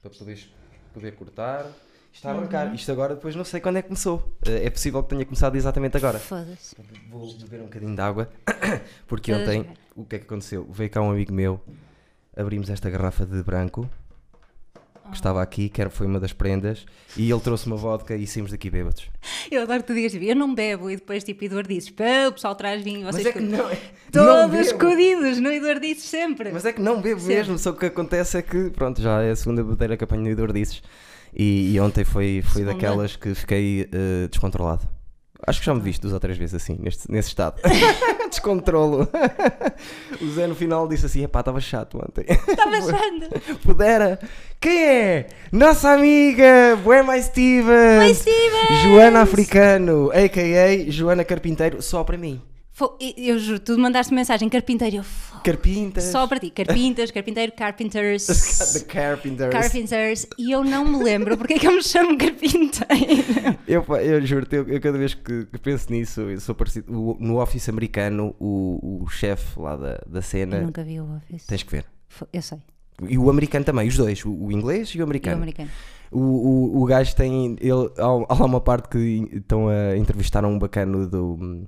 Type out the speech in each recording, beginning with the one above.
para poderes poder cortar. Isto está a arrancar. Isto agora depois não sei quando é que começou. Eh, É possível que tenha começado exatamente agora. Foda-se. Vou beber um bocadinho de água, porque ontem, o que é que aconteceu? Veio cá um amigo meu, abrimos esta garrafa de branco, que estava aqui, que era, foi uma das prendas, e ele trouxe uma vodka e saímos daqui bêbados. Eu adoro que tu digas, eu não bebo, e depois tipo Eduardo dizes, pá, o pessoal traz vinho, vocês co- é não, todos escondidos no Eduardo dizes sempre. Mas é que não bebo mesmo, só que o que acontece é que, pronto, já é a segunda bebedeira que apanho no Idordices. E, e ontem foi, foi Segunda. daquelas que fiquei eh, descontrolado. Acho que já me Ah. viste duas ou três vezes assim, neste, nesse estado. Descontrolo. o Zé no final disse assim: epá, estava chato ontem. Estava achando. Pudera. Quem é? Nossa amiga, Bué Mais Stevens. Mais Stevens! Joana Africano, a.k.a. Joana Carpinteiro, só para mim. Fo- e- Eu juro, tu mandaste mensagem, carpinteiro, eu, fo- Carpinta. só para ti, carpintas, carpinteiro, The carpenters, Carpinters. carpenters, e eu não me lembro porque é que eu me chamo carpinteiro. Eu, pá, eu juro-te, eu, eu cada vez que, que penso nisso, eu sou parecido. o- no Office americano, o, o chefe lá da, da cena. Eu nunca vi o Office. É. Tens que ver. Fo- Eu sei, E o americano também, os dois, o, o inglês e o e o americano. americano. O, o, o gajo tem. Ele, há, há lá uma parte que estão a entrevistar um bacano do.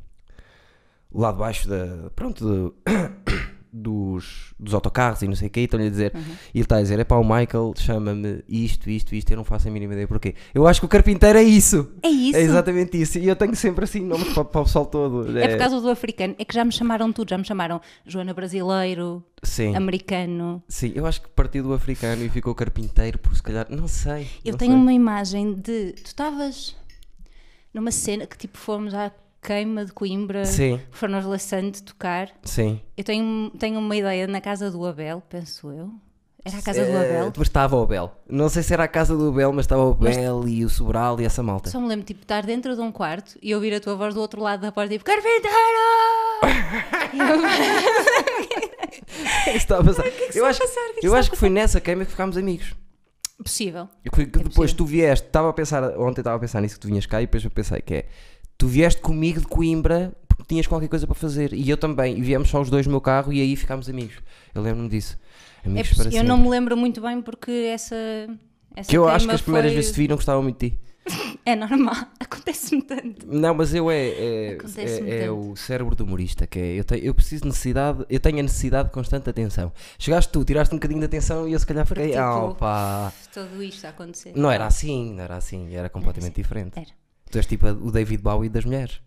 lá de baixo da. Pronto, do- dos, dos autocarros e não sei o que, e estão-lhe a Uhum. dizer. E ele está a dizer: é pá, o Michael chama-me isto, isto, isto, eu não faço a mínima ideia porquê. Eu acho que o carpinteiro é isso. É isso. É exatamente isso. E eu tenho sempre assim nomes para, para o pessoal todo. É por causa do africano, é que já me chamaram tudo, já me chamaram Joana Brasileiro, É, Sim. americano. Sim, eu acho que partiu do africano e ficou carpinteiro, por se calhar. Não sei. Eu não tenho sei. uma imagem de. Tu estavas numa cena que tipo fomos à queima de Coimbra, Sim. foram aos Laçante tocar. Sim. Eu tenho, tenho uma ideia na casa do Abel, penso eu. Era a casa do Eh, Abel. Mas estava o Bel. Não sei se era a casa do Bel, mas estava o Bel e o Sobral e essa malta. Só me lembro tipo, de estar dentro de um quarto e ouvir a tua voz do outro lado da porta, tipo, Carpinteiro! Está a passar. eu acho, passar? O que é que eu está acho que foi nessa queima que ficámos amigos. É Possível. E que que depois tu vieste, estava a pensar, ontem estava a pensar nisso que tu vinhas cá e depois eu pensei que é, tu vieste comigo de Coimbra porque tinhas qualquer coisa para fazer e eu também, e viemos só os dois no meu carro e aí ficámos amigos. Eu lembro-me disso. É Amigos possi- para eu sempre. não me lembro muito bem porque essa. essa Que eu acho que queima as primeiras foi- vezes que te vi não gostavam muito de ti. É normal, acontece-me tanto. Não, mas eu é, é, Acontece-me é, é tanto. o cérebro do humorista, que é, eu, te- eu preciso de necessidade, eu tenho a necessidade de constante atenção. Chegaste tu, tiraste um bocadinho de atenção e eu se calhar fiquei, tipo, "Oh, pá." Tudo isto a acontecer. Não era assim, não era assim, era completamente diferente. Era. Tu és tipo a- o David Bowie das mulheres.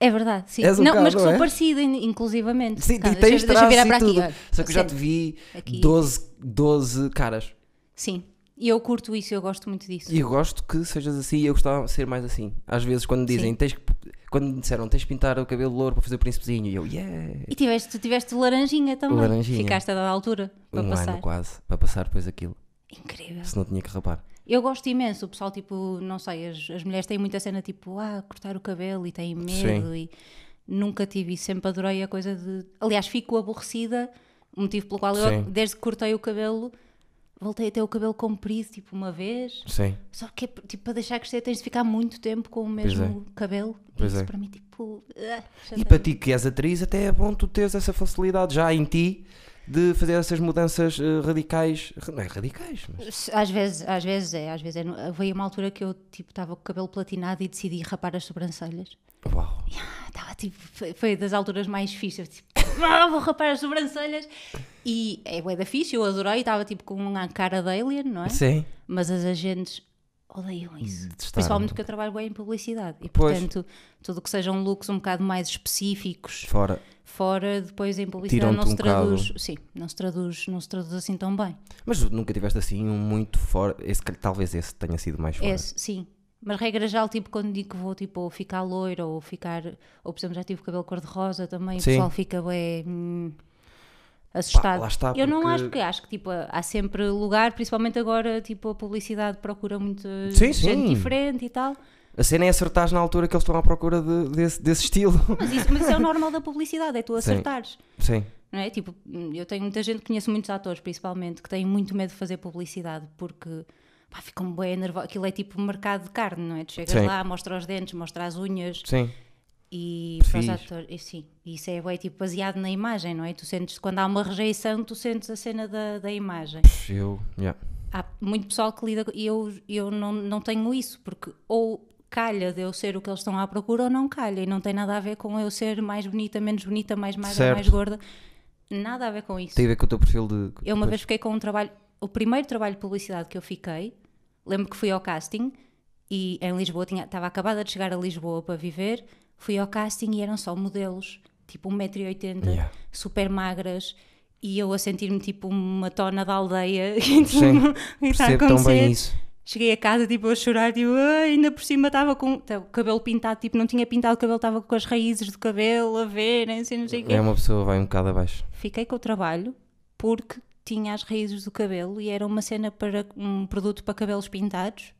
É verdade, sim. És um não, bocado, mas que não sou é? parecida, in- inclusivamente. Sim, Calma, e tens Tá, deixa, deixa eu traços virar e para tudo. aqui. ó. Só que eu já Sim, te vi Aqui. 12, 12 caras. Sim, e eu curto isso, eu gosto muito disso. E eu gosto que sejas assim e eu gostava de ser mais assim. Às vezes quando dizem, Sim. tens que- quando me disseram, tens de pintar o cabelo louro para fazer o príncipezinho, e eu, yeah, E tiveste, tu tiveste laranjinha também. Laranjinha. Ficaste a dada altura para um passar. É. ano quase, para passar depois aquilo, Incrível. se não tinha que rapar. Eu gosto imenso, o pessoal, tipo, não sei, as, as mulheres têm muita cena tipo, ah, cortar o cabelo e têm medo e nunca tive isso, sempre adorei a coisa de. Aliás, fico aborrecida, o motivo pelo qual eu, Sim. desde que cortei o cabelo, voltei a ter o cabelo comprido, tipo, uma vez. Sim. Só que é, tipo, para deixar crescer tens de ficar muito tempo com o Pois é. mesmo cabelo. Pois Isso é. para mim, tipo. ah, E chateia. para ti que és atriz, até é bom tu teres essa facilidade já em ti de fazer essas mudanças eh, radicais. Não é radicais, mas. Às vezes, às vezes é, às vezes é. No- Veio uma altura que eu tipo estava com o cabelo platinado e decidi rapar as sobrancelhas. Uau! Ah, Estava tipo, foi, foi das alturas mais fixas. Eu, Tipo, ah, vou rapar as sobrancelhas. E é bué da fixe, eu adorei, estava tipo com uma cara de alien, não é? Sim. Mas as agentes odeiam isso. Detestaram. Principalmente porque eu trabalho bem em publicidade. E né? Pois. portanto, tudo o que sejam looks um bocado mais específicos, Fora. fora depois em publicidade Tiram-te não se um traduz, sim, não se traduz, não se traduz assim tão bem. Mas tu nunca tiveste assim um muito fora. Esse, cal- talvez esse tenha sido mais fora. É, sim. Mas regra geral, tipo, quando digo que vou tipo, ou ficar loira ou ficar. Ou por exemplo, já tive cabelo cor-de-rosa também, Sim. o pessoal fica bem. Hum, assustado. lá está, Eu não porque- acho que. Acho que tipo, há sempre lugar, principalmente agora, tipo, a publicidade procura muito Sim, gente sim. diferente e tal. A cena é acertares na altura que eles estão à procura de- desse, desse estilo. Mas isso, mas isso é o normal da publicidade, é tu acertares. Sim. Não é? Tipo, hum, eu tenho muita gente, conheço muitos atores, principalmente, que têm muito medo de fazer publicidade porque pá, ficam bem nervosos. Aquilo é tipo mercado de carne, não é? Tu chegas Sim. lá, mostra os dentes, mostra as unhas Sim. e Perfis. para os atores. E, sim, isso é bué, tipo baseado na imagem, não é? Tu sentes, quando há uma rejeição, tu sentes a cena da, da imagem. Eu. Yeah. há muito pessoal que lida com- e eu, eu não, não tenho isso, porque ou calha de eu ser o que eles estão à procura ou não calha, e não tem nada a ver com eu ser mais bonita, menos bonita, mais magra, Certo. mais gorda, nada a ver com isso. Tem a ver com o teu perfil de. Eu uma Pois. vez fiquei com um trabalho, o primeiro trabalho de publicidade que eu fiquei, lembro que fui ao casting e em Lisboa, tinha, estava acabada de chegar a Lisboa para viver, fui ao casting e eram só modelos, tipo 1,80m, Yeah. super magras, e eu a sentir-me tipo uma tona da aldeia, e tipo, Sim, e está a Percebo tão acontecer. bem isso. Cheguei a casa tipo a chorar, tipo, "Ai, ainda por cima estava com tá, o cabelo pintado, tipo, não tinha pintado o cabelo, estava com as raízes do cabelo a verem, assim, não sei o quê. É uma pessoa vai um bocado abaixo. Fiquei com o trabalho porque tinha as raízes do cabelo e era uma cena para um produto para cabelos pintados.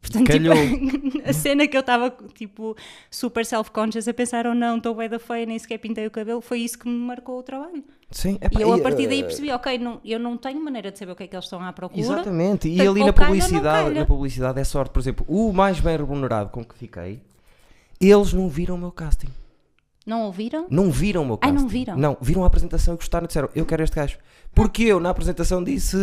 Portanto, Calhou. tipo, a cena que eu estava tipo super self-conscious a pensar ou não, estou bem da feia, nem sequer pintei o cabelo, foi isso que me marcou o trabalho. Sim, E epá, eu a e, partir daí eh, percebi, ok, não, eu não tenho maneira de saber o que é que eles estão à procura. Exatamente, e Portanto, ali ou na calha ou não publicidade, calha. na publicidade é sorte, por exemplo, o mais bem remunerado com que fiquei, eles não viram o meu casting. Não ouviram? Não viram o meu Ai, casting. não viram? Não, viram a apresentação e gostaram e disseram, eu quero este gajo. Porque eu na apresentação disse,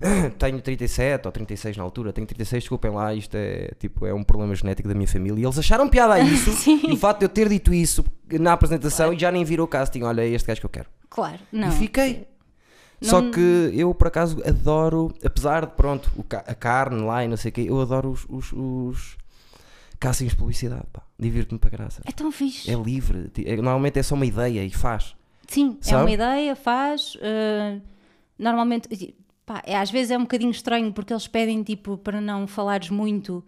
"Ah, tenho 37 ou 36 na altura, tenho 36, desculpem lá, isto é tipo, é um problema genético da minha família. E eles acharam piada a isso, Sim. e o facto de eu ter dito isso na apresentação e já nem viram o casting, olha, é este gajo que eu quero. Claro, não. E fiquei. Só que eu, por acaso, adoro, apesar de, pronto, o ca- a carne lá e não sei o quê, eu adoro os, os, os castings de publicidade, pá. Divirto-me para graça. É tão fixe. É livre. ti- é- Normalmente é só uma ideia e faz. Sim, é Sabe? uma ideia, faz. eh, normalmente, e, pá, é, às vezes é um bocadinho estranho porque eles pedem tipo para não falares muito.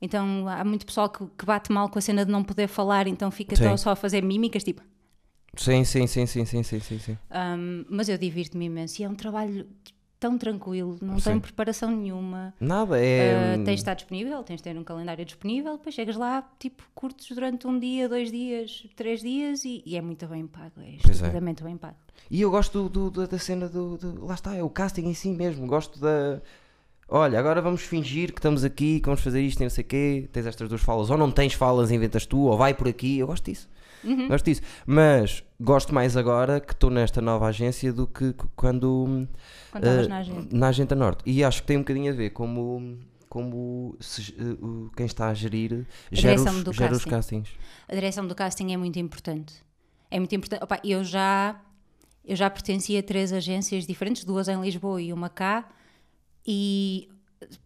Então há muito pessoal que, que bate mal com a cena de não poder falar, então fica Sim. só- só a fazer mímicas, tipo. Sim, sim, sim, sim, sim, sim, sim. sim. ahm, mas eu divirto-me imenso e é um trabalho tão tranquilo, não Sim. tem preparação nenhuma. Nada, é... Eh, tens de estar disponível, tens de ter um calendário disponível, depois chegas lá, tipo, curtes durante um dia, dois dias, três dias e, e é muito bem pago, é Pois é. estupidamente bem pago. E eu gosto do, do- da cena do, do- Lá está, é o casting em si mesmo. Gosto da... Olha, agora vamos fingir que estamos aqui, que vamos fazer isto e não sei o quê. Tens estas duas falas. Ou não tens falas, inventas tu, ou vai por aqui. Eu gosto disso. Uhum. Gosto disso. Mas gosto mais agora que estou nesta nova agência do que c- quando... Quando estavas eh, na agenda. na Agenda Norte. E acho que tem um bocadinho a ver como... Como se- eh, o- quem está a gerir gera, direção do os, gera os casting. castings. a direção do casting é muito importante. É muito importante. Opa, eu já eu já pertencia a três agências diferentes, duas em Lisboa e uma cá, e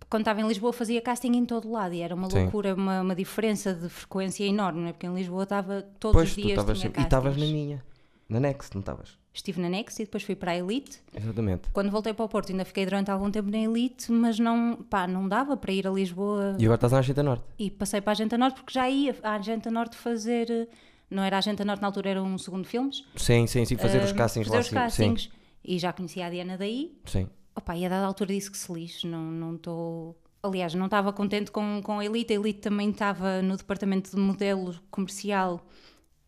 quando estava em Lisboa fazia casting em todo lado e era uma Sim. loucura, uma, uma diferença de frequência enorme, não é? Porque em Lisboa estava todos Pois, os tu dias estavas tinha sempre. E estavas na castings. minha. Na Next, não estavas? Estive na Next e depois fui para a Elite. Exatamente. Quando voltei para o Porto ainda fiquei durante algum tempo na Elite, mas não, pá, não dava para ir a Lisboa E agora estás na Agenda Norte. E passei para a Agenda Norte porque já ia à Agenda Norte fazer. eh, Não era a Agenda Norte, na altura era um segundo de filmes. Sim, sim, sim. Fazer os Ahm, castings Ehm, fazer lá os sim, castings. E já conhecia a Diana daí. Sim, sim. Opa, e a dada altura disse que se lixe, não estou. Não tô- Aliás, não estava contente com, com a Elite. A Elite também estava no departamento de modelo comercial,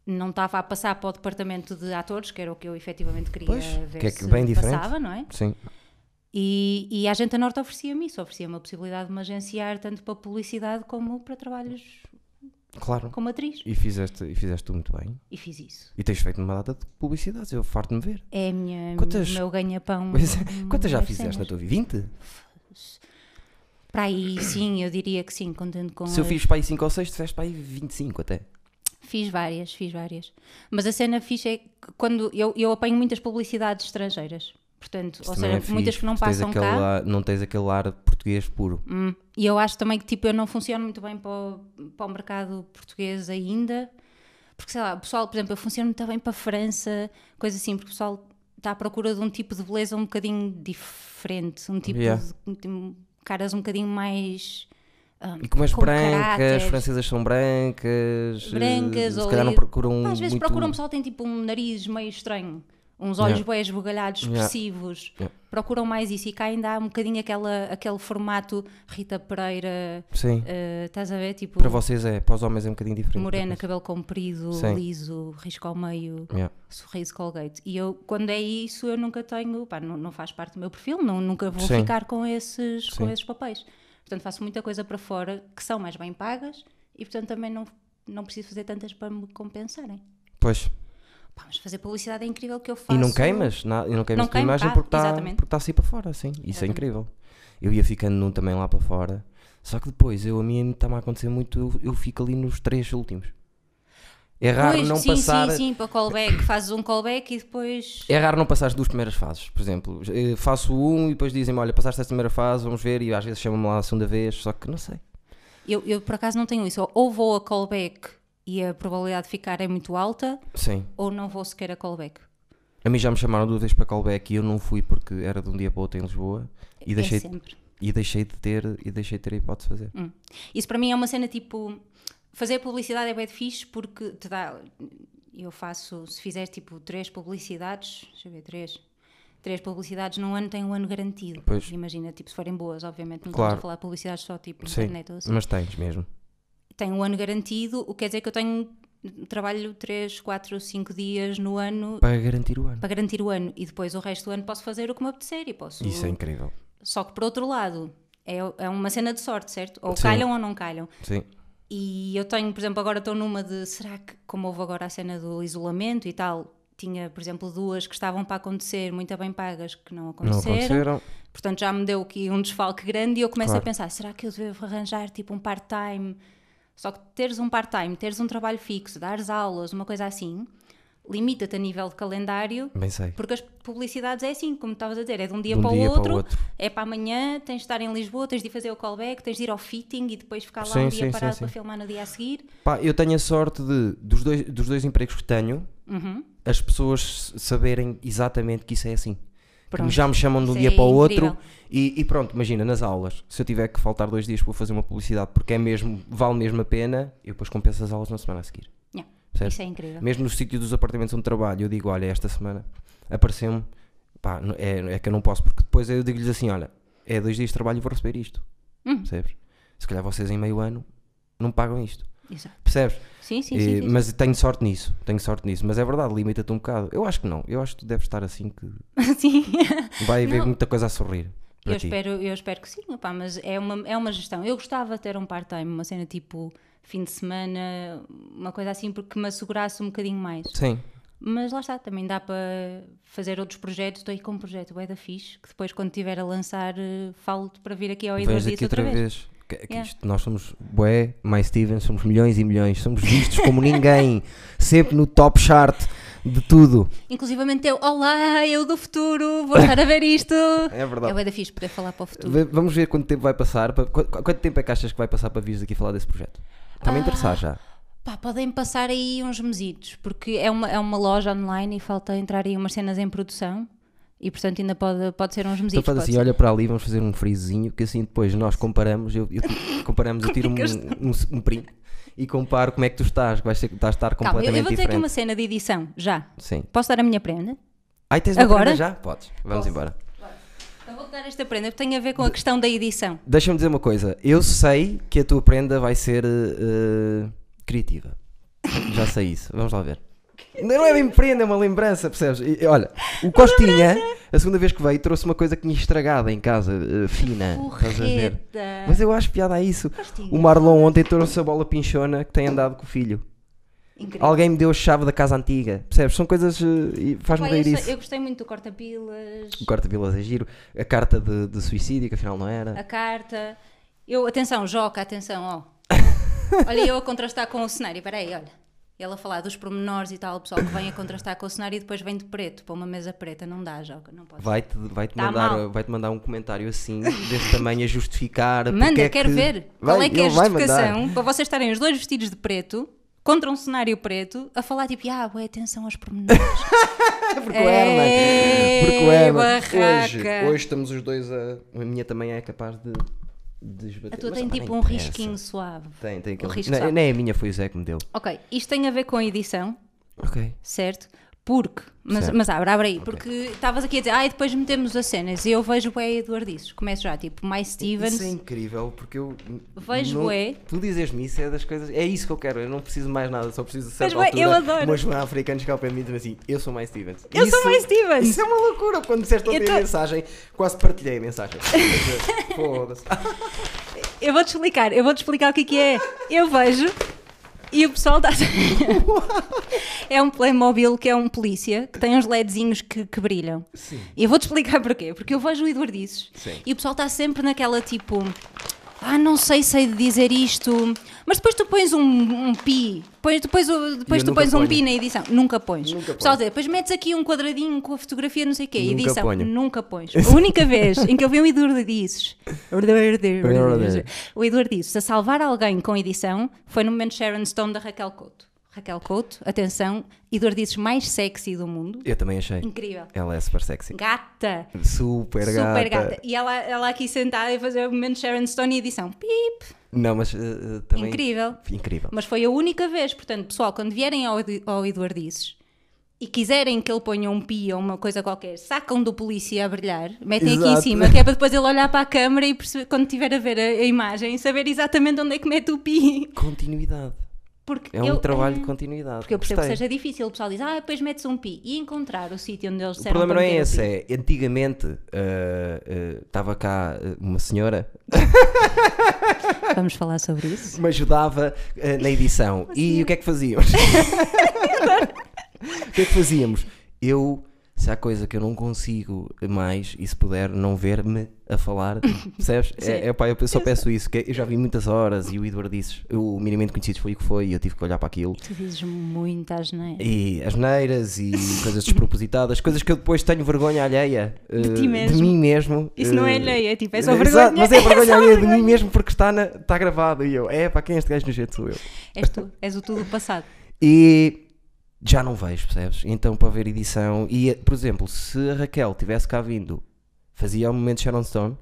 não estava a passar para o departamento de atores, que era o que eu efetivamente queria Pois, ver que é que se bem diferente. passava, não é? Sim. E, e a Agenda Norte oferecia-me isso, oferecia-me a possibilidade de me agenciar tanto para publicidade como para trabalhos Claro. como atriz. E fizeste, e fizeste tu muito bem. E fiz isso. E tens feito uma data de publicidades. Eu farto-me ver. É a minha, Quantas- o meu ganha-pão. Pois é. hum, Quantas já das fizeste na cenas. tua vida? 20? Para aí, sim, eu diria que sim, contando com. Se eu as- fiz para aí 5 ou 6, tu fizeste para aí 25 até. Fiz várias, fiz várias. Mas a cena fixe é que quando eu, eu apanho muitas publicidades estrangeiras. Portanto, ou Também seja, é fixe, muitas que não porque tens passam aquele cá. ar- não tens aquele ar português puro. Hum, E eu acho também que tipo, eu não funciono muito bem para o, para o mercado português ainda. Porque sei lá, o pessoal, por exemplo, eu funciono muito bem para a França, coisa assim, porque o pessoal está à procura de um tipo de beleza um bocadinho diferente, um tipo Yeah. de, um tipo- caras um bocadinho mais ah, E como és com branca, as caráter. francesas são brancas. eh, Brancas se ou calhar não li- procuram. Pá, às vezes muito... procuram um pessoal que tem tipo um nariz meio estranho, uns olhos Yeah. yeah. bem esbugalhados, Yeah. expressivos. Yeah. Procuram mais isso e cá ainda há um bocadinho aquela, aquele formato Rita Pereira, Sim. eh, estás a ver? Tipo, Para vocês é, para os homens é um bocadinho diferente. morena, por cabelo comprido, Sim. liso, risco ao meio, acaso. Yeah. sorriso Colgate. E eu, quando é isso, eu nunca tenho, pá, não, não faz parte do meu perfil, não, nunca vou Sim. ficar com esses, com Sim. esses papéis. Portanto, faço muita coisa para fora que são mais bem pagas e, portanto, também não, não preciso fazer tantas para me compensarem. Pois. Pá, mas fazer publicidade é incrível que eu faço. E não queimas, na, e não queimas Não a tua queimo, imagem pá, porque tá está exatamente. porque tá assim para fora, sim. Isso é incrível. eu ia ficando num também lá para fora. Só que depois, eu, a mim está-me a acontecer muito, eu, eu fico ali nos três últimos. É raro Pois, não sim, passar. sim, sim, para callback, fazes um callback e depois. É raro não passar as duas primeiras fases, por exemplo. eh, Faço um e depois dizem-me: Olha, passaste esta primeira fase, vamos ver. E às vezes chamam-me lá a segunda vez, só que não sei. Eu, eu, por acaso não tenho isso. Ou- Ou vou a callback e a probabilidade de ficar é muito alta, Sim. ou não vou sequer a callback. A mim já me chamaram duas vezes para callback e eu não fui porque era de um dia para o outro em Lisboa e deixei, É sempre. e deixei de ter e deixei de ter a hipótese de fazer. Hum. Isso para mim é uma cena tipo. Fazer publicidade é bem fixe porque te dá. Eu faço, se fizer tipo três publicidades, deixa eu ver, três. Três publicidades num ano tem um ano garantido. Pois. Imagina, tipo, se forem boas, obviamente, não Claro. estamos a falar de publicidades só tipo na Sim, internet ou assim. mas tens mesmo. Tem um ano garantido, o que quer dizer que eu tenho. Trabalho três, quatro, cinco dias no ano Para garantir o ano. para garantir o ano e depois o resto do ano posso fazer o que me apetecer e posso. Isso é incrível. Só que por outro lado, é, é uma cena de sorte, certo? Ou Sim. calham ou não calham. Sim. E eu tenho, por exemplo, agora estou numa de será que, como houve agora a cena do isolamento e tal, tinha, por exemplo, duas que estavam para acontecer, muito bem pagas, que não Não aconteceram. aconteceram. Portanto, já me deu aqui um desfalque grande e eu começo Claro. a pensar: será que eu devo arranjar tipo um part-time? Só que teres um part-time, teres um trabalho fixo, dares aulas, uma coisa assim, limita-te a nível de calendário Bem sei. porque as publicidades é assim, como estavas a dizer, é de um dia, De um para, o dia para o outro, outro. é para amanhã, tens de estar em Lisboa, tens de ir fazer o callback, tens de ir ao fitting e depois ficar lá Sim, um dia sim, parado sim, para sim. filmar no dia a seguir. Pá, eu tenho a sorte de, dos dois, dos dois empregos que tenho, Uhum. as pessoas saberem exatamente que isso é assim. Que Pronto. já me chamam de um Isso dia é para o outro incrível. e, e pronto, imagina, nas aulas, se eu tiver que faltar dois dias para fazer uma publicidade porque é mesmo, vale mesmo a pena, eu depois compenso as aulas na semana a seguir. Yeah, Percebes? Isso é incrível. Mesmo no sítio dos apartamentos onde trabalho, eu digo, olha, esta semana apareceu-me, pá, n- é, é que eu não posso, porque depois eu digo-lhes assim, olha, é dois dias de trabalho e vou receber isto. Uhum. Percebes? Se calhar vocês em meio ano não pagam isto. Exato. Percebes? Sim, sim, Eh, sim. sim, sim. mas tenho sorte nisso, tenho sorte nisso. Mas é verdade, limita-te um bocado. Eu acho que não, eu acho que tu deves estar assim que Sim. vai haver Não. muita coisa a sorrir. Eu Para ti. espero, eu espero que sim, opá, mas é uma, é uma gestão. Eu gostava de ter um part-time, uma cena tipo fim de semana, uma coisa assim, porque me assegurasse um bocadinho mais. Sim, Mas lá está, também dá para fazer outros projetos. Estou aí com um projeto bué da fixe, que depois quando estiver a lançar eh, falo-te para vir aqui ao Eduardo vens Dias aqui outra outra vez. vez. Que- que Yeah. isto- nós somos Bué, mais Steven, somos milhões e milhões, somos vistos como ninguém, sempre no top chart de tudo. Inclusivamente eu, olá, eu do futuro, vou estar a ver isto. É verdade. É bué da fixe poder falar para o futuro. V- Vamos ver quanto tempo vai passar. para- qu- qu- quanto tempo é que achas que vai passar para vires aqui falar desse projeto? Está-me Ah, a interessar já. Pá, podem passar aí uns mesitos, porque é uma, é uma loja online e falta entrar aí umas cenas em produção. E portanto ainda pode, pode ser uns Então mesitos. faz pode assim, ser. olha para ali, vamos fazer um frizinho, que assim depois nós comparamos, eu, eu ti- comparamos, eu tiro um, um, um print e comparo como é que tu estás, que vais, ser, vais estar Calma, eu, eu completamente vou ter diferente. aqui uma cena de edição, já. Sim. Posso dar a minha prenda? Ai, tens uma Agora? prenda já? Podes. Vamos embora. Eu vou dar esta prenda, porque tem a ver com a questão da edição. Deixa-me dizer uma coisa. Eu sei que a tua prenda vai ser eh, criativa. Já sei isso. Vamos lá ver. Não é bem prenda, é uma lembrança, percebes? E, e, olha, o Costinha, a segunda vez que veio, trouxe uma coisa que tinha estragado em casa, eh, fina. Estás a ver? Porreta. Mas eu acho piada a isso. Costinha. O Marlon ontem trouxe a bola pinchona que tem andado com o filho. Incrível. Alguém me deu a chave da casa antiga, percebes? São coisas. eh, e Faz-me Pá, eu, rir sei- isso. eu gostei muito do corta-pilas, O corta Vilas é giro, a carta de, de suicídio, que afinal não era. a carta. Eu, atenção, Joca, atenção, ó. olha, eu a contrastar com o cenário, peraí, olha. Ela a falar dos pormenores e tal, o pessoal que vem a contrastar com o cenário e depois vem de preto para uma mesa preta. Não dá, Joca, não pode. Vai-te vai-te Tá mandar, mal. vai -te mandar um comentário assim, desse tamanho, a justificar. porque Manda, é quero que- ver. Qual Vai, é que é a ele vai mandar. justificação para vocês estarem os dois vestidos de preto, contra um cenário preto, a falar tipo, ah, ué, atenção aos pormenores. É Porque o Herman. Porque o Ei, Herman. Hoje, barraca. hoje estamos os dois a. A minha também é capaz de. de esbater. a tua Mas, tem opá, tipo nem um interessa. risquinho suave. Um Tem, tem aquele. risco Não, suave. nem é a minha, foi o Zé que me deu. Ok, isto tem a ver com a edição. Ok. certo? Porque, mas, Certo. mas abre, abre aí, porque estavas aqui a dizer, ah, e depois metemos as cenas, e eu vejo bué Eduardices, começo já, tipo, mais Stevens, Isso é incrível, porque eu. Vejo não- bué. Tu dizes-me isso, é das coisas. É isso que eu quero, eu não preciso de mais nada, só preciso de certa bué, eu altura, adoro. Uma jornada africana chegar ao pé de mim e dizer assim: Eu sou mais Stevens. Eu sou mais Stevens. Isso é uma loucura. Quando disseste ontem tô- a mensagem, quase partilhei a mensagem. Foda-se. eu vou-te explicar, eu vou-te explicar o que é que é, eu vejo, E o pessoal está. é um Playmobil que é um polícia que tem uns LEDzinhos que, que brilham. Sim. E eu vou-te explicar porquê. Porque eu vejo o Eduardices Sim. e o pessoal está sempre naquela tipo. Ah, não sei sei de dizer isto. Mas depois tu pões um, um pi. Pões, depois o- depois Eu tu nunca pões um pi ponho. na edição. Nunca pões. Nunca o pessoal diz, depois metes aqui um quadradinho com a fotografia, não sei o quê. Nunca edição. ponho. Nunca pões. A única vez em que eu vi um Eduardices. O Eduardo disse: a salvar alguém com edição foi no momento Sharon Stone da Raquel Couto. Raquel Couto, atenção, Eduardo disse mais sexy do mundo. Eu também achei. Incrível. Ela é super sexy. Gata. Super, Super gata. E ela, ela aqui sentada a fazer o momento Sharon Stone e edição. Pip! Não, mas eh, eh, também. Incrível. Incrível. Mas foi a única vez, portanto, pessoal, quando vierem ao, Edu- ao Eduardices e quiserem que ele ponha um pi ou uma coisa qualquer, sacam do polícia a brilhar, metem aqui em Exato. cima, que é para depois ele olhar para a câmara e perceber, quando estiver a ver a, a imagem, saber exatamente onde é que mete o pi. Continuidade. Porque É um eu- Uhum. trabalho de continuidade. Porque eu percebo Gostei. que seja difícil. O pessoal diz, ah, depois metes um pi. E encontrar o sítio onde eles O disseram problema não para é meter o esse, pi. é antigamente estava cá eh, uma senhora é- Vamos falar sobre isso. que me ajudava eh, na edição. E o que é que fazíamos? o que é que fazíamos? Eu, se há coisa que eu não consigo mais, e se puder não ver-me a falar, percebes? É, é pá, eu só peço isso, que eu já vi muitas horas e o Eduardo disse, o minimamente conhecido foi o que foi, e eu tive que olhar para aquilo. Tu dizes muitas, não é? E asneiras e coisas despropositadas, coisas que eu depois tenho vergonha alheia eh, ti mesmo. mim mesmo. Isso não é eh, alheia, é tipo, é só vergonha. Exato, Mas é vergonha só alheia de vergonha. mim mesmo porque está, na, está gravado. E eu, é para quem é este gajo no jeito sou eu. És tu, és o tu do passado. E já não vejo, percebes? Então, para ver edição. E, por exemplo, se a Raquel tivesse cá vindo, fazia o momento Sharon Stone,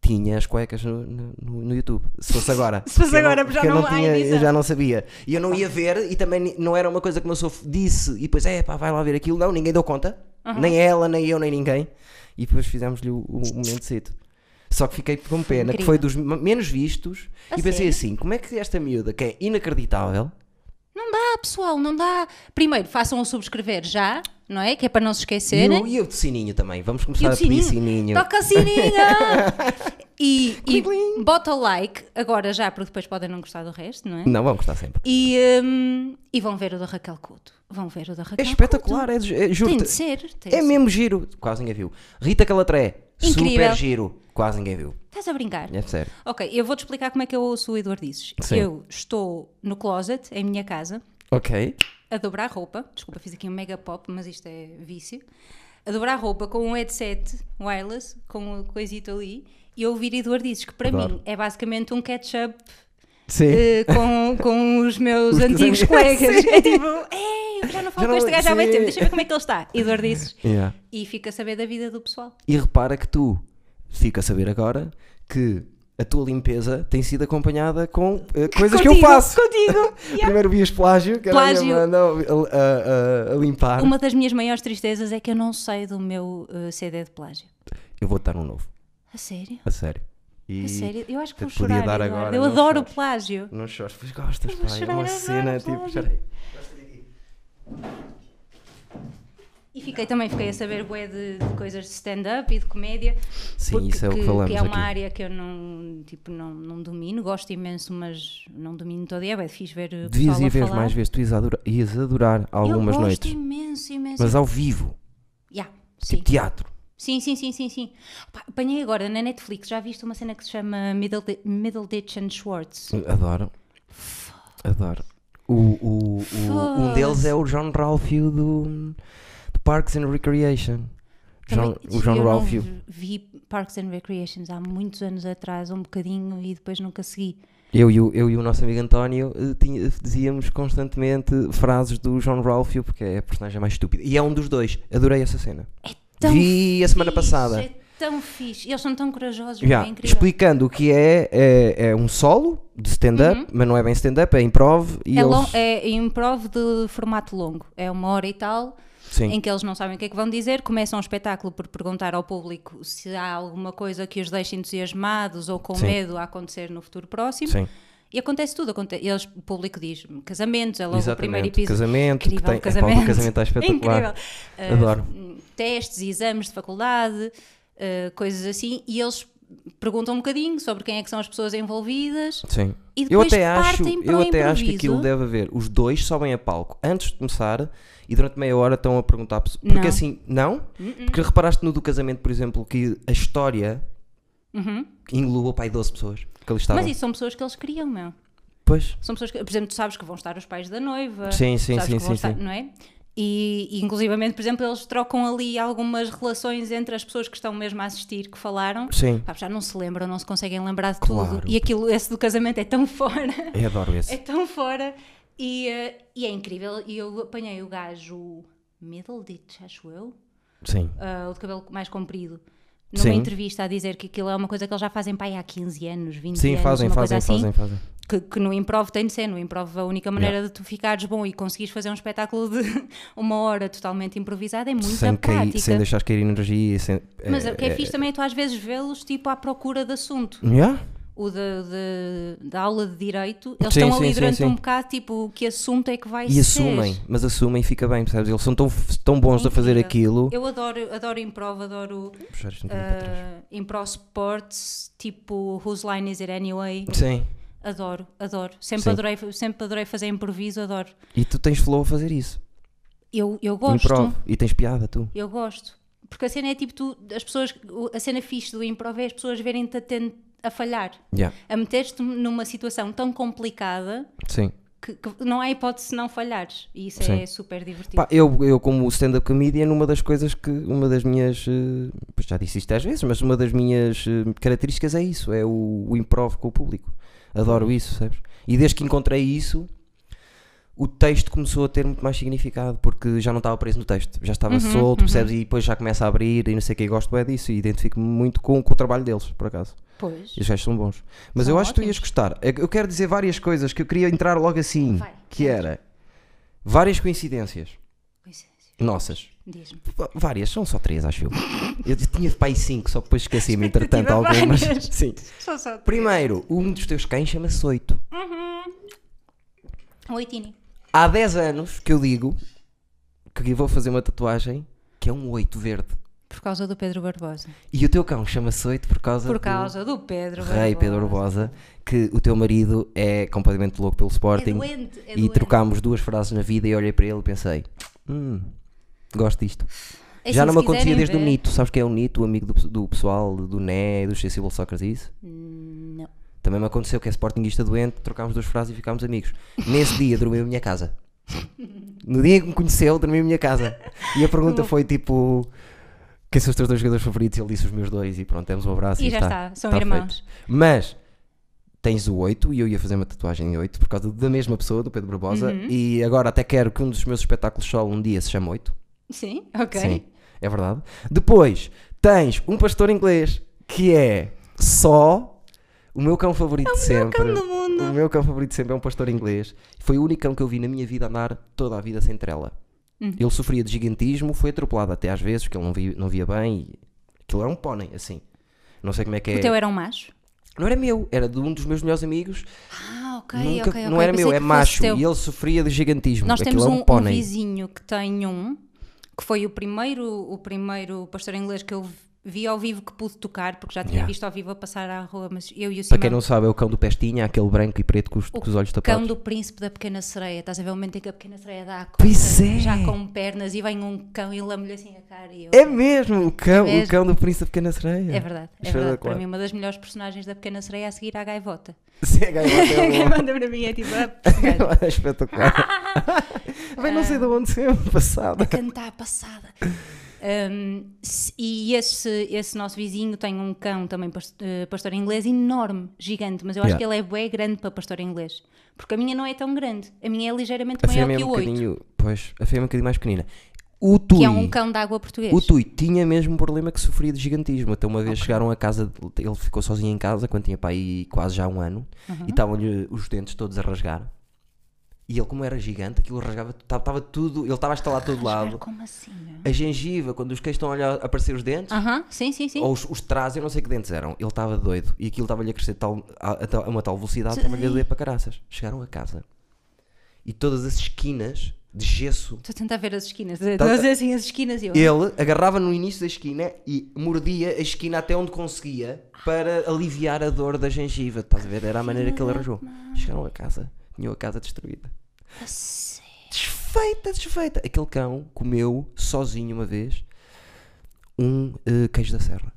tinha as cuecas no, no- no- no YouTube. Se fosse agora. Se fosse Porque eu agora, já porque eu não há tinha- edição. Eu já não sabia. E eu não ia ver, e também não era uma coisa que o meu sofro disse. E depois, é pá, vai lá ver aquilo. Não, ninguém deu conta. Nem ela, nem eu, nem ninguém. E depois fizemos-lhe o, o momento cedo. Só que fiquei com pena, que Incrível. foi dos m- menos vistos. A e pensei sério? assim: como é que esta miúda, que é inacreditável, Não dá, pessoal, não dá. Primeiro, façam o subscrever já, não é? Que é para não se E esquecerem. o, e o de sininho também. Vamos E começar o a pedir sininho. sininho. Toca o sininho! e, Clim, e clim. bota o like agora já, porque depois podem não gostar do resto, não é? Não, vamos gostar sempre. E, hum, e vão ver o da Raquel Couto. Vão ver o da Raquel É espetacular, é, de- é, Couto. Tem juro de ser. Tem de É ser. mesmo giro. Quase ninguém viu. Rita Calatré, Incrível. super giro. Quase ninguém viu. Estás a brincar? É sério. Ok, eu vou-te explicar como é que eu ouço o Eduardo Dizes. Sim. Eu estou no closet, em minha casa, Ok. a dobrar roupa. Desculpa, fiz aqui um mega pop, mas isto é vício. A dobrar roupa com um headset wireless, com o coisito ali, e a ouvir Eduardo Dizes, que para Adoro. mim é basicamente um catch-up Sim. eh, com, com os meus Os teus antigos amigos. colegas. Sim. É tipo, "Ei, eu já não falo Já com não- este gajo há muito sim. tempo, deixa eu ver como é que ele está. Eduardo Dizes. Yeah. E fica a saber da vida do pessoal. E repara que tu fica a saber agora que a tua limpeza tem sido acompanhada com eh, coisas que eu Contigo, faço. Contigo! Yeah. Primeiro vias plágio, que era a Plágio. minha irmã, não, a, a- a limpar. Uma das minhas maiores tristezas é que eu não sei do meu eh, CD de plágio. Eu vou dar um novo. A sério? A sério. E... A sério? Eu acho que eu vou te podia chorar. dar Eduardo. agora, eu não adoro o chores. plágio. Não chores, pois gostas, pá. vou É chorar uma agora, cena tipo. Flávio. Chorei. E fiquei também fiquei a saber bué de, de coisas de stand-up e de comédia. Sim, porque isso é o que falamos é uma aqui. área que eu não, tipo, não, não domino. Gosto imenso, mas não domino toda. E é bué fixe ver o Devias pessoal a ir ver falar. mais vezes, tu ias adorar, ias adorar algumas eu gosto noites, imenso, imenso. mas ao vivo, Yeah, sim. tipo teatro. Sim, sim, sim, sim, sim. Pá, Apanhei agora na Netflix, já viste uma cena que se chama Middle, Middle Ditch and Schwartz. Adoro. Adoro. O, o, o- um deles é o John Ralphio do, do Parks and Recreation. Também- John- o John eu não Ralphio. Vi Parks and Recreations há muitos anos atrás, um bocadinho, e depois nunca segui. Eu e, o, eu e o nosso amigo António eh, tinha- dizíamos constantemente frases do John Ralphio, porque é a personagem mais estúpida. E é um dos dois. Adorei essa cena. É Tão Vi a semana fixe, passada. É tão fixe. Eles são tão corajosos, Já, é incrível. explicando o que é, é, é um solo de stand-up, mas não é bem stand-up, é improv. E Uhum. É, eles, long, é improv de formato longo. É uma hora e tal, Sim. em que eles não sabem o que é que vão dizer. Começam o espetáculo por perguntar ao público se há alguma coisa que os deixe entusiasmados ou com Sim. medo a acontecer no futuro próximo. Sim. E acontece tudo. aconte- Eles, o público diz casamentos, é logo o primeiro Exatamente. episódio. Casamento, que Incrível, tem- epá, o do casamento. casamento está espetacular. Incrível. Ah, Adoro. testes, exames de faculdade, ah, eh, coisas assim, e eles perguntam um bocadinho sobre quem é que são as pessoas envolvidas Sim. e Eu depois até, acho, partem para eu o até acho que improviso. aquilo deve haver. Os dois sobem a palco antes de começar e durante meia hora estão a perguntar. pessoas- Porque Não. Uhum. assim, não? Porque reparaste no do casamento, por exemplo, que a história englobou para aí 12 pessoas que ali estavam. Uhum. Mas isso são pessoas que eles criam, meu. Pois. São pessoas que, por exemplo, tu sabes que vão estar os pais da noiva. Sim, sim, sabes sim, que vão sim, estar, sim. Não é? E, e, inclusivamente, por exemplo, eles trocam ali algumas relações entre as pessoas que estão mesmo a assistir, que falaram. Sim. Pá, já não se lembram, não se conseguem lembrar de Claro. tudo. E aquilo, esse do casamento é tão fora. Eu adoro esse. é tão fora. E, eh, e é incrível. E eu apanhei o gajo Middleditch, acho eu. Sim. ah, o de cabelo mais comprido. Numa Sim. entrevista a dizer que aquilo é uma coisa que eles já fazem para aí há 15 anos, 20 Sim, anos, fazem, uma coisa fazem, fazem, assim fazem. que, que no improv tem de ser, no improv a única maneira de tu ficares bom e conseguires fazer um espetáculo de uma hora totalmente improvisado é muita Sem, cair, prática. sem deixar cair energia. Sem, Mas o que é fixe também é tu às vezes vê-los tipo à procura de assunto. Yeah? O da- da- da aula de direito, eles Sim, estão sim, ali sim, durante sim. um bocado tipo que assunto é que vai ser. E assumem, mas assumem e fica bem, percebes? Eles são tão, f- tão bons a fazer aquilo. Eu adoro, adoro improv, adoro Vou puxar isto um bocadinho para trás. ah, improv sports, tipo Whose Line Is It Anyway? Sim. Adoro, adoro. Sim. Sempre, adorei, sempre adorei fazer improviso, adoro. E tu tens flow a fazer isso. Eu, eu gosto. Improv. E tens piada, tu. Eu gosto. Porque a cena é tipo tu, as pessoas, o- a cena fixe do improv é as pessoas verem-te a, ten- a falhar, Yeah. a meter-te numa situação tão complicada Sim. que, que não há hipótese de não falhares. E isso Sim. é super divertido. Pá, eu, eu, como stand-up comedian, uma das coisas que. Uma das minhas. eh, Pois já disse isto às vezes, mas uma das minhas eh, características é isso: é o, o improv com o público. Uhum. Adoro isso, sabes? E desde que encontrei isso, o texto começou a ter muito mais significado, porque já não estava preso no texto, já Uhum, estava solto, percebes? E depois já começa a abrir e não sei o que. Gosto é disso e identifico-me muito com, com o trabalho deles, por acaso. Pois. Os gajos são bons. Mas São eu acho que tu ias ótimos. gostar. Eu eu quero dizer várias coisas que eu queria entrar logo assim: Vai, que era várias coincidências. Coincidência. Nossas. Diz-me. V- Várias, são só três, acho eu. Eu tinha de pai cinco, só depois esqueci-me, entretanto, Expectativa algumas. várias. Sim. Só só. Primeiro, um dos teus cães chama-se Oito. Oi, Tini. Há 10 anos que eu digo que vou fazer uma tatuagem que é um oito verde. Por causa do Pedro Barbosa. E o teu cão chama-se Oito por causa Por do causa do Pedro Barbosa. rei Pedro Barbosa, que o teu marido é completamente louco pelo Sporting. É doente, é e doente. trocámos duas frases na vida e olhei para ele e pensei: hum, gosto disto. É Já assim, não me se acontecia quiserem desde o ver- Nito. Sabes quem é o Nito, o amigo do, do pessoal, do Né, dos Sensible Soccer e isso? Hum, Não. Também me aconteceu que é sportinguista doente, trocámos duas frases e ficámos amigos. Nesse dia dormi na minha casa. No dia em que me conheceu, dormi na minha casa. E a pergunta foi tipo: quem são os teus dois jogadores favoritos? E ele disse os meus dois e pronto, temos um abraço. E E, já está, são está irmãos. feito. Mas tens o 8 e eu ia fazer uma tatuagem em 8 por causa da mesma pessoa, do Pedro Barbosa. Uhum. E agora até quero que um dos meus espetáculos solo um dia se chame 8. Sim, ok. Sim, é verdade. Depois tens um pastor inglês que é só o meu cão favorito de sempre. É cão do mundo. O meu cão favorito de sempre é um pastor inglês. Foi o único cão que eu vi na minha vida andar toda a vida sem trela. Uhum. Ele sofria de gigantismo, foi atropelado até às vezes, porque ele não via, não via bem. E... Aquilo era um pônei, assim. Não sei como é que é. O teu era um macho? Não era meu, era de um dos meus melhores amigos. Ah, ok, Nunca- ok, ok. Não era Pensei meu, que é fosse macho. teu. E ele sofria de gigantismo. Nós Aquilo temos era um, um um pônei. vizinho que tem um, que foi o primeiro, o primeiro pastor inglês que eu vi ao vivo que pude tocar, porque já tinha Yeah. visto ao vivo a passar à rua, mas eu e o Para Simão, quem não sabe, é o cão do Pestinha, aquele branco e preto com os, com os olhos tapados. cão do príncipe da pequena sereia, estás a ver o momento em que a pequena sereia dá a conta, Pois é. já com pernas, e vem um cão e lame-lhe assim a cara e eu... É mesmo, o cão, o mesmo. cão do Príncipe da Pequena Sereia. É verdade, é Espetacular. verdade. Para mim, uma das melhores personagens da Pequena Sereia é a seguir à gaivota. Sim, é gaivota, A é gaivota para mim é Ah. tipo a personagem. bom. É espetacular. Bem, não sei de onde sempre passada. cantar a passada. Um, se- e esse, esse nosso vizinho tem um cão também pas- eh, pastor inglês enorme, gigante, mas eu acho Yeah. que ele é bem grande para pastor inglês. Porque a minha não é tão grande, a minha é ligeiramente A maior fêmea que é um o 8, bocadinho. Pois, a fêmea é um bocadinho mais pequenina. O Tui, que é um cão de água português. o Tui tinha mesmo um problema que sofria de gigantismo. Até uma vez chegaram a casa, dele- ele ficou sozinho em casa quando tinha para aí quase já um ano Uhum. e estavam-lhe os dentes todos a rasgar. E ele, como era gigante, aquilo rasgava, estava tudo, ele estava a estalar todo lado. Como assim? meu? A gengiva, quando os queixos estão a olhar- a aparecer os dentes, Aham, sim, sim, sim. ou os, os trás, eu não sei que dentes eram. Ele estava doido e aquilo estava-lhe a crescer tal- a, a tal- a uma tal velocidade que estava-lhe a doer para caraças. Chegaram a casa e todas as esquinas de gesso. Estou a tentar ver as esquinas. Tá- Estou a dizer assim as esquinas e eu. Ele agarrava no início da esquina e mordia a esquina até onde conseguia para aliviar a dor da gengiva. Estás a ver? Era a maneira que ele arranjou. Chegaram a casa, tinham a casa destruída. A sério? Desfeita, desfeita. Aquele cão comeu sozinho uma vez um eh, queijo da serra.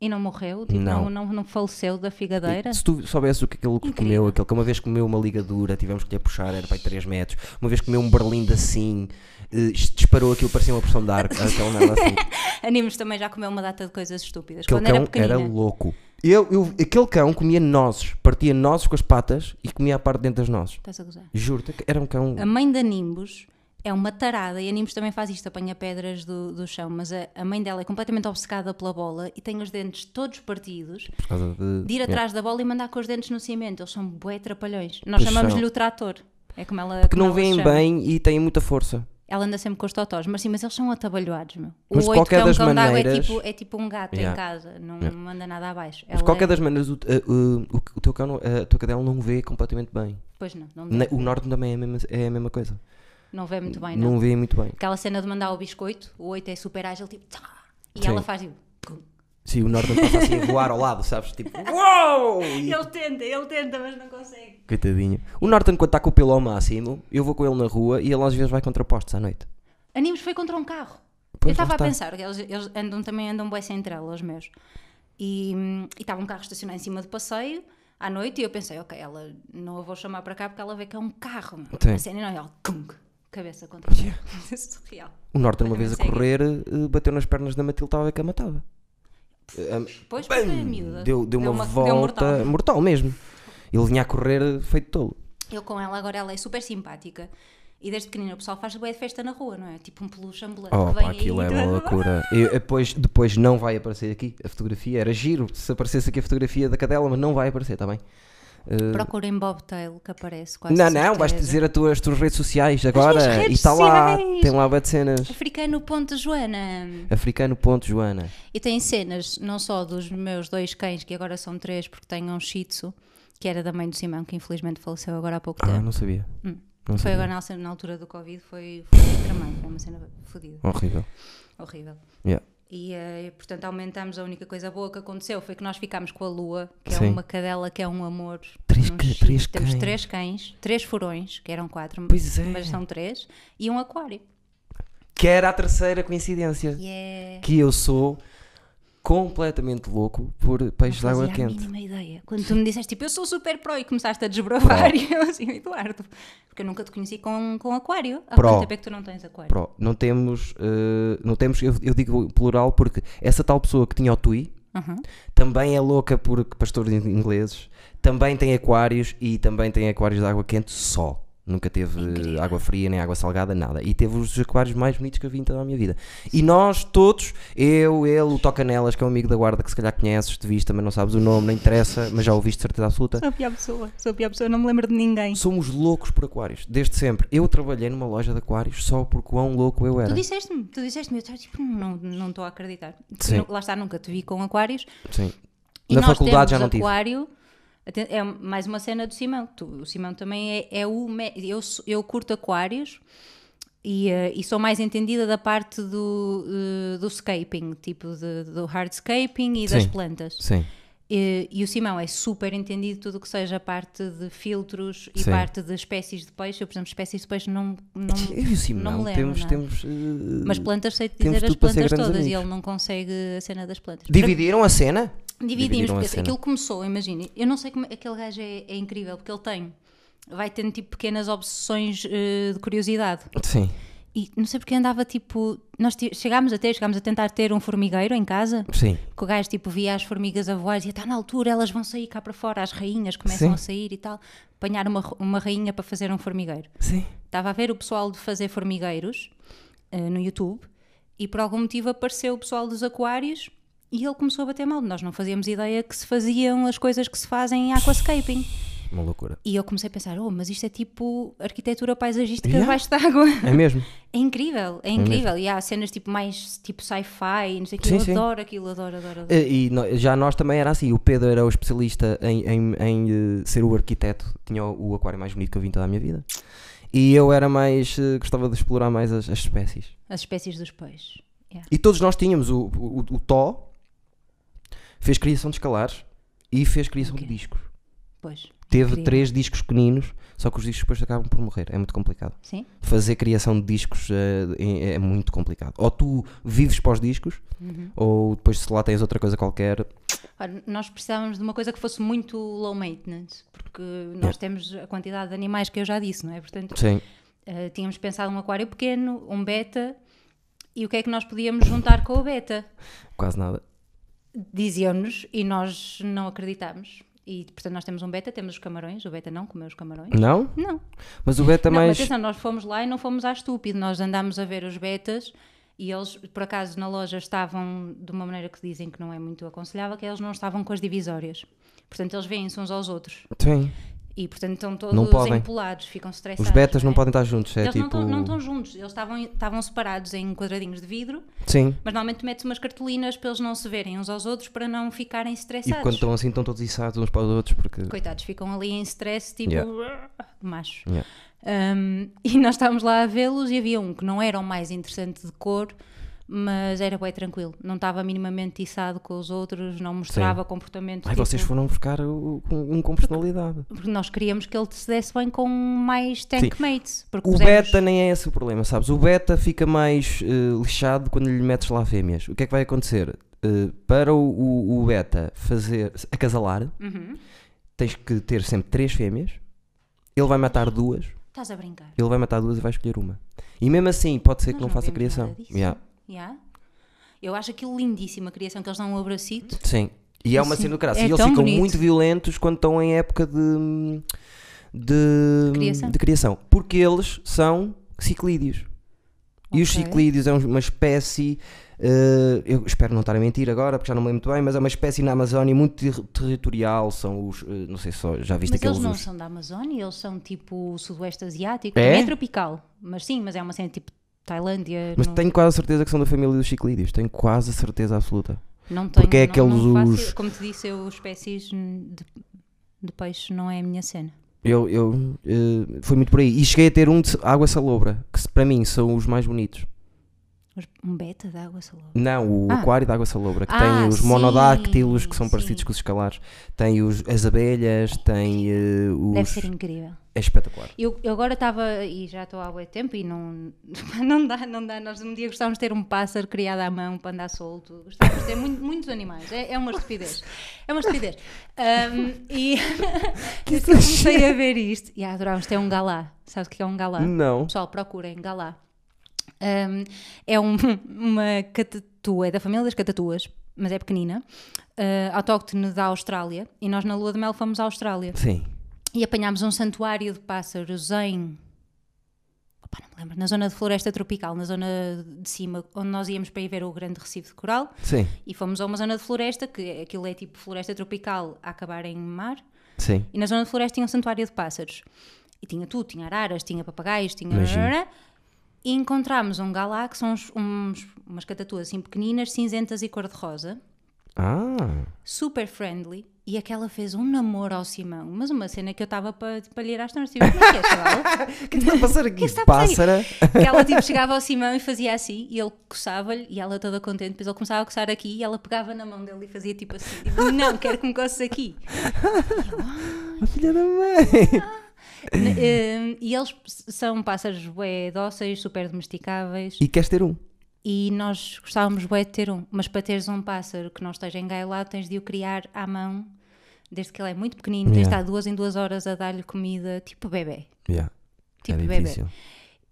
E não morreu? Tipo, Não. não. Não, não faleceu da figadeira? Se tu soubesses o que aquele que Incrível. comeu, aquele que uma vez comeu uma ligadura, tivemos que lhe a puxar, era para aí 3 metros, uma vez comeu um berlindo assim, eh, disparou aquilo, parecia uma pressão de ar, aquela merda assim. Animos também já comeu uma data de coisas estúpidas. Aquele Quando cão era pequenina. louco. Eu, eu- aquele cão comia nozes, partia nozes com as patas e comia a parte dentro das nozes. Estás a gozar? Juro-te que era um cão. A mãe da Nimbus é uma tarada e a Nimbus também faz isto, apanha pedras do, do chão, mas a, a mãe dela é completamente obcecada pela bola e tem os dentes todos partidos Por causa de. de ir Yeah. atrás da bola e mandar com os dentes no cimento. Eles são bué trapalhões. Pois Nós chamamos-lhe são. o trator. É como ela. Que como não ela se veem chama. bem e têm muita força. Ela anda sempre com os totós, mas sim, mas eles são atabalhoados, meu. O Mas de oito qualquer que é um das cão d'água maneiras- é, tipo, é tipo um gato Yeah. em casa, não manda nada abaixo. Mas de qualquer é... das maneiras, o, a- o- o teu cão, não- a tua cadela não vê completamente bem. Pois não, não, Na- O norte também é a mesma, é a mesma coisa. não vê muito bem, não. Não vê muito bem. Aquela cena de mandar o biscoito, o oito é super ágil, tipo, tá, e Sim. ela faz tipo. pum. Sim, o norte passa assim a voar ao lado, sabes? Tipo, uou! E- Ele tenta, ele tenta, mas não consegue. Coitadinho. O Norton, quando está com o pelo ao máximo, eu vou com ele na rua e ele às vezes vai contra postos à noite. Animos foi contra um carro. Pois, eu estava lá a está. pensar, que eles, eles andam, também andam bem sem trela, os meus. E hum, e estava um carro estacionado em cima do passeio à noite e eu pensei, ok, ela não a vou chamar para cá porque ela vê que é um carro. meu. Sim. é. A cena não, e ela, cung, cabeça contra o Yeah. carro. Surreal. O Norton, uma Também vez a segue. correr, eh, bateu nas pernas da Matilde, estava a ver que a matava. Eh, Depois porque é miúda. Deu, deu, uma, volta deu mortal. mortal. mesmo. Ele vinha a correr eh, feito tolo. Eu com ela agora, ela é super simpática. E desde pequenina o pessoal faz bué de festa na rua, não é? Tipo um peluche ambulante Oh, que vem pá, aquilo aí, é tu és uma a- loucura. E depois, depois não vai aparecer aqui a fotografia. Era giro se aparecesse aqui a fotografia da cadela, mas não vai aparecer, está bem? Procurem Bobtail que aparece quase Não, não, vais certeza. dizer a tua- as tuas redes sociais agora. minhas e redes está lá, sociais. tem lá bué de cenas. Africano Ponte Joana. Africano.joana. E tem cenas não só dos meus dois cães, que agora são três, porque tenho um Shih Tzu, que era da mãe do Simão, que infelizmente faleceu agora há pouco Ah, tempo. não sabia. não Hum. Foi agora na, alça- na altura do Covid, foi, foi tramado, foi uma cena fodida, Horrível. horrível. Yeah. E, eh, portanto aumentámos, a única coisa boa que aconteceu foi que nós ficámos com a Lua, que Sim. é uma cadela que é um amor. Três Um ca- Shih- três Temos cães. três cães, três furões, que eram quatro, Pois é. mas são três, e um aquário. Que era a terceira coincidência. Yeah. Que eu sou completamente louco por peixes de Fazia água a quente. mínima ideia. Quando tu me disseste, tipo, eu sou super pro e começaste a desbravar, e eu assim, Eduardo, porque eu nunca te conheci com, com aquário. Há Pro. quanto tempo é que tu não tens aquário? Pro, não temos, eh, não temos eu, eu digo plural porque essa tal pessoa que tinha o Tui Aham. também é louca por pastores in- ingleses, também tem aquários e também tem aquários de água quente só. Nunca teve Incrível. água fria, nem água salgada, nada. E teve os aquários mais bonitos que eu vi em toda a minha vida. E nós todos, eu, ele, o Toca Nelas, que é um amigo da guarda que se calhar conheces, te viste, mas não sabes o nome, não interessa, mas já ouviste de certeza absoluta. Sou a pior pessoa, sou a pior pessoa, não me lembro de ninguém. Somos loucos por aquários, desde sempre. Eu trabalhei numa loja de aquários só por quão louco eu Tu era. disseste-me, tu disseste-me, eu estava tipo, não não estou a acreditar. Tu Sim. nu- Lá está, nunca te vi com aquários. Sim. E Na nós faculdade já temos não tive. aquário, aten- É mais uma cena do Simão. Tu- o Simão também é, é o. me- Eu, sou- eu curto aquários e, eh, e sou mais entendida da parte do, eh, do scaping, tipo de- do hardscaping e das Sim. plantas. Sim. E, e o Simão é super entendido tudo o que seja parte de filtros e Sim. parte de espécies de peixe. Eu, por exemplo, espécies de peixe não, não, Eu e o Simão, não me lembro. temos, não é? temos eh, Mas plantas sei te temos dizer as tudo para ser plantas grandes todas e amigos. ele não consegue a cena das plantas. Dividiram a cena? Dividimos, Dividiram a porque cena. aquilo começou, imagina. Eu não sei como aquele gajo é, é incrível, porque ele tem. Vai tendo tipo pequenas obsessões eh, de curiosidade. Sim. E não sei porque andava tipo. Nós ti- chegámos a ter, chegámos a tentar ter um formigueiro em casa. Sim. Que o gajo tipo via as formigas a voar e dizia: está na altura, elas vão sair cá para fora, as rainhas começam Sim. a sair e tal. Apanhar uma, ro- uma rainha para fazer um formigueiro. Sim. Estava a ver o pessoal de fazer formigueiros eh, no YouTube e por algum motivo apareceu o pessoal dos aquários e ele começou a bater mal. Nós não fazíamos ideia que se faziam as coisas que se fazem em aquascaping. Uma loucura. E eu comecei a pensar, oh, mas isto é tipo arquitetura paisagística Yeah. debaixo d'água. É mesmo? É incrível, é incrível. e há cenas tipo mais tipo sci-fi, e não sei o que. Sim, Eu sim. adoro aquilo, adoro, adoro, adoro. E, e no- já nós também era assim. O Pedro era o especialista em, em- em, eh, ser o arquiteto. Tinha o, o aquário mais bonito que eu vi em toda a minha vida. E eu era mais. eh, gostava de explorar mais as, as espécies. As espécies dos peixes. Yeah. E todos nós tínhamos. O, o, o Tó fez criação de escalares e fez criação de discos. Pois. Teve Incrível. três discos pequeninos, só que os discos depois acabam por morrer. É muito complicado. Sim? Fazer criação de discos eh, é, é muito complicado. Ou tu vives para os discos, Uhum. ou depois se lá tens outra coisa qualquer. Ora, nós precisávamos de uma coisa que fosse muito low maintenance, porque nós temos a quantidade de animais que eu já disse, não é? Portanto, Sim. eh, tínhamos pensado um aquário pequeno, um beta, e o que é que nós podíamos juntar com o beta? Quase nada. Diziam-nos e nós não acreditámos. E portanto, nós temos um beta, temos os camarões, o beta não comeu os camarões. Não? Não, Mas o beta Não, mas Tá mais. atenção, nós fomos lá e não fomos à estúpido, nós andámos a ver os betas e eles, por acaso, na loja estavam de uma maneira que dizem que não é muito aconselhável, que eles não estavam com as divisórias. Portanto, eles veem-se uns aos outros Sim. e, portanto, estão todos Não podem. empolados, ficam estressados. Os betas não é? podem estar juntos. É Eles não tipo. tão- não estão juntos, eles estavam, estavam separados em quadradinhos de vidro, Sim. mas normalmente metes umas cartolinas para eles não se verem uns aos outros para não ficarem E estressados. quando estão assim, estão todos içados uns para os outros, porque. Coitados, ficam ali em stress, tipo, macho. Yeah. Um, e nós estávamos lá a vê-los e havia um que não era o mais interessante de cor, mas era bem tranquilo. Não estava minimamente içado com os outros, não mostrava comportamento. Ai, tipo- vocês foram buscar o- um com personalidade. Porque nós queríamos que ele se desse bem com mais tankmates. Porque O pusemos- beta nem é esse o problema, sabes? O beta fica mais eh, lixado quando lhe metes lá fêmeas. O que é que vai acontecer? Eh, para o, o- o beta fazer acasalar, Uhum. tens que ter sempre três fêmeas. Ele vai matar duas, Estás a brincar. ele vai matar duas e vai escolher uma. E mesmo assim, pode ser que não Nós faça vimos criação. nada disso. Yeah. Yeah. Eu acho aquilo lindíssimo, a criação que eles dão um abracito. Sim. E é uma Isso cena do caralho. é e eles tão ficam bonito. muito violentos quando estão em época de, de, Criação. de criação. Porque eles são ciclídeos. E os Ok. ciclídeos é uma espécie. eh, eu espero não estar a mentir agora, porque já não me lembro muito bem, mas é uma espécie na Amazónia muito ter- territorial. São os. eh, não sei se só- já viste Mas aqueles. eles não os- são da Amazónia, eles são tipo sudoeste asiático. É? Também É tropical, mas sim, mas é uma cena tipo Tailândia. Mas não, tenho quase a certeza que são da família dos ciclídeos. Tenho quase a certeza absoluta. não porque tenho- é não- não aqueles faço- os- como te disse, eu espécies de, de peixe não é a minha cena. Eu, eu eh, foi muito por aí. E cheguei a ter um de água salobra, que se- para mim são os mais bonitos. Mas Um beta de água salobra. Não, o Ah. aquário de água salobra, que Ah, tem os sim, monodáctilos que são parecidos sim. com os escalares, tem os, as abelhas, tem eh, os. Deve ser incrível. É espetacular. Eu, eu agora estava, e já estou há muito tempo, e não, não dá, não dá. Nós um dia gostávamos de ter um pássaro criado à mão para andar solto. Gostávamos de ter muito- muitos animais. É, é uma estupidez. É uma estupidez. Ahm, e eu comecei a ver isto. E adorávamos ter um galá. Sabes o que é um galá? Não. Pessoal, procurem galá. Ahm, é um- uma catatua, é da família das catatuas, mas é pequenina. ah, autóctone da Austrália. E nós na lua de mel fomos à Austrália. Sim. E apanhámos um santuário de pássaros em. Opa, não me lembro. Na zona de floresta tropical, na zona de cima, onde nós íamos para ir ver o grande recife de coral. Sim, E fomos a uma zona de floresta, que é- aquilo é tipo floresta tropical a acabar em mar. sim. E na zona de floresta tinha um santuário de pássaros. E tinha tudo: tinha araras, tinha papagaios, tinha. Imagino. E encontramos um galá, que são uns- uns- umas catatuas assim pequeninas, cinzentas e cor-de-rosa Ah, super friendly e aquela fez um namoro ao Simão, mas uma cena que eu estava para pa lhe ir às tornas, tipo, "Não queres falar?" o que é que está a passar aqui? que está a passar aqui? Pássara. que ela tipo chegava ao Simão e fazia assim, e ele coçava-lhe, e ela toda contente, depois ele começava a coçar aqui, e ela pegava na mão dele e fazia tipo assim, tipo, não, quero que me coces aqui. A filha da mãe. N- eh, e eles são pássaros bué dóceis, super domesticáveis, E queres ter um? e nós gostávamos bué de ter um, mas para teres um pássaro que não esteja engailado, tens de o criar à mão, desde que ele é muito pequenino, tens de Yeah. estar duas em duas horas a dar-lhe comida, tipo bebê. Yeah. Tipo é bebê. difícil.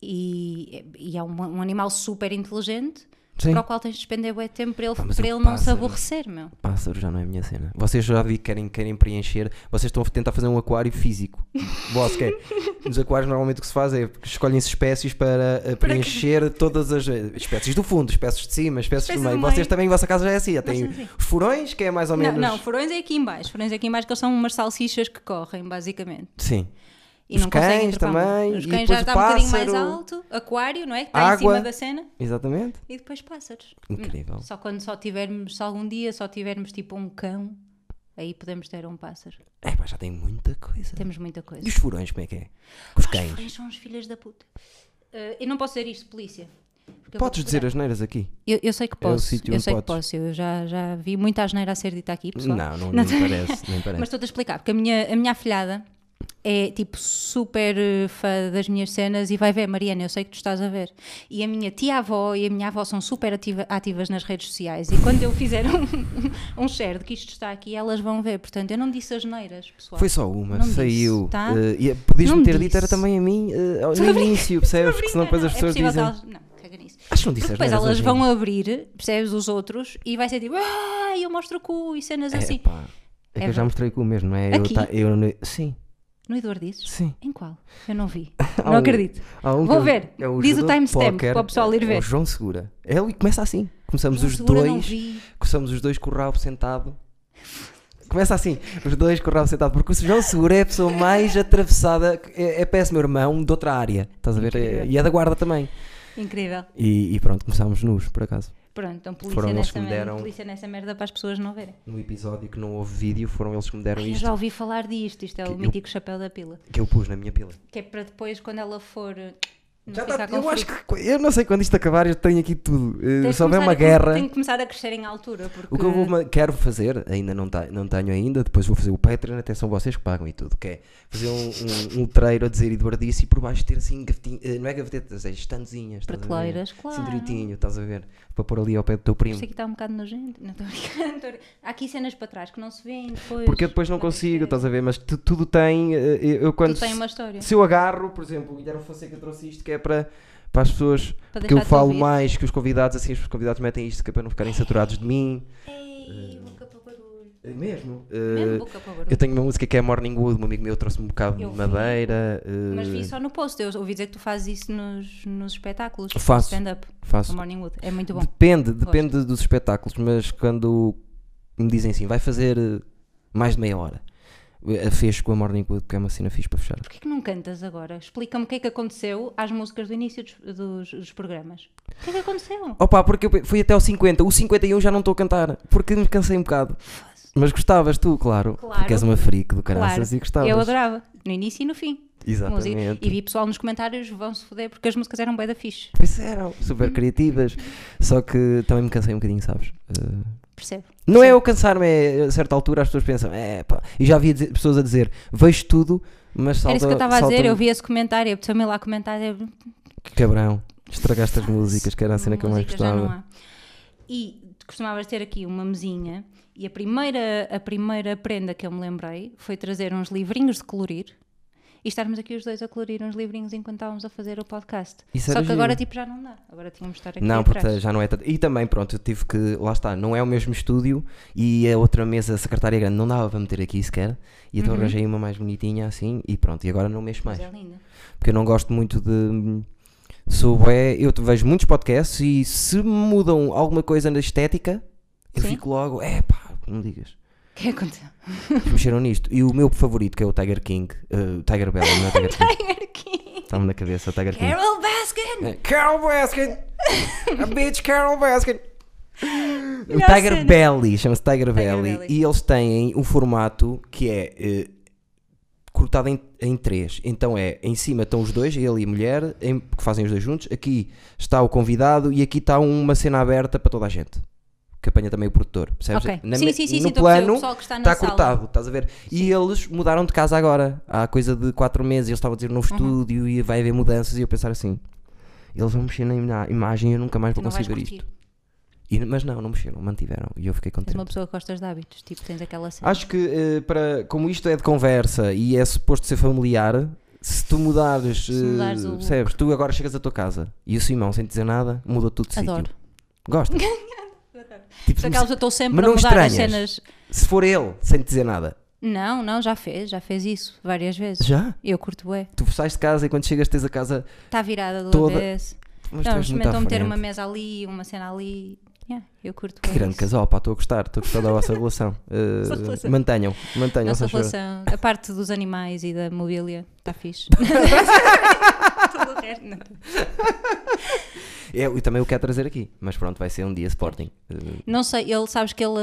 e, e é um, um animal super inteligente Sim. para o qual tens de despender bué de tempo para ele, mas para é um ele não se pássaro. aborrecer, meu. Pássaro já não é a minha cena. Vocês já vi que querem, querem preencher. Vocês estão a tentar fazer um aquário físico. Vosso que é. Nos aquários, normalmente o que se faz é escolhem-se espécies para eh, preencher todas as eh, espécies do fundo, espécies de cima, espécies Espécies do meio. do meio. Vocês também, a vossa casa já é assim. Já tem somos assim. os furões, que é mais ou Não, menos. não, furões é aqui em baixo, furões é aqui em baixo que eles são umas salsichas que correm, basicamente. Sim. E Os não conseguem cães trepar muito. também, Os e cães depois já está o um bocadinho mais pássaro, alto, aquário, não é? Que está em água. cima da cena. Exatamente. E depois pássaros. Incrível. Só quando só tivermos, se algum dia só tivermos tipo um cão Aí podemos ter um pássaro. É pá, já tem muita coisa. Temos muita coisa. E os furões, como é que é? Com os Os cães. furões são os filhos da puta. Eh, eu não posso dizer isto, polícia. porque eu vou Podes dizer as neiras aqui? Eu, eu sei que É o posso. sítio eu onde sei que podes. posso. Eu já, já vi muita asneira a ser dita aqui, pessoal. Não, não, nem parece, nem Mas parece. estou-te a explicar, porque a minha, a minha afilhada é tipo super eh, fã das minhas cenas e vai ver, Mariana, eu sei que tu estás a ver. E a minha tia-avó e a minha avó são super ativa- ativas nas redes sociais e quando eu fizer um, um share de que isto está aqui, elas vão ver. Portanto, eu não disse asneiras, pessoal. Foi só uma, Não me saiu. disse, tá? Eh, e Podias-me Não me ter dito, era disse. também a mim, eh, ao- no a brincar, início, percebes? Não Porque senão depois brinca, as não. pessoas é possível que dizem. Elas... Não, caga nisso. Acho é que não disse Porque as depois neiras elas hoje em vão dia. abrir, percebes os outros, e vai ser tipo, ah, eu mostro o cu e cenas assim. É, pá, é que eu já verdade. mostrei com o mesmo, não é? Eu, Aqui? tá- eu ne- sim, No Eduardo dizes? sim. Em qual? Eu não vi. Há um- Não acredito. há um Vou que é o- ver. é Diz o jogador de timestamp póquer, para o pessoal ir é ver. o João Segura. É ele que começa assim. Começamos João os Segura não dois. vi. Começamos os dois com o rabo sentado. Começa assim, os dois com o rabo sentado, porque o João Segura é a pessoa mais atravessada, é, é parece meu irmão de outra área, estás a ver? É- E é da guarda também. Incrível. E, e pronto, começámos nus, por acaso. Pronto, então polícia, Foram eles nessa, que me deram- polícia nessa merda para as pessoas não verem. No episódio que não houve vídeo, foram eles que me deram Ai, eu isto, já ouvi falar disto. Isto é o eu- mítico chapéu da pila. que eu pus na minha pila. Que é para depois, quando ela for. eh, Não Já ficar tá- com eu frio. acho que eu não sei quando isto acabar, eu tenho aqui tudo. Eh, Tens de Se houver começar uma a- guerra. Tem que eh, começar a crescer em altura. Porque... O que eu vou ma- quero fazer, ainda não, ta- não tenho ainda, depois vou fazer o Patreon, atenção vocês que pagam e tudo, que é fazer um, um, um letreiro a dizer Eduardice e por baixo ter assim, gavetin- eh, não é gavetetas, é estandezinhas. estás a ver? Prateleiras, claro. Assim direitinho, estás a ver? Para pôr ali ao pé do teu primo. Isto aqui está um bocado nojento. Não estou a brincar, estou a brincar. Há aqui cenas para trás é que não se vêem depois. Porque eu depois não Mas consigo, isto é- estás a ver? Mas tu- tudo tem. eh, Eu, eu quando Tudo tem se- uma história. Se eu agarro, por exemplo, o Guilherme Fonseca trouxe isto que é para, para as pessoas Para que eu deixar de falo ouvir. mais, que os convidados, assim, os convidados metem isto que é para não ficarem saturados de mim. Ei, boca para o barulho. É Mesmo? Mesmo Eh, boca para o barulho. Eu tenho uma música que é Morning Wood, um amigo meu trouxe-me um bocado Eu de vi. madeira. Mas eh, vi só no post. Eu ouvi dizer que tu fazes isso nos, nos espetáculos. tipo, Faço, Stand-up. faço. No Morning Wood. É muito bom. Depende, depende dos espetáculos, mas quando me dizem assim, vai fazer eh, mais de meia hora. eh, Fecho com a Morning Wood, que é uma cena fixe para fechar. Porquê que não cantas agora? Explica-me o que é que aconteceu às músicas do início dos, dos, dos programas. O que é que aconteceu? Opa, porque eu pe- fui até ao 50, o 51 já não estou a cantar, porque me cansei um bocado. Mas gostavas tu, claro, Claro. porque és uma freak do caraças e gostavas. eu adorava. No início e no fim. Exatamente. Música. E vi pessoal nos comentários vão-se foder porque as músicas eram bem da fixe. Pois eram, super criativas. Só que também me cansei um bocadinho, sabes? Eh, Percebo. Não é eu cansar-me, é a certa altura as pessoas pensam, é pá. E já havia dizer- pessoas a dizer, vejo tudo, mas salta. um Era isso que eu estava a dizer. salta-me- Eu vi esse comentário. Eu me lá comentar. eu- Cabrão, estragaste as músicas, que era a cena que eu mais Música já não gostava. há. E costumavas ter aqui uma mesinha e a primeira, a primeira prenda que eu me lembrei foi trazer uns livrinhos de colorir e estarmos aqui os dois a colorir uns livrinhos enquanto estávamos a fazer o podcast. Isso Só era que agora giro. tipo já não dá. Agora tínhamos de estar aqui Não, atrás. porque já não é tanto. E também, pronto, eu tive que. Lá está, não é o mesmo estúdio e a outra mesa, a secretária grande, não dava para meter aqui sequer. E então arranjei uma mais bonitinha assim e pronto. E agora não mexo mais. Uhum. Mas é linda. Porque eu não gosto muito de. Sou é, eu te vejo muitos podcasts e se mudam alguma coisa na estética, eu Sim. fico logo, é pá, não digas. O que é que aconteceu? mexeram nisto. E o meu favorito, que é o Tiger King, eh, o Tiger Bell, não é o Tiger King, Tiger King. está-me na cabeça, o Tiger King. Carol Baskin! É, Carol Baskin! A bitch Carol Baskin! O Melhor Tiger cena. Belly, chama-se Tiger, Belly, Belly. e eles têm um formato que é eh, cortado em, em três. Então é, em cima estão os dois, ele e a mulher, em- que fazem os dois juntos, aqui está o convidado e aqui está uma cena aberta para toda a gente. Que apanha também o produtor, percebes? Ok. Na Sim, me- sim, sim, no sim, estou a perceber, plano o pessoal que está na está sala. cortado, estás a ver? E eles mudaram de casa agora, há coisa de quatro meses. Eles estavam a dizer novo Uhum. estúdio e vai haver mudanças. E eu pensar assim: eles vão mexer na, na imagem e eu nunca mais Tu vou não vais conseguir ver curtir. isto. E- mas não, não mexeram, mantiveram. E eu fiquei És contente. uma pessoa que gostas de hábitos. Tipo, tens aquela cena. Acho que, eh, para, como isto é de conversa e é suposto ser familiar, se tu mudares, Se mudares eh, o look. percebes? Tu agora chegas à tua casa e o Simão, sem te dizer nada, mudou tudo de Adoro. sítio. Gosta? tipo, Só se, que elas eu estou sempre Mas a não mudar as estranhas? cenas. se for ele, sem te dizer nada, Não, não, já fez, já fez isso várias vezes. já? Eu curto é. Tu sais de casa e quando chegas tens a casa. Está virada do Toda- avesso. Mas tu não, és muito à experimentam meter frente. uma mesa ali, uma cena ali. Yeah, eu curto Que bué grande isso. casal, pá, estou a gostar, estou a gostar da vossa relação. Eh, Nossa relação. mantenham, mantenham, Nossa se faz favor. relação, a parte dos animais e da tá mobília, está fixe. Tudo o resto, não. Eu, eu É, também o quero trazer aqui, mas pronto, vai ser um dia Sporting. Eh, Não sei, ele sabes que ele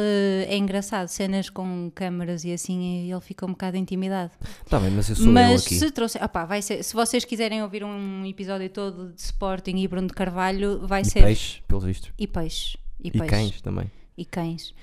é engraçado, cenas com câmaras e assim, ele fica um bocado intimidado. Tá bem, mas eu sou eu Mas aqui. se trouxer, opá, vai ser, se vocês quiserem ouvir um episódio todo de Sporting e Bruno de Carvalho, vai E ser peixe, pelos vistos. e peixe, e E peixe. cães também. e cães.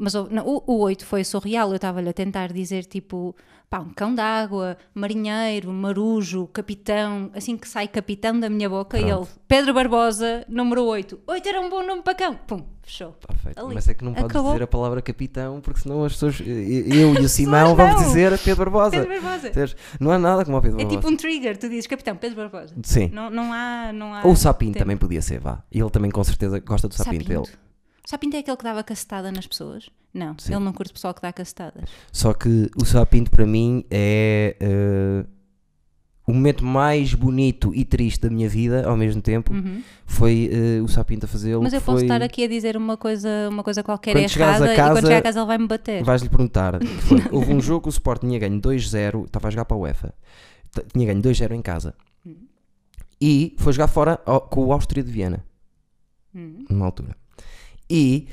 Mas houve- não, o, o 8 foi surreal, eu estava-lhe a tentar dizer tipo, pá, um cão d'água, marinheiro, marujo, capitão, assim que sai capitão da minha boca, e ele, Pedro Barbosa, número 8. 8 era um bom nome para cão. Pum, fechou. Pá, feito. Ali. Mas é que não podes Acabou. dizer a palavra capitão, porque senão as pessoas, eh, eu e o Simão, vamos não. dizer Pedro Barbosa. Pedro Barbosa. Percebes? Não há nada como o Pedro É Barbosa. tipo um trigger, tu dizes capitão Pedro Barbosa. Sim. Não, não há, não há. Ou o Sapinto tempo. também podia ser, vá. Ele também com certeza gosta do Sapinto. Ele. O Sapinto é aquele que dava cacetada nas pessoas? Não, ele não curte pessoal que dá cacetadas. Só que o Sapinto para mim é eh, o momento mais bonito e triste da minha vida ao mesmo tempo. Foi eh, o Sapinto a fazê-lo. Uhum. Mas eu que posso foi- estar aqui a dizer uma coisa, uma coisa qualquer Quando chegares a errada e casa- quando chegar a casa ele vai me bater. Vais-lhe perguntar. que foi, Houve um jogo que o Sport tinha ganho 2-0, estava a jogar para a UEFA. t- Tinha ganho 2-0 em casa. E foi jogar fora ao- com o Áustria de Viena. Numa altura. E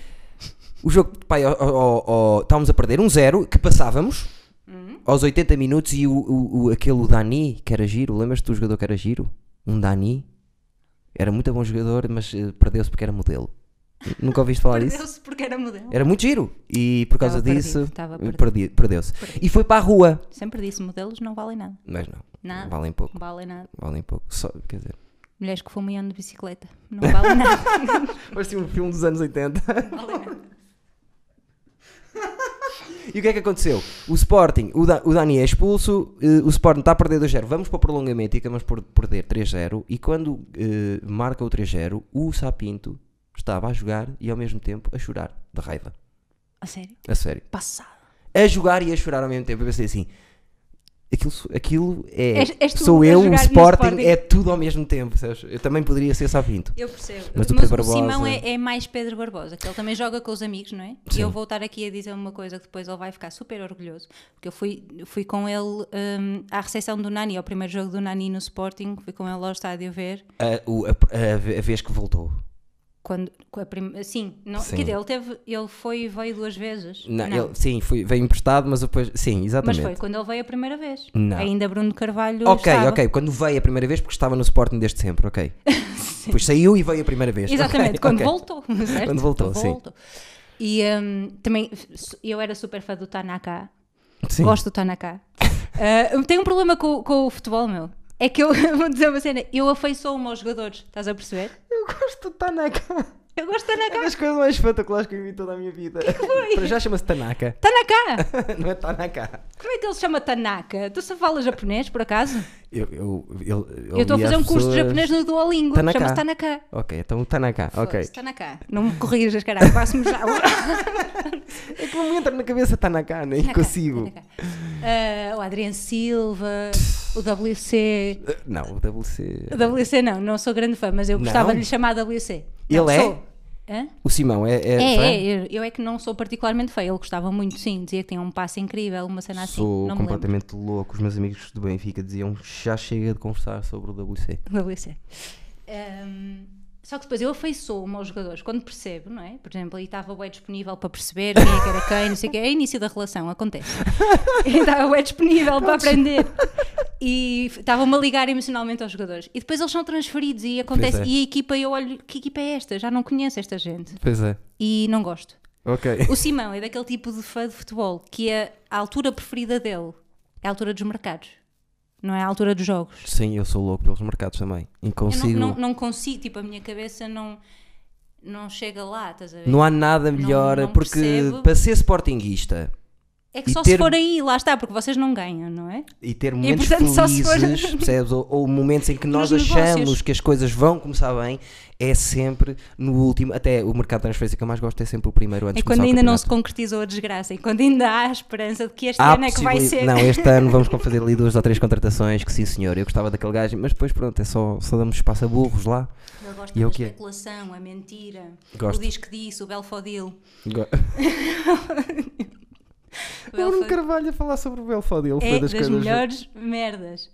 o jogo, pá, ó- ó- ó- estávamos a perder 1-0, que passávamos aos 80 minutos. E o, o- o- aquele Dani, que era giro, lembras-te do jogador que era giro? Um Dani. Era muito bom jogador, mas eh, perdeu-se porque era modelo. Nunca ouviste falar disso? Perdeu-se porque era modelo. Era muito giro. E por causa Estava perdido, disso, estava perdi- perdido. perdeu-se. E foi para a rua. Sempre disse, modelos não valem nada. Mas não. Nada. Valem pouco. Não valem nada. Valem pouco. Só, quer dizer. Mulheres que fumam de bicicleta. Não valem nada. Parecia um filme dos anos 80. Não valem nada. E o que é que aconteceu? O Sporting, o, da, o Dani é expulso, eh, o Sporting está a perder 2-0. Vamos para o prolongamento e acabamos por perder 3-0. E quando eh, marca o 3-0, o Sapinto estava a jogar e ao mesmo tempo a chorar de raiva. A sério. A sério. Passado. A jogar e a chorar ao mesmo tempo. Eu pensei assim. Aquilo, sou- aquilo é. És- és tu sou a eu, o jogar no Sporting, Sporting. é tudo ao mesmo tempo. sabes? Eu também poderia ser Sapinto. Eu percebo. Mas Mas, o o Pedro Barbosa- Simão é, é mais Pedro Barbosa, que ele também joga com os amigos, não é? E eu vou estar aqui a dizer uma coisa que depois ele vai ficar super orgulhoso, porque eu fui, fui com ele hum, à recepção do Nani, ao primeiro jogo do Nani no Sporting, fui com ele ao estádio ver. A, o- a- a- a vez que voltou. Quando, com a prim... Sim, não, Sim. quer dizer, ele, teve, ele foi e veio duas vezes. Não, ele- sim, foi, veio emprestado, mas depois. Sim, Mas exatamente. foi quando ele veio a primeira vez. Não. Ainda Bruno Carvalho. Ok, estava. ok. Quando veio a primeira vez, porque estava no Sporting desde sempre, ok. Depois saiu e veio a primeira vez. Exatamente, Ok, quando ok. voltou. Certo? Quando voltou, sim. E hum, também su- eu era super fã do Tanaka. Sim. Gosto do Tanaka. Ah, tenho um problema com, com o futebol, meu. É que eu vou dizer uma cena, eu afeiçoo-me aos jogadores, estás a perceber? Eu gosto de Tanaka. Eu gosto de É Tanaka. das coisas mais espetaculares que eu vi toda a minha vida. foi? Para já chama-se Tanaka. Tanaka! Não é Tanaka. Como é que ele se chama Tanaka? Tu se fala japonês, por acaso? Eu, eu, eu, Eu estou a fazer um curso de japonês no Duolingo, Tanaka. chama-se Tanaka. Ok, então Tanaka. Ok. Foda-se, Tanaka. Não me corrijas, caralho, passo-me já. É que não me entra na cabeça Tanaka, nem Tanaka, consigo. Tanaka. Ah, o Adriano Silva, o WC. Eh, Não, o WC. O WC não, não sou grande fã, mas eu gostava de lhe chamar WC. Não, Ele é? sou. Hã? O Simão é. é, É, fã? é, eu- eu é que não sou particularmente feia. Ele gostava muito, sim, dizia que tinha um passo incrível, uma cena assim. Sou não me lembro. completamente louco. Os meus amigos do Benfica diziam já chega de conversar sobre o WC. WC. Ahm, só que depois eu afeiçoo-me aos jogadores quando percebo, não é? Por exemplo, aí estava bem disponível para perceber quem é que era quem, não sei o que. É início da relação, acontece. E estava bem disponível para aprender. E f- estava-me a ligar emocionalmente aos jogadores. E depois eles são transferidos e acontece. Pois é. E a equipa, eu olho, que equipa é esta? Já não conheço esta gente. Pois é. E não gosto. Ok. O Simão é daquele tipo de fã de futebol que é a altura preferida dele é a altura dos mercados, não é a altura dos jogos. Sim, eu sou louco pelos mercados também. E Eu consigo. não, Não, não, não consigo, tipo, a minha cabeça não, não chega lá, estás a ver? há nada melhor, não porque percebo. para ser sportinguista é que e só ter- se for aí, lá está, porque vocês não ganham, não é? e ter momentos portanto, só se for- felizes, percebes? Ou, ou momentos em que nós Nos negócios. achamos que as coisas vão começar bem, é sempre no último. Até o mercado de transferência que eu mais gosto é sempre o primeiro antes É de começar quando o ainda não campeonato. se concretizou a desgraça e quando ainda há a esperança de que este Há ano é que vai possibilidade- ser. Não, este ano vamos com- fazer ali duas ou três contratações, que sim senhor, eu gostava daquele gajo, mas depois pronto, é só, só damos espaço a burros lá. Eu gosto E é da o que é? especulação, a mentira, Gosto. o disco disso, o Belfodil. O Bruno Belfodil. Carvalho a falar sobre o Belfodil, é das, melhores merdas.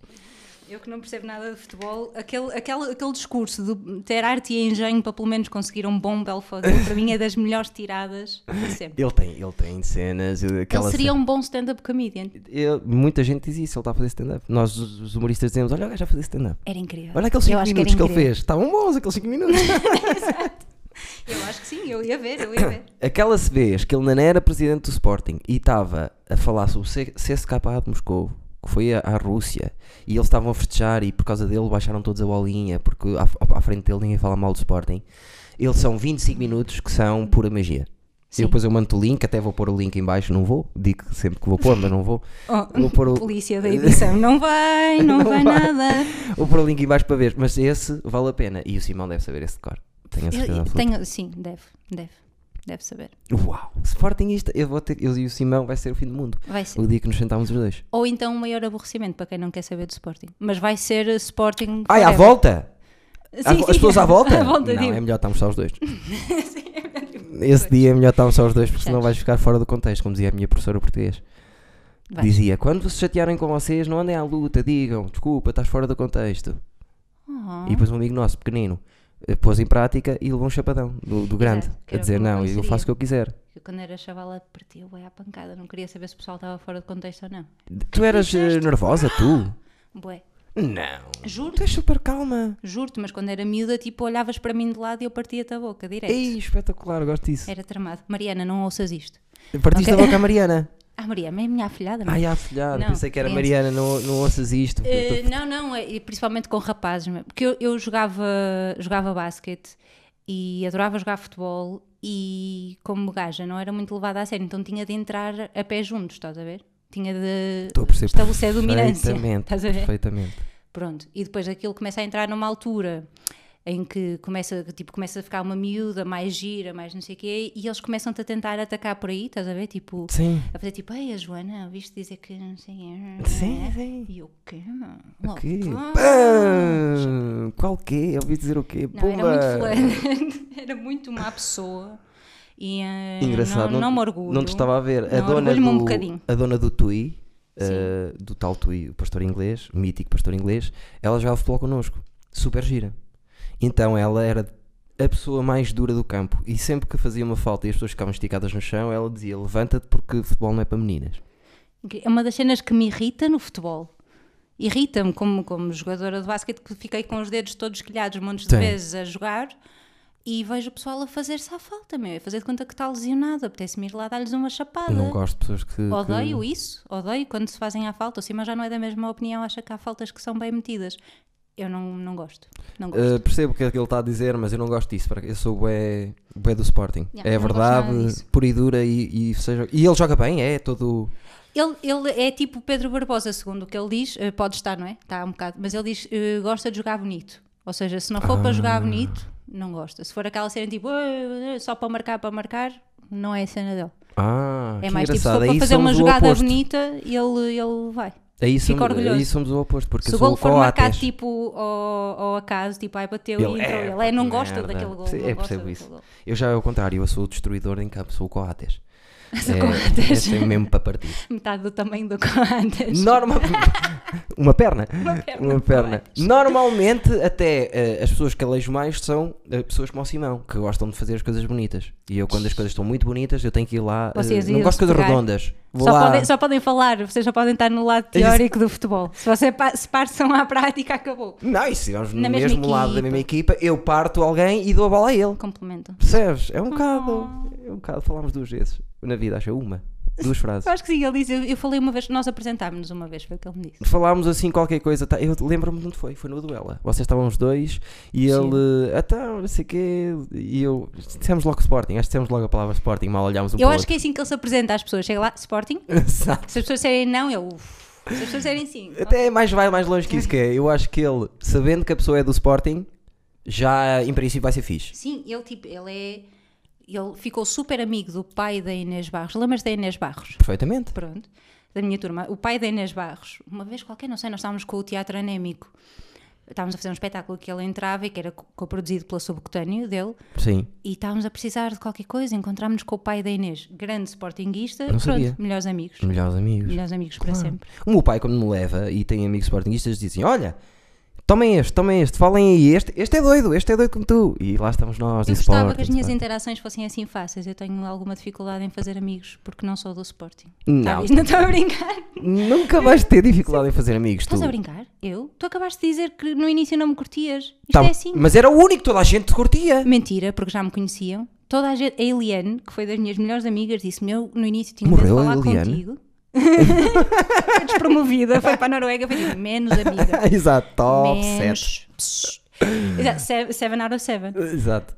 Eu que não percebo nada de futebol, aquele, aquele, aquele discurso de ter arte e engenho para pelo menos conseguir um bom Belfodil, para mim é das melhores tiradas de sempre. Ele tem, ele tem cenas. Ele Aquela seria um bom stand-up comedian. Eu- muita gente diz isso, ele está a fazer stand-up. Nós, os os humoristas, dizemos: Olha, o gajo a fazer stand-up. Era incrível. Olha aqueles 5 acho minutos que era ele fez. Estavam bons aqueles 5 minutos. incrível. Eu acho que sim, eu ia ver, eu ia ver. Aquela se vez que ele não era presidente do Sporting e estava a falar sobre o C- CSKA de Moscou, que foi a- à Rússia, e eles estavam a festejar e por causa dele baixaram todos a bolinha, porque à, f- à frente dele ninguém fala mal do Sporting. Eles são 25 minutos que são pura magia. Sim. Eu depois eu mando o link, até vou pôr o link em baixo, não vou, digo sempre que vou pôr, mas não vou. Oh, Vou pôr o, polícia da edição, não vai, não, Não vai. vai, nada. vou pôr o link em baixo para ver, mas esse vale a pena. E o Simão deve saber esse de cor. Tenho a certeza Eu- absoluta. tenho- sim, deve, deve, deve saber. Uau, Sportingista, eu, vou ter, eu e o Simão vai ser o fim do mundo. Vai ser. O dia que nos sentámos os dois. Ou então um maior aborrecimento para quem não quer saber do Sporting. Mas vai ser eh, Sporting. Ai, à forever. volta? Sim, À vo- As sim. pessoas à volta? À volta, não, digo. é melhor estarmos só os dois. Esse dia é melhor estarmos só os dois, porque senão Certo. vais ficar fora do contexto, como dizia a minha professora português. Vai. Dizia, quando se chatearem com vocês, não andem à luta, digam, desculpa, estás fora do contexto. Oh. E depois um amigo nosso, pequenino, eh, pôs em prática e levou um chapadão do, do grande. Exato, a que era dizer, como não, eu aconteceria. faço o que eu quiser. Eu, quando era chavala, partia bué à pancada. Não queria saber se o pessoal estava fora de contexto ou não. Tu eras eh, nervosa, tu? Bué. Não. Tu Juro-te, és super calma. juro-te, mas quando era miúda, tipo, olhavas para mim de lado e eu partia-te a boca, direto. Ei, espetacular, gosto disso. Era tramado. Mariana, não ouças isto. Partiste É. Ok. a boca à Mariana. Ah, Mariana, é minha afilhada, não é? Ai, a filhada, Não, pensei que era é- Mariana, não, não ouças isto. Eh, não, não, eh, e principalmente com rapazes, mesmo. porque eu, eu jogava, jogava basquete e adorava jogar futebol e como gaja não era muito levada a sério, então tinha de entrar a pé juntos, estás a ver? Tinha de Estou a perceber estabelecer a dominância, perfeitamente, estás a ver? Perfeitamente. Pronto, e depois aquilo começa a entrar numa altura em que começa, que, tipo, começa a ficar uma miúda mais gira, mais não sei o quê, e eles começam-te a tentar atacar por aí, estás a ver? Tipo, Sim. a fazer tipo, ei, a Joana, ouviste dizer que não sei quê?" Sim, sim. E eu, o quê? O quê? Opa! Pam! Qual quê? Eu ouvi dizer o quê? Não, Pumba! era muito fulano, era muito má pessoa. E, eh, Engraçado, não, não, te- me orgulho. Não te estava a ver. A Não, dona, orgulho-me do, um bocadinho. a dona do Tui, eh, do tal Tui, o pastor inglês, o mítico pastor inglês, ela jogava futebol connosco. Super gira. Então ela era a pessoa mais dura do campo. E sempre que fazia uma falta e as pessoas ficavam esticadas no chão, ela dizia: Levanta-te porque futebol não é para meninas. É uma das cenas que me irrita no futebol. Irrita-me como, como jogadora de basquete que fiquei com os dedos todos quilhados montes de Sim. vezes a jogar e vejo o pessoal a fazer-se à falta, meu. A fazer de conta que está lesionado. Apetece-me ir lá dar-lhes uma chapada. Não gosto de pessoas que. que- Odeio isso, odeio quando se fazem à falta. O Simão já não é da mesma opinião, acha que há faltas que são bem metidas. Eu não, não gosto. Não gosto. Uh, percebo o que é que ele está a dizer, mas eu não gosto disso. porque Eu sou o bué, bué do Sporting. Yeah, é a eu não gosto verdade, nada disso. pura e dura. E, e, seja- e ele joga bem, é todo. Ele, ele é tipo o Pedro Barbosa, segundo o que ele diz, eh, pode estar, não é? Está um bocado, mas ele diz eh, gosta de jogar bonito. Ou seja, se não for para jogar Ah. bonito, não gosta. Se for aquela cena tipo "Oi, oi, só para marcar, para marcar, não é a cena dele. Ah, É que mais tipo, se engraçado. for para aí fazer uma somos o jogada oposto. bonita, ele, ele vai. Aí fico somos, orgulhoso. aí somos o oposto, porque se eu o sou gol o for marcado Coates. tipo ao, ao acaso, tipo, ai bateu Ele e entrou. é, ele é, não gosta merda. daquele gol. Sim, não eu gosta percebo daquele isso. gol. Eu já é o contrário, eu sou o destruidor em campo, sou o Coates. Sou É, Coates. eu tenho mesmo para partir. Metade do tamanho do Coates. Normal... uma perna. Uma perna Uma para perna. baixo. Normalmente, até eh, as pessoas que aleijo mais são eh, pessoas como o Simão, que gostam de fazer as coisas bonitas. E eu, quando as coisas estão muito bonitas, eu tenho que ir lá. eh, Vocês não iam gosto de coisas pegar. redondas. Vou Só lá. podem, só podem falar, vocês só podem estar no lado Isso. teórico do futebol. Se vocês pa se passam à prática, acabou. Não, e se vamos no Na mesma mesmo lado da equipa. mesma equipa, eu parto alguém e dou a bola a ele. Complemento. Percebes? Oh. É um bocado. É um bocado. Falámos duas vezes na vida, acho eu, uma. Duas frases. Eu acho que sim, ele disse. Eu, eu falei uma vez, nós apresentámos-nos uma vez, foi o que ele me disse. falámos assim qualquer coisa, tá, eu lembro-me de onde foi, foi no duela. Vocês estavam os dois e Sim. ele, então, não sei o quê, e eu, dissemos logo Sporting, acho que dissemos logo a palavra Sporting, mal olhámos um Eu para o acho que é assim que ele se apresenta às pessoas. Chega lá, Sporting. outro. Exato. Se as pessoas disserem não, eu. "Uf". Se as pessoas disserem sim. Até é mais vai mais longe que isso que é, eu acho que ele, sabendo que a pessoa é do Sporting, já em princípio vai ser fixe. Sim, ele tipo, ele é. Ele ficou super amigo do pai da Inês Barros. Lembras da Inês Barros? Perfeitamente. pronto, da minha turma, o pai da Inês Barros, uma vez qualquer, não sei, nós estávamos com o teatro anémico. estávamos a fazer um espetáculo que ele entrava e que era co- co-produzido pela Subcutâneo dele Sim. e estávamos a precisar de qualquer coisa. Encontrámos-nos com o pai da Inês, grande sportinguista, Não pronto, sabia. Hum. melhores amigos. Melhores amigos. Melhores amigos para sempre. O meu pai, quando me leva e tem amigos sportinguistas, dizem: Olha, tomem este, tomem este, falem aí, este, este é doido, este é doido como tu. E lá estamos nós. Eu de gostava Sporting, que as minhas Sporting. interações fossem assim fáceis. Eu tenho alguma dificuldade em fazer amigos porque não sou do Sporting. Não. Tá, isto não estou a brincar. Nunca vais ter dificuldade em fazer amigos, tu. Estás a brincar? Eu? Tu acabaste de dizer que no início não me curtias. Isto Tá- é assim. Mas era o único, toda a gente curtia. Mentira, porque já me conheciam. Toda a gente, a Eliane, que foi das minhas melhores amigas, disse-me: Eu no início tinha medo de Morreu a falar Eliane? contigo. foi despromovida, foi para a Noruega, foi tipo, menos amiga. Exato, top 7. menos. Psst. Exato, se- seven out of seven. Exato.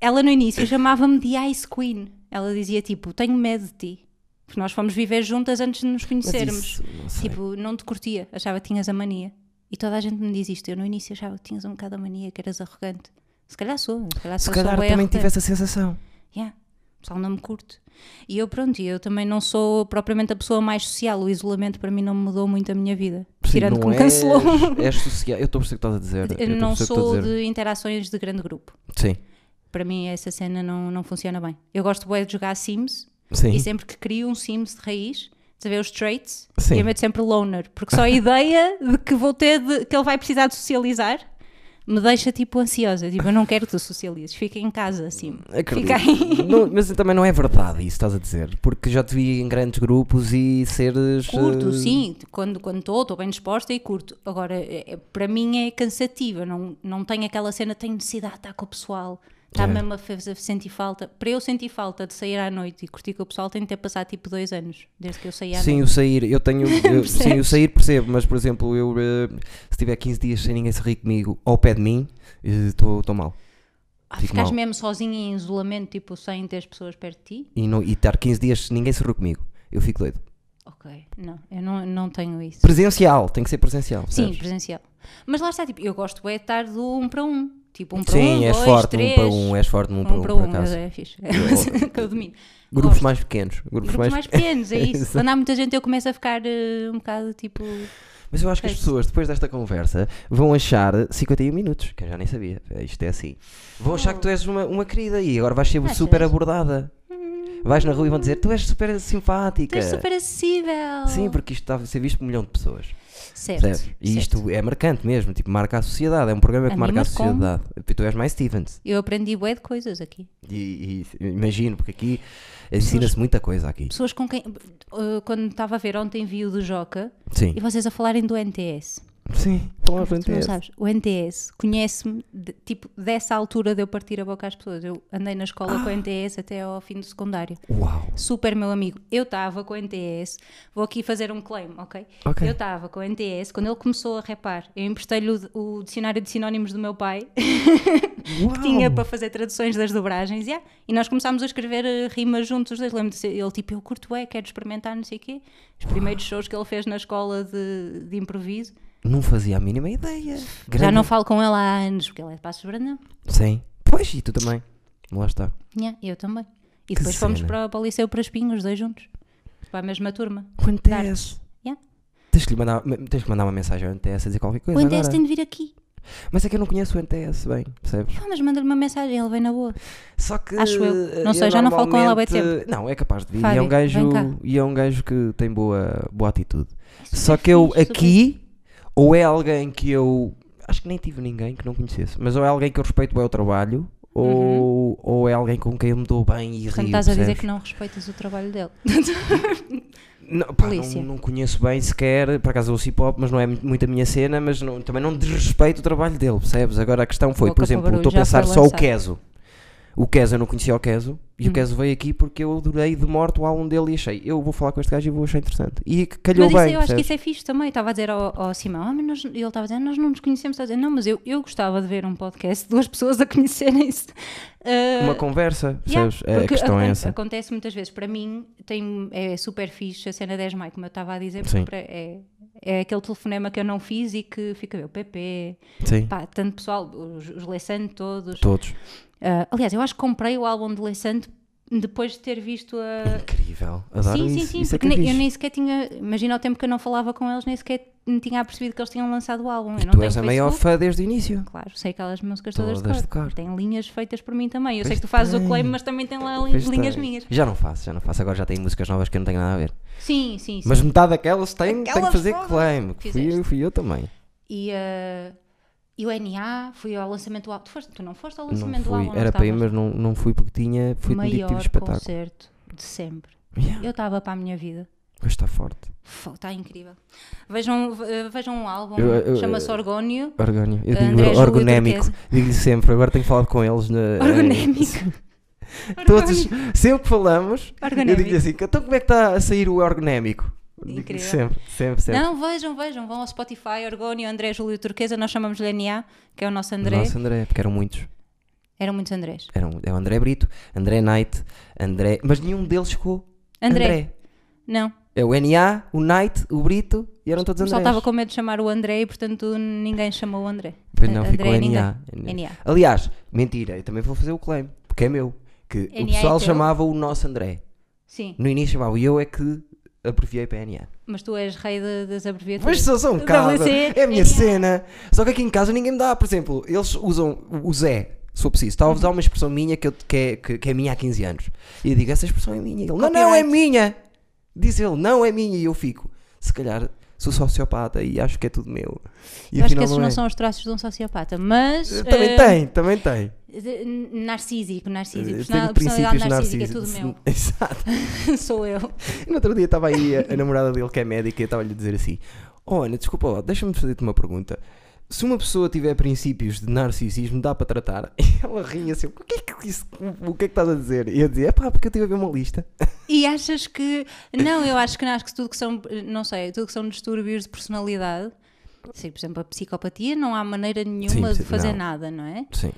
Ela no início chamava-me de Ice Queen. Ela dizia tipo, tenho medo de ti. Porque nós fomos viver juntas antes de nos conhecermos. isso, não sei. tipo, não te curtia, achava que tinhas a mania. E toda a gente me diz isto. Eu no início achava que tinhas um bocado a mania, que eras arrogante. Se calhar sou, se calhar Se sou, calhar sou bué também arrogante. tive essa sensação. Yeah, o pessoal não me curte. E eu pronto, e eu também não sou propriamente a pessoa mais social. O isolamento para mim não mudou muito a minha vida. Tirando Sim, que não me cancelou. És, és social. Eu estou a perceber o que estás a dizer. estou Eu a não perceber o que sou estás a dizer. de interações de grande grupo. Sim. Para mim essa cena não, não funciona bem. Eu gosto bué de jogar Sims Sim. e sempre que crio um Sims de raiz, de ver os traits, Sim. eu meto sempre loner, porque só a ideia de que vou ter de- que ele vai precisar de socializar me deixa tipo ansiosa, tipo, eu não quero que tu socializes, fica em casa assim. Fica aí. Acredito. Não, mas também não é verdade isso que estás a dizer. Porque já te vi em grandes grupos e seres. Curto, eh, sim, quando estou, estou bem disposta e curto. Agora, é- é- para mim é cansativa, não, não tenho aquela cena, tenho necessidade de estar com o pessoal, É. está mesmo a fazer- sentir falta. Para eu sentir falta de sair à noite e curtir com o pessoal, tenho de ter passado tipo dois anos, desde que eu saí à Sim, noite. o sair, eu tenho. eu- sim, o Percebes? sair percebo, mas por exemplo, eu eh, se tiver 15 dias sem ninguém se rir comigo ao pé de mim, eh, estou mal. Ah, fico ficaste mal. mesmo sozinha em isolamento, tipo sem ter as pessoas perto de ti? E, não, e estar 15 dias sem ninguém se rir comigo, eu fico doido. Ok, não, eu não, não tenho isso. Presencial, tem que ser presencial. Sim, percebes? presencial. Mas lá está, tipo, eu gosto é de estar do um para um. Tipo, um para Sim, um, és dois, forte num três. para um, és forte num para um, para por um, mas acaso. é fixe. É uma cena que eu domino. Grupos Gosto. mais pequenos. Grupos, grupos mais... mais pequenos, é isso. Quando há muita gente eu começo a ficar eh, um bocado tipo. Mas eu acho que as pessoas, depois desta conversa, vão achar 51 minutos, que eu já nem sabia. Isto é assim. Vão achar que tu és uma, uma querida e agora vais ser Achas? Hum. super abordada. Vais na rua e vão dizer: Tu és super simpática. Tu és super acessível. É. Sim, porque isto está a ser visto por um milhão de pessoas. Certo. Percebes? E certo. isto é marcante mesmo, tipo, marca a sociedade. É um programa A que mim marca a marcou-me. sociedade. Tu és mais Stevens. Eu aprendi bué de coisas aqui. E, e imagino, porque aqui ensina-se muita coisa aqui. Pessoas com quem. eh, quando estava a ver ontem vi o do Joca Sim. e vocês a falarem do NTS. Sim, estão à Tu frente. não deles. sabes, o NTS conhece-me de- tipo dessa altura de eu partir a boca às pessoas. Eu andei na escola com o NTS até ao fim do secundário. Uau. Super meu amigo, eu estava com o NTS, vou aqui fazer um claim, ok? Ok. Eu estava com o NTS, quando ele começou a repar, eu emprestei-lhe o, o dicionário de sinónimos do meu pai, Uau. que tinha para fazer traduções das dobragens, yeah. e nós começámos a escrever eh, rimas juntos os dois. Lembro-me de ser- ele tipo, eu curto é, quero experimentar, não sei o quê. Os primeiros shows que ele fez na escola de, de improviso. Não fazia a mínima ideia. Já Grande- não falo com ele há anos, porque ele é de Passos Brandão. Sim. Pois, e tu também. Lá está. Yeah, eu também. E Que depois fomos cena. para, para o Liceu para Espinho, os dois juntos. Para a mesma turma. O NTS. Yeah. Tens que, lhe mandar, me- tens que mandar uma mensagem ao NTS a dizer qualquer coisa. O NTS agora. tem de vir aqui. Mas é que eu não conheço o NTS bem, percebes? Ah, mas manda-lhe uma mensagem, ele vem na boa. Só que. Acho eu. Não sei, eu já não falo com ela há bué de normalmente- Não, é capaz de vir. e, é Fábio, um gajo, vem cá. e é um gajo que tem boa, boa atitude. super Só que eu é fixe, super- aqui, ou é alguém que eu. Acho que nem tive ninguém que não conhecesse, mas ou é alguém que eu respeito bem o trabalho, ou, ou é alguém com quem eu me dou bem e Uhum. Portanto, rio, estás a dizer percebes? que não respeitas o trabalho dele. Não, pá, Polícia. não, não conheço bem sequer, por acaso eu ouço hip hop, mas não é mu- muito a minha cena, mas não- também não desrespeito o trabalho dele, percebes? Agora a questão foi, Boca por para exemplo, barulho, estou a já pensar foi só o lançado. Hum. Keso. O Keso, eu não conhecia o Keso, e o Keso veio aqui porque eu adorei de morte o álbum dele e achei, eu vou falar com este gajo e vou achar interessante. E que calhou mas isso, bem, eu acho que percebes? isso é fixe também. Eu Estava a dizer ao, ao Simão, ah, mas nós- ele estava a dizer, nós não nos conhecemos. Estava a dizer, não, mas eu, eu gostava de ver um podcast, duas pessoas a conhecerem-se. Ah, Uma conversa, Yeah, percebes? a porque questão é acon- essa. Acontece muitas vezes. Para mim, tem, é super fixe a cena 10 maio, como eu estava a dizer, Sim. porque para- é, é aquele telefonema que eu não fiz e que fica eu, PP, Sim, pá, tanto pessoal, os, os Lessante todos. todos. Ah, aliás, eu acho que comprei o álbum de Lessante depois de ter visto a. Incrível. Adoro sim, isso. sim, sim, Isso é porque que é nem- eu fixe. nem sequer tinha. Imagina o tempo que eu não falava com eles, nem sequer me tinha apercebido que eles tinham lançado o álbum. Eu Tu não tenho és a Facebook, maior fã desde o início. Claro, sei aquelas músicas todas, Todas de de cor. cor. Tem linhas feitas por mim também. Eu sei Pois que tu fazes tem. o claim, mas também tem lá lin- Pois linhas tem. minhas. Já não faço, já não faço. Agora já tem músicas novas que eu não tenho nada a ver. Sim, sim, sim. Mas metade daquelas tem, tem que Aquelas fazer fodas claim. que Fui eu, fizeste. fui eu também. E, eh, e o NA, fui ao lançamento do álbum. Tu, foste- tu não foste ao Não lançamento do fui. álbum? Era não para ir, mas estavas? não, não fui porque tinha. Fui de mediativo Maior espetáculo. concerto de sempre. Yeah. Eu estava para a minha vida. Mas está forte. Está tá incrível. Vejam, ve- vejam um álbum, Eu- eu- chama-se Orgónio. Orgónio. Eu André digo Júlio orgonémico. Turquesa. Digo-lhe sempre. Agora tenho falado com eles. Na, Orgonémico. eh, Todos, sempre que falamos, eu Orgonémico. digo-lhe assim: então como é que está a sair o orgonémico? Digo-lhe Incrível. Sempre, sempre, sempre. Não, vejam, vejam, vão ao Spotify, Orgónio, André Júlio Turquesa, nós chamamos-lhe NA, que é o nosso André. Nossa, André, porque eram muitos. Eram muitos Andrés. Eram, é o André Brito, André Knight, André. Mas nenhum deles chegou. André. Não, É o NA, o Knight, o Brito e eram todos o Andrés. pessoal estava com medo de chamar o André e portanto ninguém chamou o André. Pois não, André ficou é NA. ninguém. NA. Aliás, mentira, eu também vou fazer o claim, porque é meu. Que NA é o pessoal teu? chamava o nosso André. Sim, No início chamava e eu é que abreviei para NA. mas tu és rei de- das abreviaturas. Mas sou só um WC, bocado. É a minha NA. cena. Só que aqui em casa ninguém me dá. Por exemplo, eles usam o Zé. Se eu preciso, estava a usar uma expressão minha que, eu- que é, que- que é minha há 15 anos. E eu digo, essa expressão é minha. Ele, não, não, é Copyright. minha. Diz ele, não é minha. E eu fico, se calhar sou sociopata e acho que é tudo meu. E Eu acho que afinal esses não não é. são os traços de um sociopata, mas. Também eh, tem, também tem. de- Narcísico, narcísico. Eu Personal, tenho personalidade princípios narcísica, narcisos. é Exato. tudo meu. Sou eu. No outro dia estava aí a, a namorada dele, que é médica, e eu estava-lhe a dizer assim: Oh, Ana, desculpa lá, deixa-me fazer-te uma pergunta. Se uma pessoa tiver princípios de narcisismo, dá para tratar? E ela ria assim: O que é que, isso, o que, é que estás a dizer? E eu dizia: É pá, porque eu estive a ver uma lista. E achas que. Não, eu acho que não, acho que tudo que são. Não sei, tudo que são distúrbios de personalidade. Sei, por exemplo, a psicopatia não há maneira nenhuma Sim, de fazer não. nada, não é? Sim.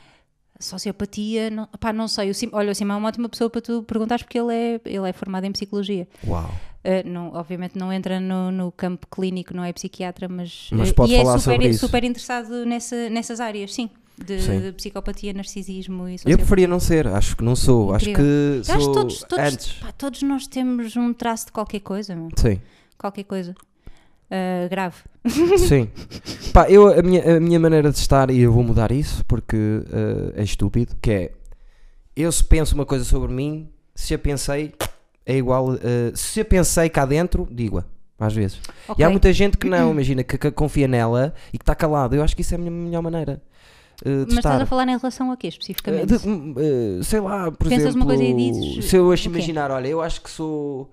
Sociopatia, não, pá, não sei. O Sim- olha, o Simão é uma ótima pessoa para tu perguntares porque ele é, ele é formado em psicologia. Uau. Uh, não- obviamente não entra no, no campo clínico, não é psiquiatra, mas, Mas uh, pode e falar é super, sobre isso. super interessado nessa- nessas áreas, sim. De, Sim. de psicopatia, narcisismo e Eu sociopatia. preferia não ser, acho que não sou. Acho Incrível. que Eu acho sou que todos, todos, antes. pá, todos nós temos um traço de qualquer coisa, meu. Sim. qualquer coisa Uh, grave. Sim. Pá, eu, a, minha, a minha maneira de estar, e eu vou mudar isso porque eh, é estúpido, que é, eu se penso uma coisa sobre mim, se a pensei, é igual, eh, se a pensei cá dentro, digo-a, às vezes. E Ok. há muita gente que não, imagina, que, que confia nela e que está calado, eu acho que isso é a minha melhor maneira eh, de Mas estar. estás a falar em relação a quê Eh, especificamente? de- hum, eh, sei lá, por Pensas exemplo, numa coisa e dizes, se eu o acho quê? imaginar, olha, eu acho que sou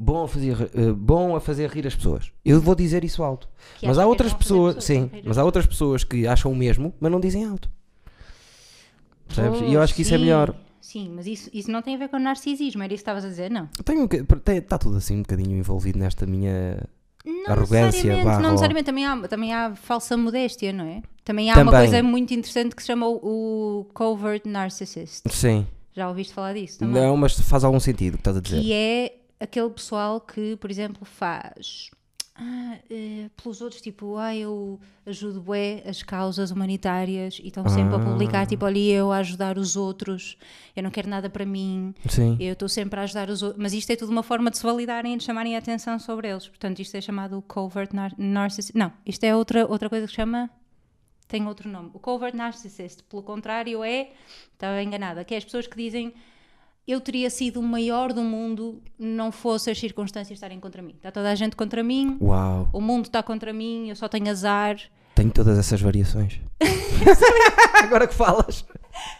bom a fazer, eh, bom a fazer rir as pessoas. Eu vou dizer isso alto. Que mas achas há que outras é bom fazer pessoas, pessoas sim, rir as mas há outras pessoas que acham o mesmo, mas não dizem alto. Percebes? E eu acho que isso é Sim, melhor. Sim, mas isso, isso não tem a ver com narcisismo, era isso que estavas a dizer, não? Tenho um, está tudo assim um bocadinho envolvido nesta minha Não Arrogância, necessariamente, barra, ó. não necessariamente. Também há, também há falsa modéstia, não é? Também há Também. uma coisa muito interessante que se chama o, o covert narcissist. Sim. Já ouviste falar disso também? Não, mas faz algum sentido o que estás a dizer. Que é aquele pessoal que, por exemplo, faz ah, eh, pelos outros, tipo, ah, eu ajudo bué as causas humanitárias e estão sempre Ah. a publicar, tipo, olha, eu a ajudar os outros, eu não quero nada para mim, Sim. eu estou sempre a ajudar os outros, mas isto é tudo uma forma de se validarem e de chamarem a atenção sobre eles. Portanto, isto é chamado covert nar narcissist. Não, isto é outra, outra coisa que se chama. Tem outro nome. O covert narcissist, pelo contrário, é. Estava enganada. Que é as pessoas que dizem. Eu teria sido o maior do mundo não fosse as circunstâncias estarem contra mim. Está toda a gente contra mim, Uau, o mundo está contra mim, eu só tenho azar. tenho todas essas variações. Agora que falas,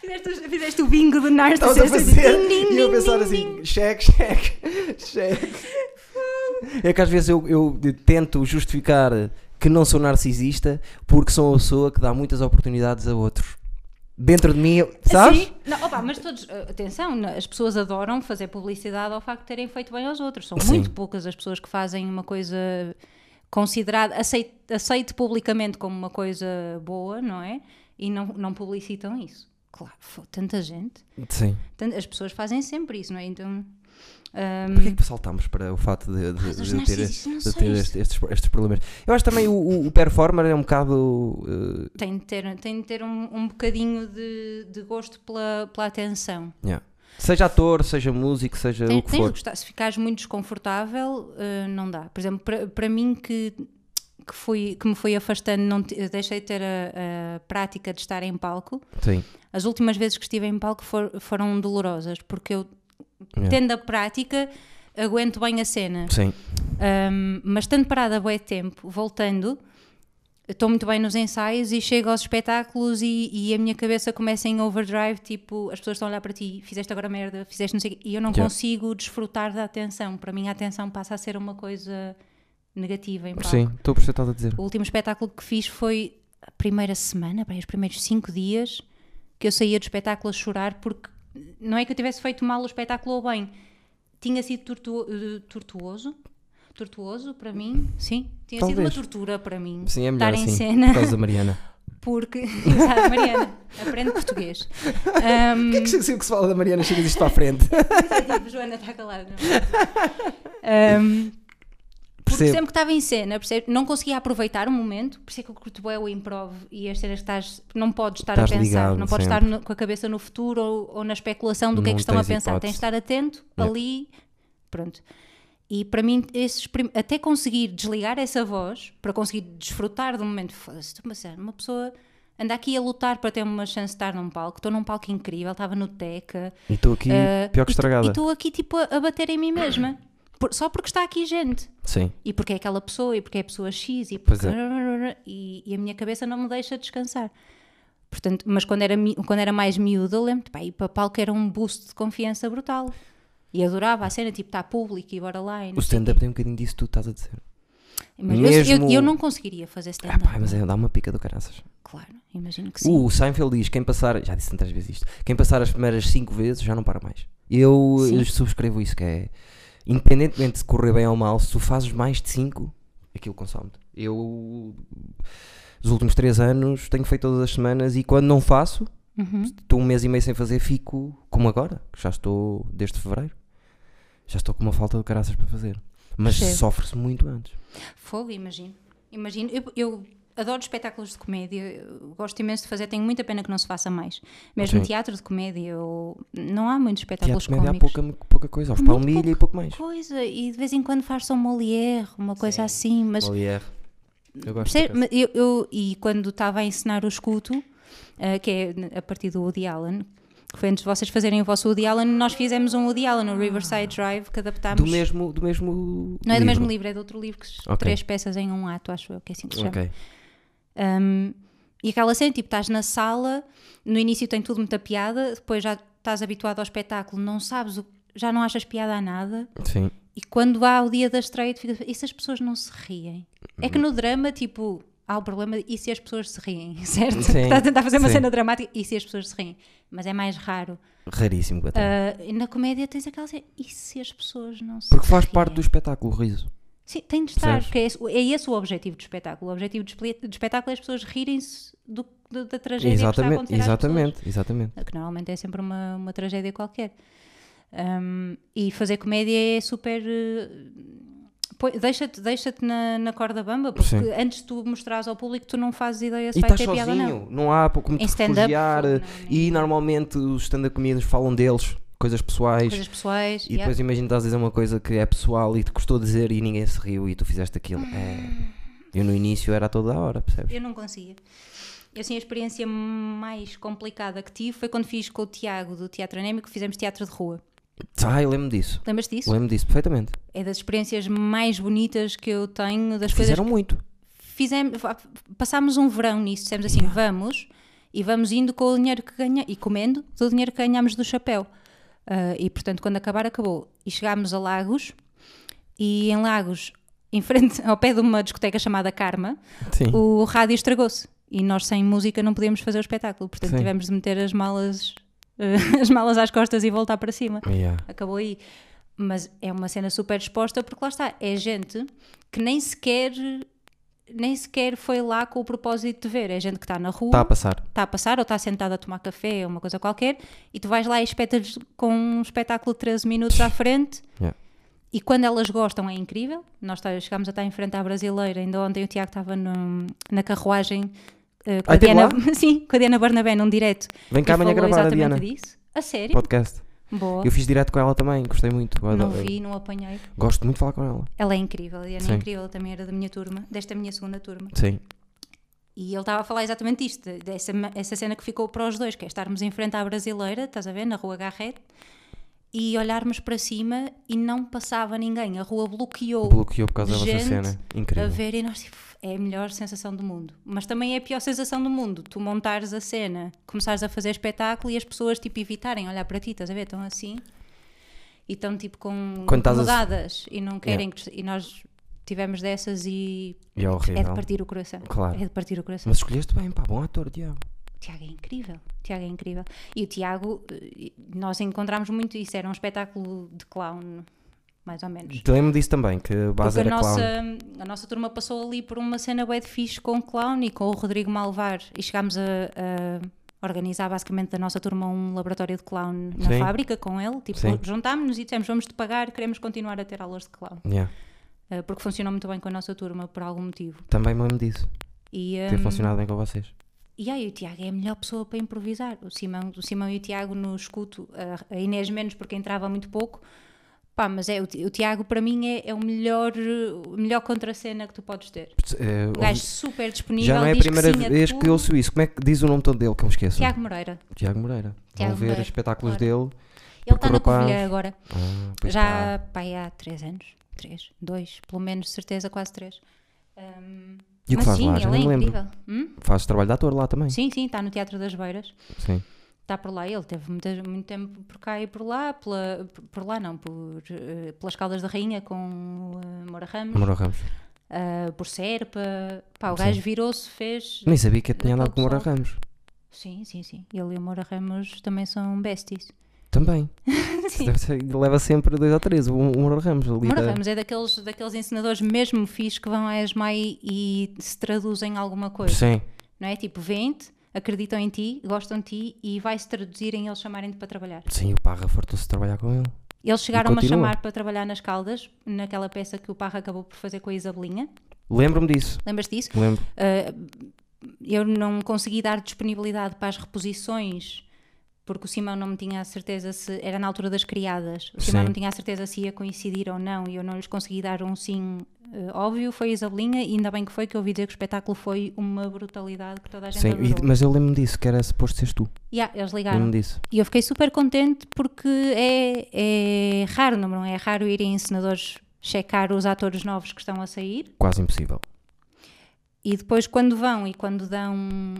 Fizeste, fizeste o bingo do narcisista. estavas a fazer Ding, ding, e eu a ding, pensar ding, assim: cheque, cheque, cheque. É que às vezes eu, eu tento justificar que não sou narcisista porque sou uma pessoa que dá muitas oportunidades a outros. Dentro de mim, eu- Assim? sabes? Sim. Não, opa, mas todos, eh, atenção, na- as pessoas adoram fazer publicidade ao facto de terem feito bem aos outros. São Sim. muito poucas as pessoas que fazem uma coisa considerada, aceite, aceite publicamente como uma coisa boa, não é? E não, não publicitam isso. Claro, fô, tanta gente. Sim. Tan- As pessoas fazem sempre isso, não é? Então. ehm, ahm, Porquê é que saltámos para o fato de, de- Ah, dos de eu ter, narcisistas, de não eu sei ter isso. este- estes, estes problemas? Eu acho também o- o, o performer é um bocado. eh, tem de ter, tem de ter um, um bocadinho de, de gosto pela, pela atenção. yeah. Seja ator, seja músico, seja Tem- o que tens de for. gostar. Se ficares muito desconfortável, eh, não dá. Por exemplo, para- para mim que, que, fui, que me foi afastando, não te- eu deixei de ter a, a prática de estar em palco, Sim. as últimas vezes que estive em palco for- foram dolorosas, porque eu, Yeah. tendo a prática, aguento bem a cena. Sim. Um, mas estando parada há bué tempo, voltando, estou muito bem nos ensaios e chego aos espetáculos e, e a minha cabeça começa em overdrive, tipo, as pessoas estão a olhar para ti, fizeste agora merda, fizeste não sei o quê, e eu não Yeah. consigo desfrutar da atenção. Para mim a atenção passa a ser uma coisa negativa em palco. Sim, estou a perceber o que estás a dizer. O último espetáculo que fiz foi a primeira semana, para os primeiros cinco dias, que eu saía do espetáculo a chorar porque não é que eu tivesse feito mal o espetáculo ou bem, tinha sido tortu- eh, tortuoso. Tortuoso para mim, sim. Tinha sido uma Talvez. tortura para mim Sim, é melhor estar em assim. cena Por causa da Mariana. porque. Exato, Mariana, aprende português. Ahm, que se, que se fala da Mariana chega isto para a frente? tipo, Joana está calada. não é? Ahm, porque Percebo. sempre que estava em cena, percebe? não conseguia aproveitar o momento, por isso é que eu curto bem o improv e as cenas que estás, não podes estar Estás a pensar, ligado não podes sempre. estar no- com a cabeça no futuro ou, ou na especulação do que é Não que estão a tens pensar, hipótese. tens de estar atento ali, pronto. E para mim, esses prim- até conseguir desligar essa voz, para conseguir desfrutar do momento, foda-se, estou-me a sério, uma pessoa anda aqui a lutar para ter uma chance de estar num palco, estou num palco incrível, estava no Teca, E estou aqui eh, pior que e tu- E estragada. estou aqui tipo a, a bater em mim mesma. Por- só porque está aqui gente. Sim. E porque é aquela pessoa, e porque é a pessoa X, e Pois é. porque. E, e a minha cabeça não me deixa descansar. Portanto, mas quando era, mi- quando era mais miúda, eu lembro-te, pá, ir para palco era um boost de confiança brutal. E adorava a cena, tipo, está público e bora lá. E O não sei o quê. stand-up tem um bocadinho disso que tu estás a dizer. Mas eu- eu, mesmo- eu não conseguiria fazer Ah, stand-up. pá, mas é, dá uma pica do caraças. Claro, imagino que sim. Uh, o Seinfeld diz: quem passar, já disse tantas vezes isto, quem passar as primeiras 5 vezes já não para mais. Eu, Sim. eu subscrevo isso, que é independentemente de correr bem ou mal, se tu fazes mais de 5, aquilo consome-te. Eu, nos últimos 3 anos, tenho feito todas as semanas e quando não faço, Uhum. estou um mês e meio sem fazer, fico como agora, que já estou desde fevereiro, já estou com uma falta de caraças para fazer. Mas Percebo. sofre-se muito antes. Fogo, imagino. Imagino. Eu, eu adoro espetáculos de comédia, eu gosto imenso de fazer, tenho muita pena que não se faça mais. Mesmo Sim. teatro de comédia, eu- não há muitos Teatro espetáculos de comédia há cómicos. pouca, pouca coisa, aos Muito palmilha e pouco mais. Coisa, e de vez em quando faz só um Molière, uma coisa assim, mas Molière. Eu gosto Percebe? por acaso. Mas eu, eu- e quando estava a ensinar o escuto, ah, que é n- a partir do Woody Allen, que foi antes de vocês fazerem o vosso Woody Allen, nós fizemos um Woody Allen, o Riverside Drive, que adaptámos. Ah. Do mesmo, do mesmo. não é do livro. mesmo livro, é de outro livro, que se- Ok. três peças em um ato, acho eu, que é assim que se chama. Ok. Um, e aquela cena, tipo, estás na sala, no início tem tudo muita piada, depois já estás habituado ao espetáculo, não sabes, o- já não achas piada a nada, Sim. e quando há o dia da estreia, tu ficas, e se as pessoas não se riem? É que Uhum. no drama, tipo, há o problema, de, e se as pessoas se riem, certo? Sim, Estás a tentar fazer uma sim. cena dramática, e se as pessoas se riem? Mas é mais raro. Raríssimo. até. Ah, e na comédia tens aquela cena, e se as pessoas não se Porque faz riem? parte do espetáculo, o riso. Sim, tem de estar, Percebes? porque é esse, é esse o objetivo do espetáculo. O objetivo do espe- do espetáculo é as pessoas rirem-se do- do- da tragédia exatamente, que está a acontecer às exatamente, exatamente. pessoas. Que normalmente é sempre uma, uma tragédia qualquer. Um, e fazer comédia é super. eh, põe- Deixa-te deixa na, na corda bamba, porque Sim. antes de tu mostrares ao público, tu não fazes ideia se E vai estás ter piada ou não. sozinho, não há como te Em stand-up, refugiar. não, não, E normalmente os stand-up comedians falam deles, coisas pessoais. Coisas pessoais. E yeah. depois imagina estás a dizer uma coisa que é pessoal e te custou dizer e ninguém se riu e tu fizeste aquilo. É. Eu no início era a toda a hora, percebes? Hum. Eu não conseguia. Eu, Assim, a experiência mais complicada que tive foi quando fiz com o Tiago do Teatro Anémico, fizemos teatro de rua. Ah, eu lembro disso. Lembras disso? Lembro disso perfeitamente. É das experiências mais bonitas que eu tenho, das Fizeram coisas muito. que fizemos. fa- Passámos um verão nisso, dissemos assim: vamos e vamos indo com o dinheiro que ganha e comendo do dinheiro que ganhámos do chapéu. Ah, e portanto, quando acabar, acabou. E chegámos a Lagos e em Lagos, em frente ao pé de uma discoteca chamada Karma, Sim. o rádio estragou-se e nós sem música não podíamos fazer o espetáculo. Portanto, Sim. tivemos de meter as malas, eh, as malas às costas e voltar para cima Yeah. acabou aí. Mas é uma cena super exposta porque lá está, é gente que nem sequer nem sequer foi lá com o propósito de ver, é gente que está na rua, Está Tá a está passar. a passar ou está sentada a tomar café ou uma coisa qualquer, e tu vais lá e espetas com um espetáculo de 13 minutos à frente. Yeah. E quando elas gostam é incrível. Nós tá- chegámos a estar em frente à brasileira, ainda ontem o Tiago estava no- na carruagem eh, com, Ah, a teve Diana, sim, com a Diana Barnabé num direto. Vem cá E amanhã falou gravar a Diana. exatamente Disso. A sério? Podcast. Boa. Eu fiz direto com ela também, gostei muito. Eu Não adoro- vi, não apanhei. Gosto muito de falar com ela. Ela é incrível, a Diana Sim. é incrível, ela também era da minha turma, desta minha segunda turma. Sim. E ele estava a falar exatamente isto, de- dessa ma- essa cena que ficou para os dois, que é estarmos em frente à brasileira, estás a ver, na rua Garrett, e olharmos para cima e não passava ninguém. A rua bloqueou, Bloqueou por causa da vossa gente cena. Incrível. a ver e nós tipo, é a melhor sensação do mundo. Mas também é a pior sensação do mundo, tu montares a cena, começares a fazer espetáculo e as pessoas tipo evitarem olhar para ti, estás a ver, estão assim e estão tipo com Quando estás a- mudadas e não querem que- e nós tivemos dessas e E é horrível. é de partir o coração. Claro. É de partir o coração. Mas escolheste bem, pá, bom ator, Diabo. O Tiago é incrível. O Tiago é incrível. E o Tiago, eh, nós encontramos muito isso. Era um espetáculo de clown, mais ou menos. Te lembro disso também, que a base Porque a era nossa, clown. a nossa turma passou ali por uma cena bué de fixe com o clown e com o Rodrigo Malvar. E chegámos a, a organizar basicamente da nossa turma um laboratório de clown na Sim. fábrica com ele. Tipo, Sim. juntámos-nos e dissemos, vamos-te pagar, queremos continuar a ter aulas de clown. Yeah. Eh, Porque funcionou muito bem com a nossa turma, por algum motivo. Também me lembro disso. E, Ter ehm, funcionado bem com vocês. E aí, o Tiago é a melhor pessoa para improvisar. O Simão, o Simão e o Tiago no escuto, a- a Inês menos porque entrava muito pouco. Pá, mas é, o Ti- o Tiago para mim é, é o melhor, eh, o melhor contracena que tu podes ter. Eh, Um gajo super disponível. já não é a diz primeira que sim a vez tudo. que eu ouço isso. Como é que diz o nome todo dele que eu me esqueço? Tiago Moreira. Tiago Moreira. Tiago Vão ver Moreira, espetáculos dele. Ele Porque está o na rapaz- Covilhã agora. Ah, pois já pá, há 3 anos. 3, 2, pelo menos, certeza, quase 3. E o que mas faz sim, lá? Já ele é não me lembro. incrível. Hum? Fazes trabalho de ator lá também. Sim, sim, está no Teatro das Beiras. Sim. está tá por lá. Ele teve muita- muito tempo por cá e por lá, pela- por, por lá não, por, eh, pelas Caldas da Rainha com eh, Moura Ramos, Moura Ramos. ah, por Serpa. Pá, o gajo virou-se, fez. Nem sabia que eu tinha Daquele andado com o Moura pessoal. Ramos. Sim, sim, sim. Ele e o Moura Ramos também são besties. Também. Sim. Deve ser- leva sempre dois ou três. O o Moura Ramos ali. Moura da- Ramos é daqueles, daqueles ensinadores mesmo fixe que vão à ESMAI e se traduzem alguma coisa. Sim. Não é? Tipo, vêm-te, acreditam em ti, gostam de ti e vai-se traduzir em eles chamarem-te para trabalhar. Sim, o Parra fartou-se de trabalhar com ele. Eles chegaram a continua. chamar para trabalhar nas Caldas, naquela peça que o Parra acabou por fazer com a Isabelinha. Lembro-me disso. Lembras-te disso? Lembro. Ah, eu não consegui dar disponibilidade para as reposições porque o Simão não me tinha a certeza se era na altura das criadas. O Simão Sim. não tinha a certeza se ia coincidir ou não e eu não lhes consegui dar um sim ah, óbvio. Foi a Isabelinha e ainda bem que foi que eu ouvi dizer que o espetáculo foi uma brutalidade que toda a gente Sim, e- adorou. mas eu lembro-me disso, que era suposto seres tu. Yeah, eles ligaram. Lembro-me disso. E eu fiquei super contente porque é, é raro, não é? É raro ir em encenadores checar os atores novos que estão a sair Quase impossível. e depois quando vão e quando dão,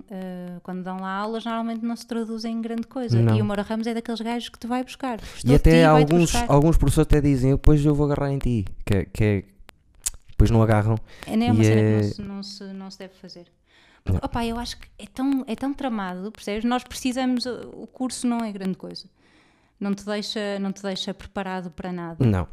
eh, quando dão lá aulas, normalmente não se traduzem em grande coisa. Não. E o Moura Ramos é daqueles gajos que te vai buscar. Gostou E de ti, até vai-te alguns, buscar. alguns professores até dizem, "Eu depois eu vou agarrar em ti. Que, é- que é. Depois não agarram. É não é uma e cena que é- não se, não se, não se deve fazer. Porque, opá, eu acho que é tão, é tão tramado, percebes? Nós precisamos, o curso não é grande coisa. Não te deixa, não te deixa preparado para nada. Não.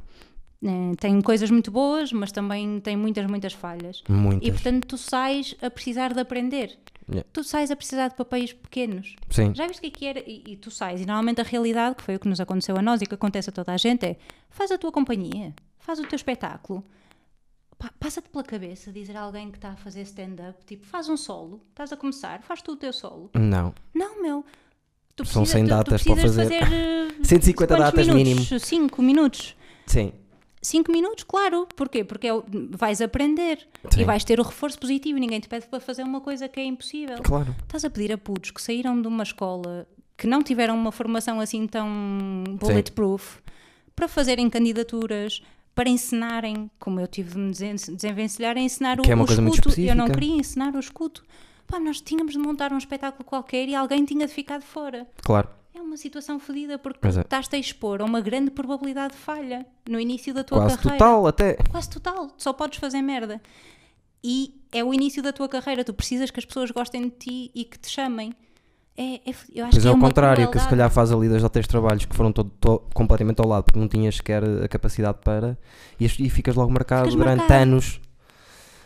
Hum. Eh, tem coisas muito boas, mas também tem muitas, muitas falhas. Muitas. E portanto tu sais a precisar de aprender. Yeah. Tu sais a precisar de papéis pequenos. Sim. Já viste o que é que era? E, e tu sais. E normalmente a realidade, que foi o que nos aconteceu a nós e que acontece a toda a gente, é faz a tua companhia, faz o teu espetáculo. Pa- Passa-te pela cabeça dizer a alguém que está a fazer stand-up, tipo, faz um solo, estás a começar, faz tu o teu solo. Não. Não, meu. Tu São precisas- 100 tu- tu datas para precisas fazer. fazer eh, 150 quantos datas minutos? 5 minutos. Sim. 5 minutos, claro. Porquê? Porque é o- vais aprender Sim. e vais ter o reforço positivo. Ninguém te pede para fazer uma coisa que é impossível. Claro. Estás a pedir a putos que saíram de uma escola que não tiveram uma formação assim tão bulletproof para fazerem candidaturas, para ensinarem, como eu tive de me desen- desenvencilhar, a ensinar o, Que é uma o coisa muito escuto. eu não específica. queria ensinar o escuto. Pá, nós tínhamos de montar um espetáculo qualquer e alguém tinha de ficar de fora. Claro. É uma situação fodida porque Pois é. estás-te a expor a uma grande probabilidade de falha no início da tua Quase carreira total até. quase total, só podes fazer merda. E é o início da tua carreira, tu precisas que as pessoas gostem de ti e que te chamem. É, é f- eu acho Pois que é, é o uma contrário, que se crueldade. calhar faz ali dois ou três trabalhos que foram todo, to- completamente ao lado, porque não tinhas sequer a capacidade para, e, as- e ficas logo marcado Ficas durante marcado. anos.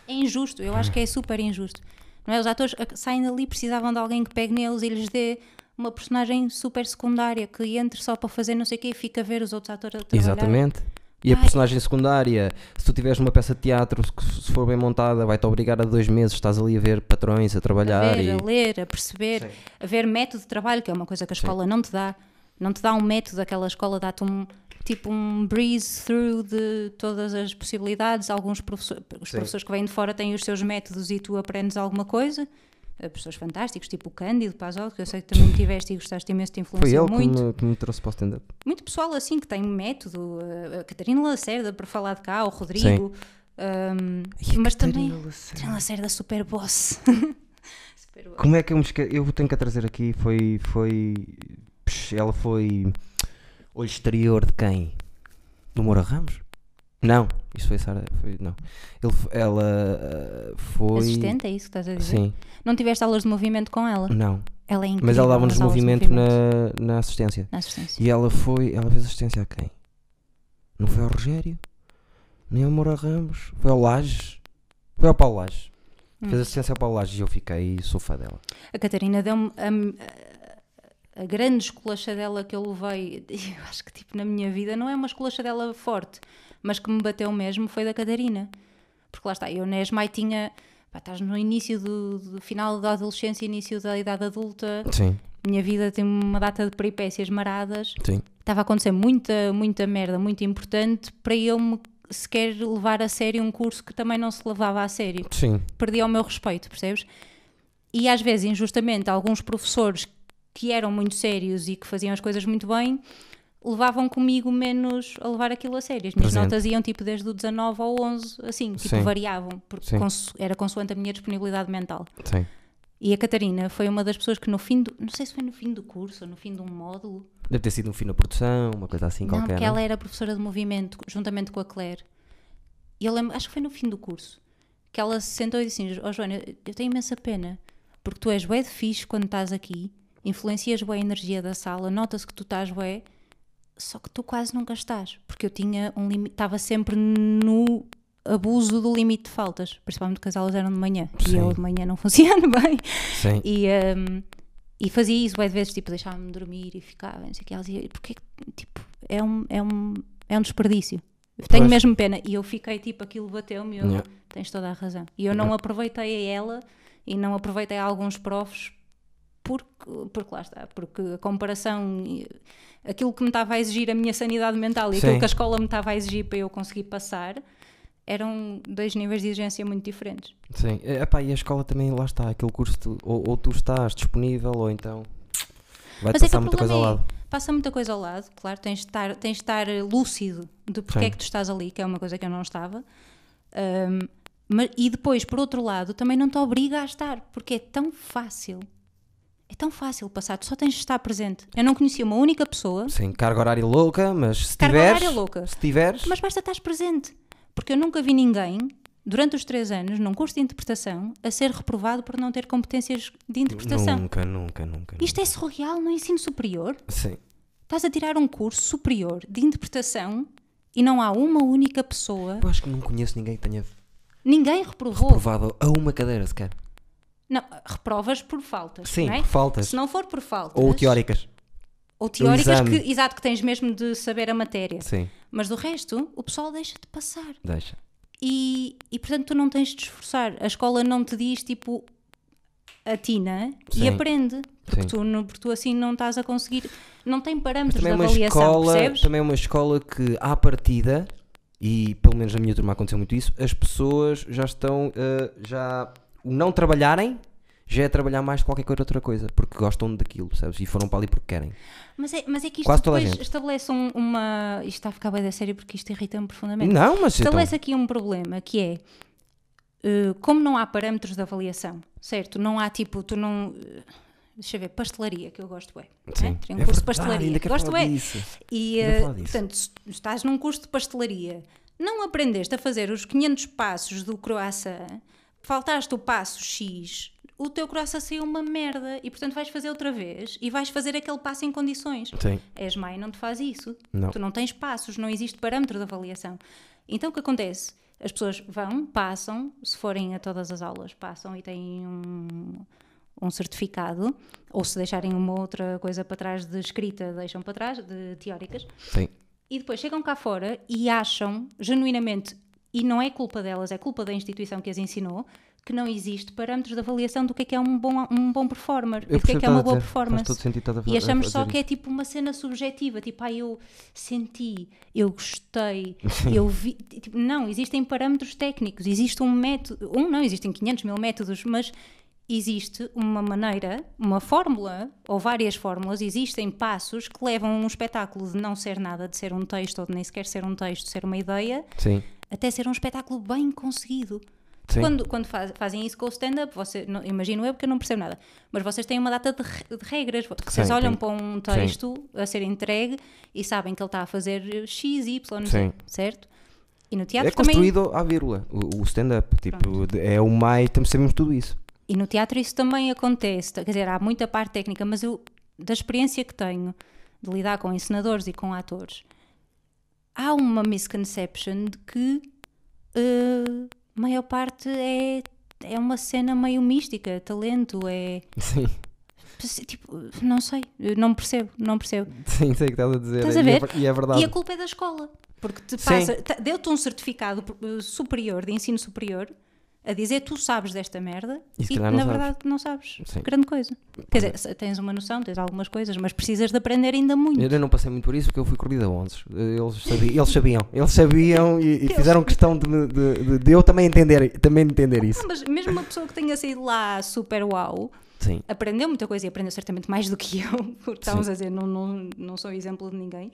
É injusto, eu acho que é super injusto. Não é? Os atores a- saem dali, precisavam de alguém que pegue neles e lhes dê uma personagem super secundária que entre só para fazer não sei o quê e fica a ver os outros atores a trabalhar. Exatamente. E a Ai. personagem secundária, se tu tiveres uma peça de teatro, se- se for bem montada, vai-te obrigar a dois meses, estás ali a ver patrões, a A trabalhar ver, e a ler, a perceber, a ver método de trabalho, que é uma coisa que a escola não te dá. Não te dá um método, aquela escola dá-te um tipo um breeze through de todas as possibilidades. Alguns professores, os Sim. professores que vêm de fora têm os seus métodos e tu aprendes alguma coisa. Eh, Professores fantásticos, tipo o Cândido Pazol, que eu sei que também tiveste e gostaste imenso, te Foi influenciou ele que assim, muito me, que me trouxe para o stand-up. muito pessoal assim que tem método, eh, a Catarina Lacerda para falar de cá, o Rodrigo, ehm, mas também Catarina Lacerda super boss. super boss. Como é que eu me esqueci? Eu tenho que a trazer aqui. Foi. foi... Psh, Ela foi. Olho exterior de quem? Do Moura Ramos? Não, isso foi Sara. Foi... Não. Ele f- ela ah, foi. Assistente, é isso que estás a dizer? Sim, Não tiveste aulas de movimento com ela? não. Ela é incrível. Mas ela nas dava-nos aulas de movimento na, na assistência. na assistência. E ela foi. Ela fez assistência a quem? Não foi ao Rogério? Nem ao Moura Ramos? Foi ao Lages? Foi ao Paulo Lages. Fez Hum. assistência ao Paulo Lages e eu fiquei sou fã dela. A Catarina deu-me a- a, a grande esculacha dela que eu levei, eu acho que tipo na minha vida, não é uma esculacha dela forte, mas que me bateu mesmo foi da Catarina. Porque lá está, eu na ESMAI tinha. Pá, estás no início do, do final da adolescência, início da idade adulta. Sim, Minha vida tem uma data de peripécias maradas. sim. Estava a acontecer muita, muita merda, muito importante, para eu me sequer levar a sério um curso que também não se levava a sério Sim. perdia o meu respeito, percebes? E às vezes, injustamente, alguns professores que eram muito sérios e que faziam as coisas muito bem levavam comigo menos a levar aquilo a sério. As minhas Presente. notas iam tipo desde o 19 ao 11, assim, tipo Sim. variavam, porque Sim. conso- era consoante a minha disponibilidade mental. Sim. E a Catarina foi uma das pessoas que no fim do. Não sei se foi no fim do curso ou no fim de um módulo. Deve ter sido um fim na produção, uma coisa assim não, qualquer. porque não? ela era professora de movimento, juntamente com a Claire. E eu lembro, acho que foi no fim do curso, que ela se sentou e disse assim, oh, Joana, eu- eu tenho imensa pena, porque tu és bué de fixe quando estás aqui, influencias bué a energia da sala, nota-se que tu estás bué, só que tu quase nunca estás, porque eu tinha um limite, estava sempre no abuso do limite de faltas, principalmente porque as aulas eram de manhã, e Sim. eu de manhã não funciono bem, Sim. e, hum, e fazia isso várias vezes, tipo, deixava-me dormir e ficava, não sei o que. Ela dizia, porque, tipo, é um, é um, é um desperdício. Eu tenho Pois. mesmo pena. E eu fiquei, tipo, aquilo bateu-me e eu, Yeah. tens toda a razão. E eu não aproveitei a ela e não aproveitei a alguns profs porque, porque lá está, porque a comparação, e- aquilo que me estava a exigir a minha sanidade mental e Sim. aquilo que a escola me estava a exigir para eu conseguir passar, eram dois níveis de exigência muito diferentes. Sim. Eh, epá, e a escola também, lá está, aquele curso, tu- ou, ou tu estás disponível, ou então vai Mas é que passar o muita coisa ao problema lado. é, passa muita coisa ao lado, claro, tens de estar, tens de estar eh, lúcido de porque Sim. é que tu estás ali, que é uma coisa que eu não estava. Ahm, ma- e depois, por outro lado, também não te obriga a estar, porque é tão fácil. É tão fácil passar, tu só tens de estar presente. Eu não conhecia uma única pessoa, Sim, carga horária louca, mas se é- Carga tiveres. horária louca. Se tiveres. mas basta estar presente. Porque eu nunca vi ninguém, durante os três anos, num curso de interpretação, a ser reprovado por não ter competências de interpretação. Nunca, nunca, nunca. Isto é surreal no ensino superior? nunca. Sim. Estás a tirar um curso superior de interpretação e não há uma única pessoa. Eu acho que não conheço ninguém que tenha Ninguém reprovou. reprovado a uma cadeira sequer. Não, reprovas por faltas. Sim, não é? faltas. Se não for por faltas. Ou teóricas. Ou teóricas, no que, exame. exato, que tens mesmo de saber a matéria. Sim, Mas do resto, o pessoal deixa-te passar. deixa. E, e portanto tu não tens de te esforçar. A escola não te diz tipo atina e Sim. aprende. Porque Sim. tu, não- porque tu assim não estás a conseguir. Não tem parâmetros de Também é uma avaliação, escola, percebes? também é uma escola que à partida, e pelo menos na minha turma aconteceu muito isso, as pessoas já estão, eh, já o não trabalharem já é trabalhar mais de qualquer outra coisa, porque gostam daquilo, percebes? E foram para ali porque querem. Mas é, mas é que isto Quase toda a depois gente. estabelece um- uma. Isto está a ficar bem da série porque isto irrita-me profundamente. Não, mas então, estabelece aqui um problema que é. eh, como não há parâmetros de avaliação, certo? Não há tipo, tu não. eh, Deixa eu ver, pastelaria, que eu gosto é. sim. Tem um É curso verdade, de pastelaria. ainda quero Gosto falar é. disso. E, Ainda eh, falar disso. portanto, se estás num curso de pastelaria, não aprendeste a fazer os 500 passos do croissant, faltaste o passo X, o teu croissant saiu uma merda e, portanto, vais fazer outra vez e vais fazer aquele passo em condições. Sim. A ESMAI não te faz isso. Não. Tu não tens passos, não existe parâmetro de avaliação. Então o que acontece? As pessoas vão, passam, se forem a todas as aulas, passam e têm um, um certificado, ou se deixarem uma outra coisa para trás de escrita, deixam para trás, de teóricas, Sim. e depois chegam cá fora e acham genuinamente e não é culpa delas, é culpa da instituição que as ensinou, que não existe parâmetros de avaliação do que é que é um bom, um bom performer e do que é que é uma boa performance. e achamos só que é tipo uma cena subjetiva, tipo, ah, eu senti, eu gostei, eu vi. Tipo, não, existem parâmetros técnicos, existe um método, um não, existem 500 mil métodos, mas existe uma maneira, uma fórmula, ou várias fórmulas, existem passos que levam um espetáculo de não ser nada, de ser um texto, ou de nem sequer ser um texto, ser uma ideia, Sim. até ser um espetáculo bem conseguido. Sim. Quando, quando faz- fazem isso com o stand-up, você, não- imagino eu porque eu não percebo nada, mas vocês têm uma data de, re- de regras. Vocês Sim, olham tem- para um texto a ser entregue e sabem que ele está a fazer eh, X, Y, Z, Sim. certo? E no É teatro também. construído à vírgula, o, o stand-up. Tipo, de- é o mais. Temos, sabemos tudo isso. E no teatro isso também acontece. Quer dizer, há muita parte técnica, mas eu, da experiência que tenho de lidar com encenadores e com atores, há uma misconception de que eh, a maior parte é, é uma cena meio mística, talento, é. Sim, Tipo, não sei, eu não percebo, não percebo. sim, sei o que estás a dizer. Estás a E é ver? ver- E é verdade. E a culpa é da escola. Porque te Sim. passa, ta- deu-te um certificado eh, superior, de ensino superior, a dizer tu sabes desta merda E se e, calhar na não sabes. verdade não sabes. Sim. Grande coisa. Quer dizer, se- tens uma noção, tens algumas coisas, mas precisas de aprender ainda muito. Eu não passei muito por isso porque eu fui corrida onzes. Eles, sabi- eles sabiam, eles sabiam e, e fizeram questão de, me- de- de- de eu também entender, também entender isso. Não, Mas mesmo uma pessoa que tenha saído lá super uau, Sim, aprendeu muita coisa e aprendeu certamente mais do que eu, porque estávamos a dizer, não, não, não sou exemplo de ninguém,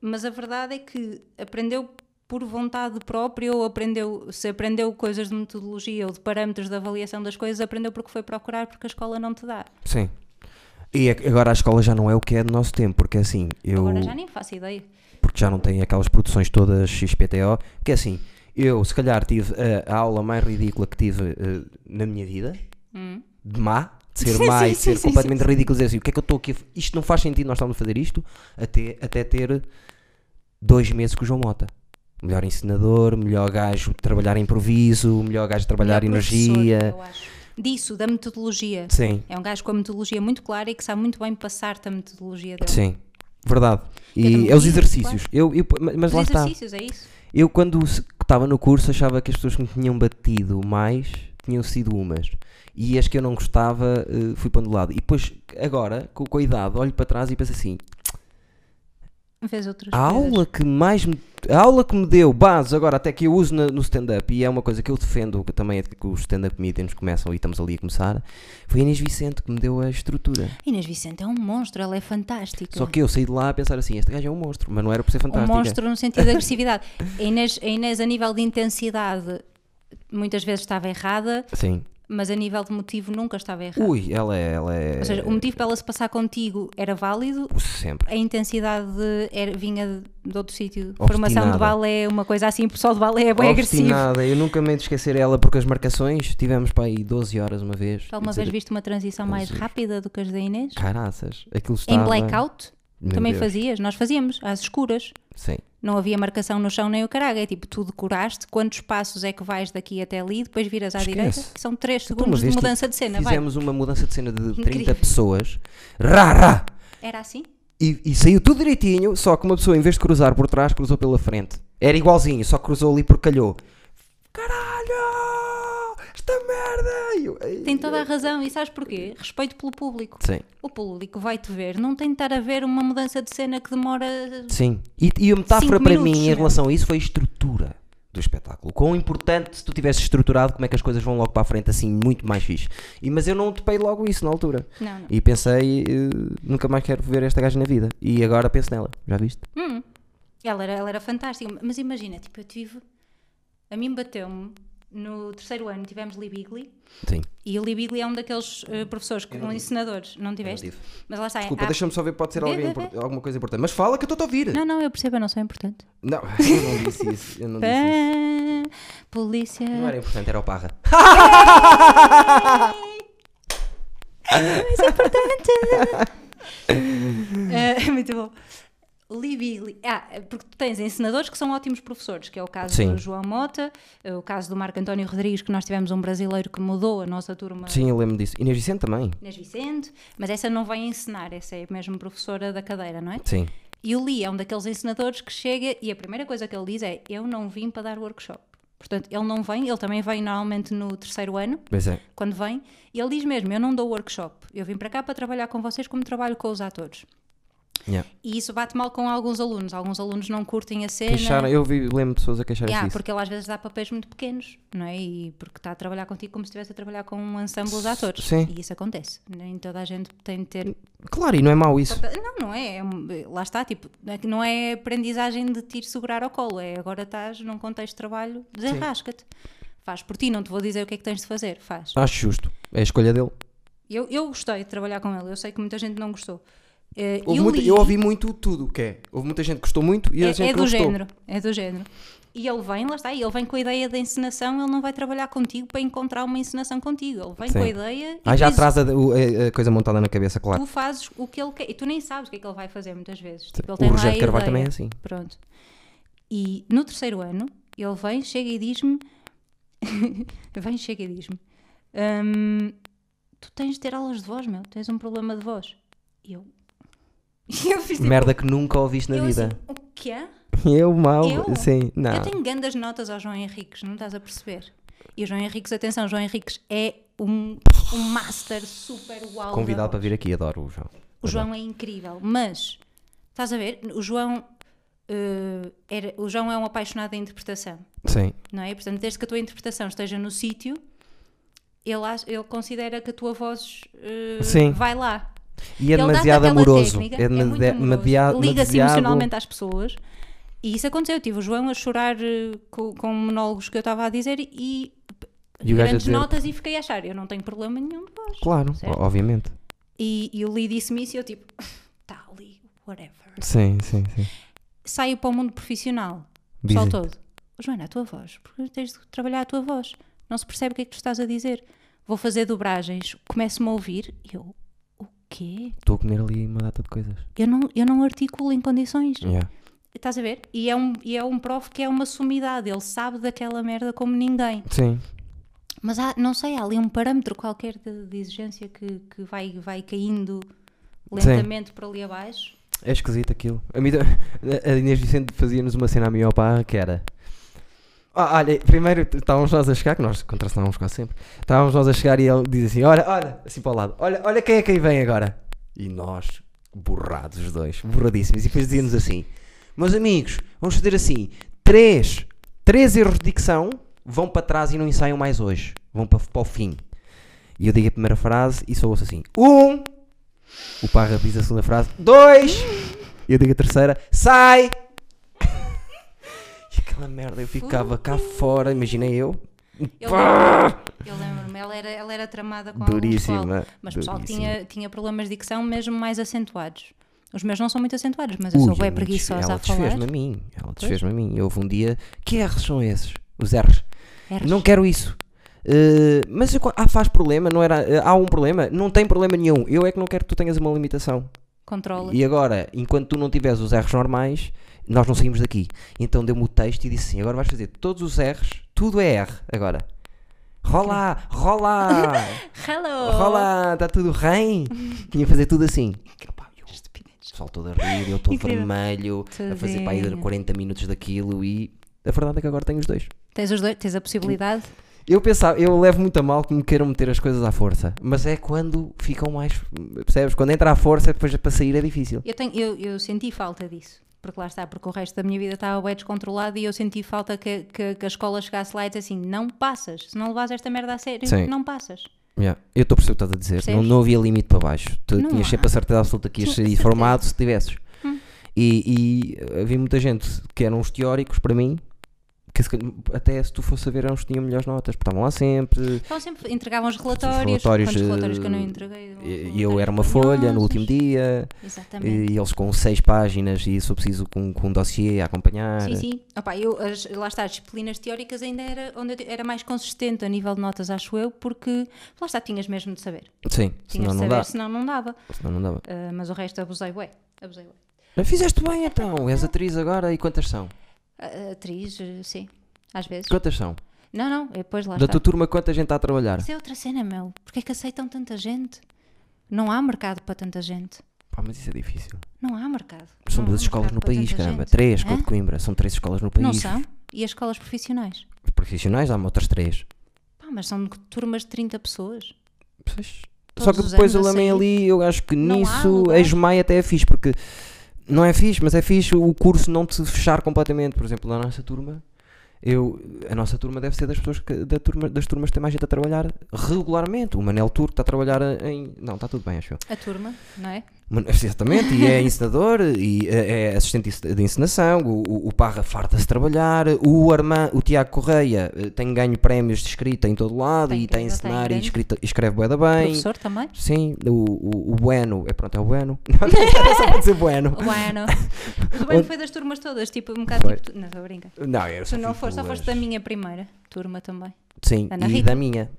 mas a verdade é que aprendeu por vontade própria ou aprendeu, se aprendeu coisas de metodologia ou de parâmetros de avaliação das coisas, aprendeu porque foi procurar porque a escola não te dá. sim. E é que agora a escola já não é o que é do nosso tempo, porque assim, eu. Agora já nem faço ideia. porque já não tem aquelas produções todas XPTO, porque assim, eu se calhar tive eh, a, aula mais ridícula que tive eh, na minha vida, de má, de ser Hum. Sim, má sim, e de ser sim, sim, completamente ridículo, dizer assim, o que é que eu estou aqui, a f- isto não faz sentido, nós estamos a fazer isto, até, até ter dois meses com o João Mota. Melhor ensinador, melhor gajo de trabalhar improviso, melhor gajo de trabalhar Melhor é professor, energia. eu acho. Disso, da metodologia. Sim, É um gajo com a metodologia muito clara e que sabe muito bem passar-te a metodologia dele. sim, verdade. E também é os fiz, exercícios. Eu, eu- mas Os lá está. exercícios, é isso. Eu, quando estava no curso, achava que as pessoas que me tinham batido mais tinham sido umas. E as que eu não gostava, eh, fui pondo de lado. E depois, agora, co- com, a idade, olho para trás e penso assim: Fez outras a coisas. aula que mais me. A aula que me deu base agora, até que eu uso na- no stand-up, e é uma coisa que eu defendo, que também é que os stand-up comedians começam e estamos ali a começar, foi a Inês Vicente que me deu a estrutura. Inês Vicente é um monstro, ela é fantástica. Só que eu saí de lá a pensar assim: este gajo é um monstro, mas não era por ser um fantástico. monstro no sentido de agressividade. A Inês, a Inês, a nível de intensidade, muitas vezes estava errada, Sim. mas a nível de motivo nunca estava errada. Ui, ela é. Ela é Ah. Ou seja, um o motivo para ela se passar contigo era válido, sempre. a intensidade era, vinha de- de outro sítio. Formação de Obstinada. balé, uma coisa assim, o pessoal de balé é bem agressivo. Obstinada, eu nunca me hei de esquecer ela porque as marcações tivemos para aí 12 horas uma vez. Alguma Quer vez dizer, viste uma transição mais rápida do que as da Inês? Caraças, aquilo estava. Em blackout? Meu também Deus. fazias? Nós fazíamos, às escuras. Sim, Não havia marcação no chão nem o caralho. É tipo, tu decoraste quantos passos é que vais daqui até ali, depois viras à Esquece. direita. São 3 Então, uma segundos de vez tu- mudança de cena, vai. fizemos uma mudança de cena de 30 Incrível. pessoas. Rá, rá! Era assim? E, e saiu tudo direitinho, só que uma pessoa, em vez de cruzar por trás, cruzou pela frente. Era igualzinho, só cruzou ali porque calhou. Caralho! Esta merda! E eu- Tem toda a razão. E sabes porquê? Respeito pelo público. Sim. O público vai-te ver. Não tem de estar a ver uma mudança de cena que demora. Sim. E, e a metáfora Cinco para minutos, mim em não é? relação a isso foi a estrutura do espetáculo. Quão importante se tu tivesse estruturado como é que as coisas vão logo para a frente, assim, muito mais fixe. E, mas eu não topei logo isso na altura. Não, não. E pensei, eh, nunca mais quero ver esta gaja na vida. E agora penso nela, já viste? Ela era, ela era fantástica. Mas imagina, tipo, eu tive. A mim bateu-me. No terceiro ano tivemos Libigli. Sim. E o Libigli é um daqueles eh, professores, que, um ensinadores. Não tiveste? tive. Mas lá está. Desculpa, há- deixa-me só ver, pode ser Vê, alguém vê, impor- alguma coisa importante. Mas fala que eu estou a ouvir. Não, não, eu percebo, eu não sou importante. Não, eu não disse isso. Eu não disse isso. Pá, polícia. Não era importante, era o Parra. Ah, muito bom. Libi, li- ah, porque tu tens ensinadores que são ótimos professores, que é o caso Sim. do João Mota, é o caso do Marco António Rodrigues, que nós tivemos um brasileiro que mudou a nossa turma, Sim, eu lembro disso. Inês Vicente também. Inês Vicente, mas essa não vai ensinar, essa é mesmo professora da cadeira, não é? Sim. E o Li é um daqueles ensinadores que chega e a primeira coisa que ele diz é: Eu não vim para dar workshop. Portanto, ele não vem, ele também vem normalmente no terceiro ano, Pois é. quando vem, e ele diz mesmo: Eu não dou workshop, eu vim para cá para trabalhar com vocês como trabalho com os atores. Yeah. E isso bate mal com alguns alunos. Alguns alunos não curtem a cena. Queixaram, eu vi, lembro pessoas a queixarem-se Yeah, disso. porque ele às vezes dá papéis muito pequenos, não é? E porque está a trabalhar contigo como se estivesse a trabalhar com um ensemble de atores. Sim. E isso acontece. Nem toda a gente tem de ter. Claro, e não é mau isso. Não, não é. é um- Lá está, tipo, é que não é aprendizagem de te ir segurar ao colo. É agora estás num contexto de trabalho, desenrasca-te. Faz por ti, não te vou dizer o que é que tens de fazer. Faz. Acho justo. É a escolha dele. Eu, eu gostei de trabalhar com ele. Eu sei que muita gente não gostou. Eh, Houve eu muita- li- eu ouvi muito tudo o que é. Houve muita gente que gostou muito e a é, gente é que não do gostou. género, é do género. E ele vem, lá está, e ele vem com a ideia da encenação, ele não vai trabalhar contigo para encontrar uma encenação contigo. Ele vem Sim. com a ideia e Ah, já diz, traz a, o- a- a coisa montada na cabeça, claro. tu fazes o que ele quer. E tu nem sabes o que é que ele vai fazer muitas vezes. Tipo, ele O tem lá Rogério a Carvalho ideia. também é assim. Pronto. E no terceiro ano, ele vem, chega e diz-me: vem, chega e diz-me: "Hum, Tu tens de ter aulas de voz, meu, tens um problema de voz. E eu. E eu fiz tipo, Merda que nunca ouviste na eu assim, Hum, vida. Ah. o que é? Eu mal. Eu? Sim, não. Eu tenho grandes notas ao João Henriques, não estás a perceber? E o João Henriques, atenção, o João Henriques é um, um master super uau. da Convidado para voz. vir aqui, adoro o João. O João é incrível, mas estás a ver? O João, eh, era, o João é um apaixonado da interpretação, Sim. não é? Portanto, desde que a tua interpretação esteja no sítio, ele, acha- ele considera que a tua voz eh, Sim. vai lá. E é Ele dá-te demasiado aquela amoroso. técnica, É, demasiado- muito amoroso. demasiado- Liga-se demasiado- emocionalmente às pessoas. E isso aconteceu. Eu tive o João a chorar eh, co- com, monólogos que eu estava a dizer e, E o gajo a grandes dizer- notas e fiquei a achar, eu não tenho problema nenhum de voz. Claro, Certo? obviamente. E, e o Lee disse-me isso e eu tipo, tá ali, whatever. Sim, sim, sim. Saio para o mundo profissional, o pessoal Dizem. todo. Joana, a tua voz, porque tens de trabalhar a tua voz. Não se percebe o que é que tu estás a dizer. Vou fazer dobragens, começo-me a ouvir e eu, o quê? Estou a comer ali uma data de coisas. Eu não, eu não articulo em condições. Yeah. Estás a ver? E é, um, e é um prof que é uma sumidade, ele sabe daquela merda como ninguém. Sim. Mas há, não sei, há ali um parâmetro qualquer de, de exigência que, que vai, vai caindo lentamente por ali abaixo. É esquisito aquilo. A, mim, a a Inês Vicente fazia-nos uma cena à minha opa que era. Ah, olha, primeiro estávamos nós a chegar, que nós contracionávamos quase sempre. Estávamos nós a chegar e ele diz assim: Olha, olha, assim para o lado, olha, olha quem é que aí vem agora. E nós, borrados os dois, borradíssimos. E depois dizia-nos assim: Meus amigos, vamos fazer assim: três, três erros de dicção vão para trás e não ensaiam mais hoje, vão para, para o fim. E eu digo a primeira frase e só ouço assim: Um. O Parra diz a segunda frase: Dois. Eu digo a terceira, sai! E aquela merda, eu ficava cá fora, imaginei eu. Eu lembro- eu lembro-me, ela era, ela era tramada com algum Duríssima, pessoal, Mas o pessoal duríssima. tinha, tinha problemas de dicção mesmo mais acentuados. Os meus não são muito acentuados, mas eu sou bem preguiçosa é ela a falar. desfez-me a mim, ela desfez-me a mim. Houve um dia, que R's são esses? Os R's. Erras. Não quero isso. Eh, mas eu co- ah, faz problema, não era? eh, há um problema? Não tem problema nenhum. Eu é que não quero que tu tenhas uma limitação. Controla. E agora, enquanto tu não tiveres os R's normais, nós não saímos daqui. Então deu-me o texto e disse assim: agora vais fazer todos os R's, tudo é R agora. Rola, rola, Hello! rola, está tá tudo bem? Tinha que fazer tudo assim. Opa, eu- Estupidez. O pessoal todo a rir, eu todo Incrível. vermelho, a fazer para aí Tadinho. 40 minutos daquilo e a verdade é que agora tenho os dois. Tens, os dois, tens a possibilidade? Eu pensava, eu levo muito a mal que me queiram meter as coisas à força, mas é quando ficam mais, percebes? Quando entra à força, depois para sair é difícil. Eu, tenho, eu, eu senti falta disso. Porque lá está, porque o resto da minha vida estava bem descontrolado e eu senti falta que, que, que a escola chegasse lá e dissesse assim: não passas, se não levas esta merda a sério, Sim. não passas. Yeah, Eu estou a perceber o que estás a dizer. Não, Percebes? não havia limite para baixo. Tu Não tinhas há. Hum. sempre a certeza absoluta que ias Tinha ser certeza. informado se tivesses. E, e havia muita gente que eram os teóricos para mim. Que se calhar- até se tu fosse a ver, eram os que tinham melhores notas, porque estavam lá sempre. Então sempre entregavam os relatórios, relatórios, quantos relatórios que eu não eh, entreguei. E eu era uma folha no último dia, Exatamente. e eles com seis páginas, e isso eu preciso com, com um dossiê a acompanhar. Sim, sim. Opa, eu, as- lá está, as disciplinas teóricas ainda era onde eu te- era mais consistente a nível de notas, acho eu, porque lá está, tinhas mesmo de saber. Sim, Tinhas senão de não saber, dá. senão não dava. Senão não dava. Ah, mas o resto abusei, ué. Abusei, ué. Fizeste bem então, és atriz agora, e quantas são? A- a Atriz, eh, sim. Às vezes. Quantas são? Não, não, é depois lá Da está. tua turma, quanta gente está a trabalhar? Isso é outra cena, meu. Porquê é que aceitam tanta gente? Não há mercado para tanta gente. Pá, mas isso é difícil. Não há mercado. São Não duas há escolas mercado no para país, tanta caramba. gente. Três, é com a Hã? de Coimbra. São três escolas no país. Não são? E as escolas profissionais? Profissionais dá-me outras três. Pá, mas são de turmas de 30 pessoas. Pois. Todos Só que os depois eu anos a lamei sair. ali, eu acho que Não há nisso lugar. a ESMAI até é fixe, porque não é fixe, mas é fixe o curso não te fechar completamente. Por exemplo, na nossa turma, eu, a nossa turma deve ser das pessoas que, da turma, das turmas que tem mais gente a trabalhar regularmente. O Manel Turco está a trabalhar em. Não, está tudo bem, acho eu. A turma, não é? Mano, Exatamente, e é encenador, e é é assistente de encenação, o, o- o Parra farta-se de trabalhar, o Armand, o Tiago Correia eh, tem ganho prémios de escrita em todo lado Tem e está a ganho, tem encenar e grande. escrita- e escreve bué da bem. Professor também? Sim, o, o, o Bueno, é pronto, é o Bueno. Não, era só para dizer Bueno. Bueno. Mas o Bueno foi das turmas todas, tipo, um bocado Foi. tipo. tu- Não, estou a brincar. Não, era Tu só não fiz foste, só duas. foste da minha primeira turma também. Sim, Ana e Rita. da minha.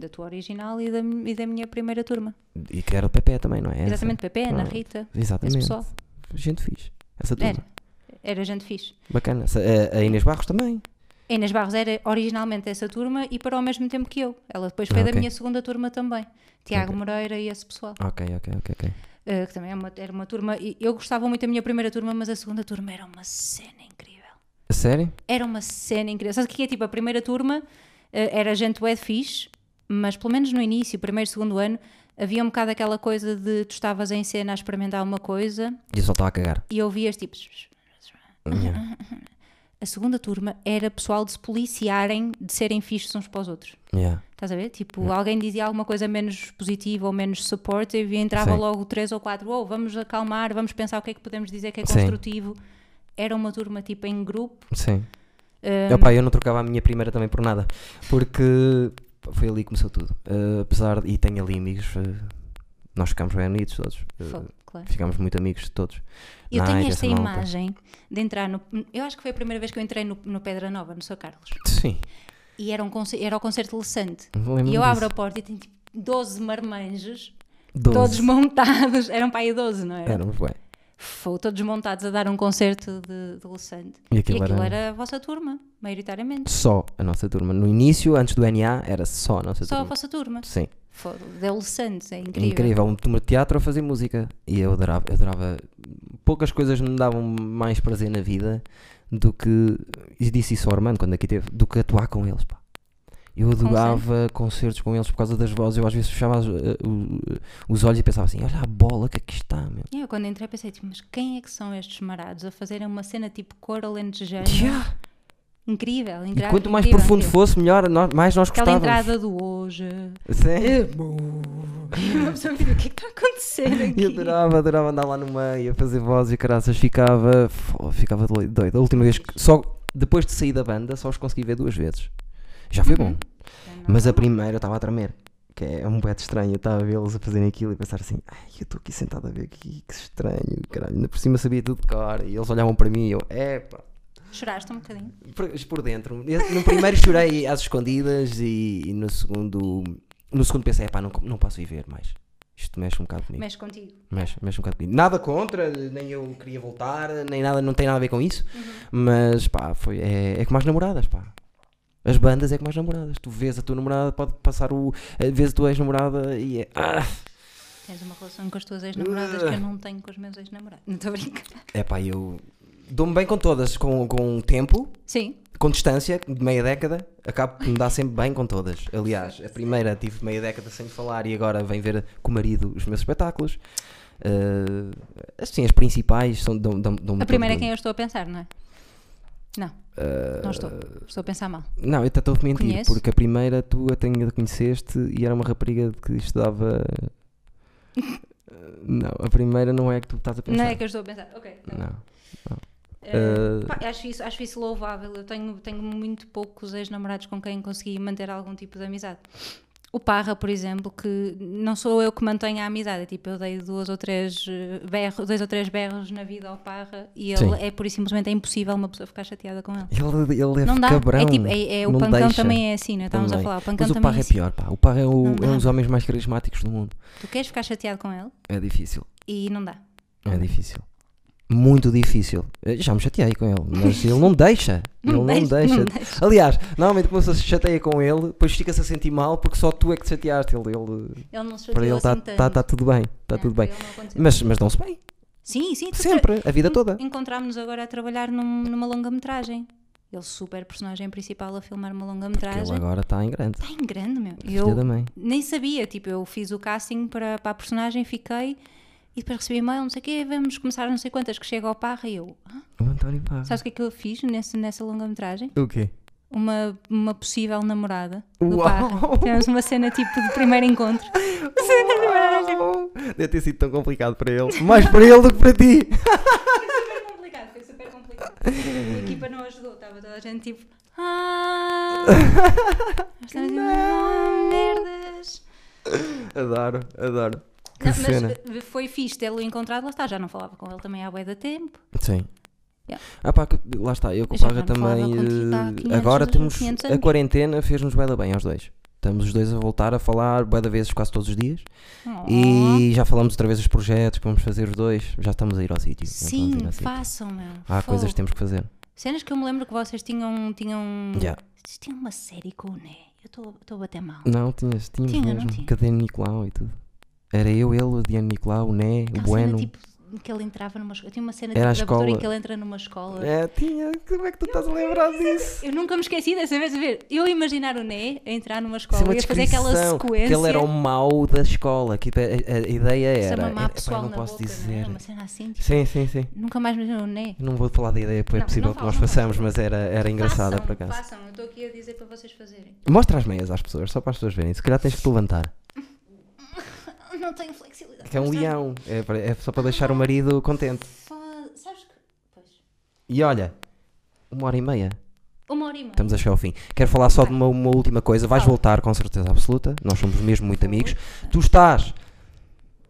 Da tua original e da, e da minha primeira turma. E que era o Pepe também, não é? Essa. Exatamente, Pepe, Ana, Pronto. Rita, esse Exatamente. pessoal. Gente fixe. Essa turma. Era. Era gente fixe. Bacana. Essa- eh, A, a Inês Barros também. A Inês Barros era originalmente dessa turma e parou ao mesmo tempo que eu. Ela depois foi Ah, da ok. minha segunda turma também. Tiago Moreira e esse pessoal. Ok, ok, ok, ok. Eh, que também é uma- era uma turma. e Eu gostava muito da minha primeira turma, mas a segunda turma era uma cena incrível. A sério? Era uma cena incrível. Sabe o que é tipo? A primeira turma eh, era gente bué de fixe, mas pelo menos no início, primeiro, segundo ano, havia um bocado aquela coisa de tu estavas em cena a experimentar uma coisa E eu só estava a cagar. e ouvias tipo. Uhum. A segunda turma era pessoal de se policiarem, de serem fixos uns para os outros. Yeah. Estás a ver? Tipo, Hum. alguém dizia alguma coisa menos positiva ou menos supportive e entrava Sim. logo três ou quatro, oh, vamos acalmar, vamos pensar o que é que podemos dizer que é Sim. construtivo. Era uma turma tipo em grupo. Sim. eh, Opá, eu não trocava a minha primeira também por nada. Porque foi ali que começou tudo. Eh, apesar de. E tenho ali amigos. eh, nós ficámos bem unidos todos. Eh, fogo, claro. ficámos muito amigos todos. Eu tenho Ai, dessa esta malta. imagem de entrar no. Eu acho que foi a primeira vez que eu entrei no, no Pedra Nova, no São Carlos. Sim. E era, um conce- era o concerto de Lecante. lembro-me E eu abro disso. a porta e tenho tipo 12 marmanjos, Doze. todos montados. Eram para aí 12, não era? Éramos bem. Fogo, todos montados a dar um concerto de, de Lecante. E E aquilo, aquilo era era a vossa turma, maioritariamente. só a nossa turma. No início, antes do NA, era só a nossa Só a turma. vossa turma. Sim, Foda, Deu Santos, é incrível. incrível. Um turma de teatro a fazer música. E eu adorava, eu adorava. Poucas coisas me davam mais prazer na vida do que. E disse isso ao Armando quando aqui teve. Do que atuar com eles, pá. Eu sério? adorava concertos com eles por causa das vozes. Eu às vezes fechava as- eh, o- os olhos e pensava assim: olha a bola que aqui está, meu. E eu quando entrei pensei, tipo, mas quem é que são estes marados a fazerem uma cena tipo Coral and Jane? Yeah. Incrível, E incrível. quanto mais incrível, profundo incrível. fosse, melhor, nós- mais nós Aquela gostávamos. é entrada do hoje. Sim. Uma pessoa fica, o que é que está a acontecer aqui? Eu adorava, adorava andar lá no meio a fazer vozes e caraças, ficava, fo- ficava doi- doido. A última vez que, só depois de sair da banda, só os consegui ver duas vezes. Já foi bom, mas a primeira eu estava a tremer, que é um bocado estranho. Eu estava a vê-los a fazerem aquilo e pensar assim: ai, eu estou aqui sentado a ver aqui, que estranho, caralho. Ainda por cima sabia tudo de cor e eles olhavam para mim e eu, epá. Choraste um bocadinho. Por, por dentro. Eu- No primeiro chorei às escondidas e, e no segundo. No segundo pensei, epá, não, não posso viver mais. Isto mexe um bocado comigo. Mexe contigo. Mexe, mexe um bocado comigo. Nada contra, nem eu queria voltar, nem nada, não tem nada a ver com isso. Uhum. Mas pá, foi, é, é como as namoradas, pá. As bandas é como as namoradas. Tu vês a tua namorada, pode passar o. eh, Vês a tua ex-namorada e é. Ah! Tens uma relação com as tuas ex-namoradas que eu não tenho com os meus ex-namorados. Não estou a brincar. É pá, eu. Dou-me bem com todas, com, com o tempo, Sim. com distância, de meia década. Acabo por me dar sempre bem com todas. Aliás, a primeira tive meia década sem falar e agora vem ver com o marido os meus espetáculos. Eh, assim, as principais são. Dão, dão, dão A primeira é quem eu estou a pensar, não é? Não. Eh, Não estou. Ah. Estou a pensar mal. Não, eu estou a mentir, Conheces? porque a primeira tu a tenho- conheceste e era uma rapariga que estudava. não, a primeira não é a que tu estás a pensar. Não é que eu estou a pensar. Ok. tá bem. Não. Eh, pá, acho, isso, acho isso louvável. Eu tenho, tenho muito poucos ex-namorados com quem consegui manter algum tipo de amizade. O Parra, por exemplo, que não sou eu que mantenho a amizade, é tipo, eu dei duas ou três eh, berros, dois ou três berros na vida ao Parra e ele Sim. é por isso simplesmente é impossível uma pessoa ficar chateada com ele. Ele, ele é não dá. cabrão. é tipo, é, é- o não pancão deixa. também é assim, não é? Estávamos a Também. falar, o pancão Mas o também Parra é é assim. pior, pá. O Parra é, o- Não dá. é um dos homens mais carismáticos do mundo. Tu queres ficar chateado com ele É difícil. e não dá. É difícil. Muito difícil. Eu já me chateei com ele, mas ele não deixa. Não ele deixa, não não deixa. Aliás, normalmente quando a pessoa se chateia com ele, depois fica-se a sentir mal porque só tu é que te chateaste. Ele, ele- Ele não se chateou para ele está assim tanto. tá, tá tudo bem, está Não, tudo para bem. É. ele não aconteceu. Mas, mas dão-se bem, Sim, sim, tu tra- sempre, a vida toda. Encontrámos-nos agora a trabalhar num- numa longa-metragem. Ele super personagem principal a filmar uma Ele longa-metragem. agora está em grande. Está em grande, meu. é Filha da Eu mãe. nem sabia, tipo, eu fiz o casting para, para a personagem, fiquei e depois recebi e-mail, não sei o quê, vamos começar não sei quantas que chega ao Parra e eu. "Hã? O António Parra. Sabes o que é que eu fiz nesse, nessa longa-metragem? O quê? Uma, uma possível namorada do Uau! Parra. Tivemos uma cena tipo de primeiro encontro. é Uau! Oh, Deve ter sido tão complicado para ele. Mais para ele do que para ti. super complicado, foi super complicado. A equipa não ajudou, estava toda a gente tipo. Ah! Nós estávamos tipo, "Ah, merdas! Adoro, adoro. Que Não, cena. mas eh, foi fixe tê-lo encontrado, lá está, já não falava com ele também há bué da tempo. Sim. Yeah. Ah pá, que- lá está, eu com o Já Parra não falava também. contigo tá há eh, 500 agora anos, temos. 500 A anos. quarentena fez-nos bué da bem aos dois. Estamos os dois a voltar a falar bué da vezes quase todos os dias. Oh. E então, já falamos outra vez dos projetos que vamos fazer os dois. Já estamos a ir ao sítio. já estamos a ir Sim, ao sítio. façam, meu. Há Fogo. coisas que temos que fazer. Cenas que eu me lembro que vocês tinham. tinham... Yeah. Vocês tinham uma série com o Né. Eu estou a bater mal. Não, tinhas, tínhamos Tinha, não mesmo. tinha? Cadê Nicolau e tudo? Era eu, ele, o Diana Nicolau, o Né, o Aquela Bueno. cena tipo que ele entrava numa escola. Eu tinha uma cena tipo, Era da a abertura em escola. que ele entra numa escola. É, tinha. Como é que tu estás a lembrar disso? Eu nunca me esqueci dessa vez de ver. Eu imaginar o Né a entrar numa Isso é escola uma e a fazer aquela descrição, sequência. Que ele era um o mau da escola. Que a, a- a ideia Isso é era. uma Epá, má eu pessoal não na posso boca, dizer. não é? Uma cena assim. Tipo, Sim, sim, sim. nunca mais me imaginei o Né. Não vou falar da ideia, porque é Não, possível não que nós falo, não façamos, mas era, era engraçada façam, por acaso. Façam, eu estou aqui a dizer para vocês fazerem. Mostra as meias às pessoas, só para as pessoas verem. Se calhar tens que te levantar. Não tenho flexibilidade. Que é um Mostrar- leão. É, para- é só para deixar o marido contente. Fa- Sabes que. Pois. E olha, uma hora e meia. Uma hora e meia. Estamos a chegar ao fim. Quero falar só de uma, uma última coisa. Vais Fala. voltar, com certeza absoluta. Nós somos mesmo muito Vou. amigos. Tu estás.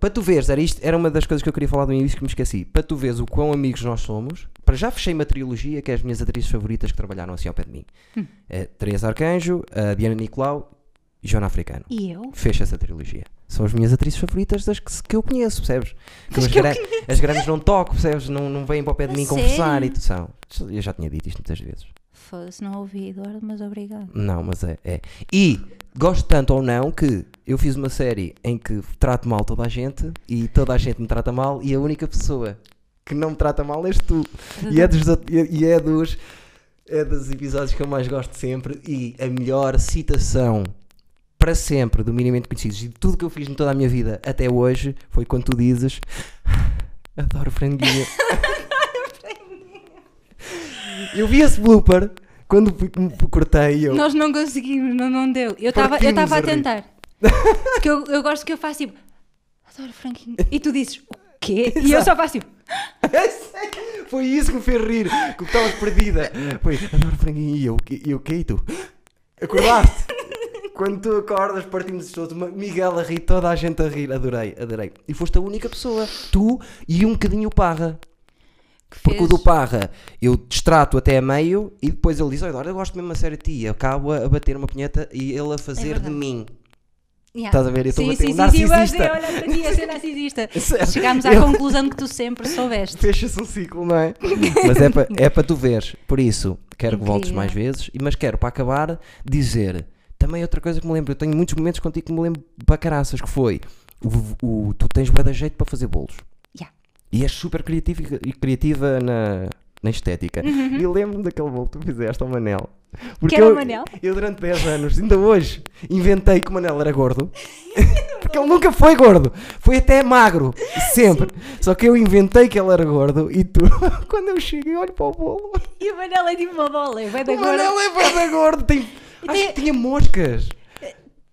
Para tu veres, era, isto, era uma das coisas que eu queria falar do início que me esqueci. Para tu veres o quão amigos nós somos, para já fechei uma trilogia que é as minhas atrizes favoritas que trabalharam assim ao pé de mim: Hum. É Teresa Arcanjo, a Diana Nicolau e Joana Africano. E eu? Fecha essa trilogia. São as minhas atrizes favoritas das que, se- que eu conheço, percebes? Que Das as, que eu gran- as grandes não toco, percebes? Não, não vêm para o pé de A mim conversar sério? e tu são. Eu já tinha dito isto muitas vezes. Foda-se, não ouvi, Eduardo, mas obrigado. Não, mas é, é. E gosto tanto ou não que eu fiz uma série em que trato mal toda a gente e toda a gente me trata mal e a única pessoa que não me trata mal és tu. E é dos, outro- e e é dos, é dos episódios que eu mais gosto sempre e a melhor citação para sempre do Minimamente Conhecidos e de tudo que eu fiz em toda a minha vida até hoje foi quando tu dizes "Ah, adoro franguinha. eu vi esse blooper quando me cortei e eu... Nós não conseguimos, não, não deu. Eu estava eu Partimos estava a a rir. tentar. que eu, eu gosto que eu faço tipo. Adoro franquinho. E tu dizes, o quê? E eu só faço tipo. Foi isso que me fez rir, que estavas perdida. Foi, adoro franguinho e eu, e eu caí tu. Acordaste? Quando tu acordas, partimos todos. Ma- Miguel a rir, toda a gente a rir. Adorei, adorei. E foste a única pessoa, tu e um bocadinho o Parra. Que Porque o fez. do Parra eu destrato até a meio e depois ele diz: Olha, eu gosto mesmo a sério de ti. E acabo a bater uma punheta e ele a fazer de É verdade. mim. Yeah. Estás a ver? Eu estou a bater sim, sim, um sim, sim, mas narcisista. eu olho para ti, a ser narcisista. Certo. Chegámos à Eu- conclusão que tu sempre soubeste. Fecha-se um ciclo, não é? mas é para é pa tu veres. Por isso, quero que voltes Incrível. mais vezes. e- Mas quero, para acabar, dizer também é outra coisa que me lembro. Eu tenho muitos momentos contigo que me lembro para caraças. Que foi o, o- tu tens bué de jeito para fazer bolos. Yeah. E és super criativa, e criativa na, na estética. E lembro-me daquele bolo que tu fizeste ao Manel. Porque Uhum, era o eu- Manel? Eu, durante 10 anos, ainda hoje, inventei que o Manel era gordo. é Porque ele nunca foi gordo. Foi até magro. Sempre. Só que eu inventei que ele era gordo. E tu, quando eu chego e olho para o bolo, E o Manel é tipo uma bola, vai o Manel agora. é gordo. gordo. Tem, acho que tinha moscas.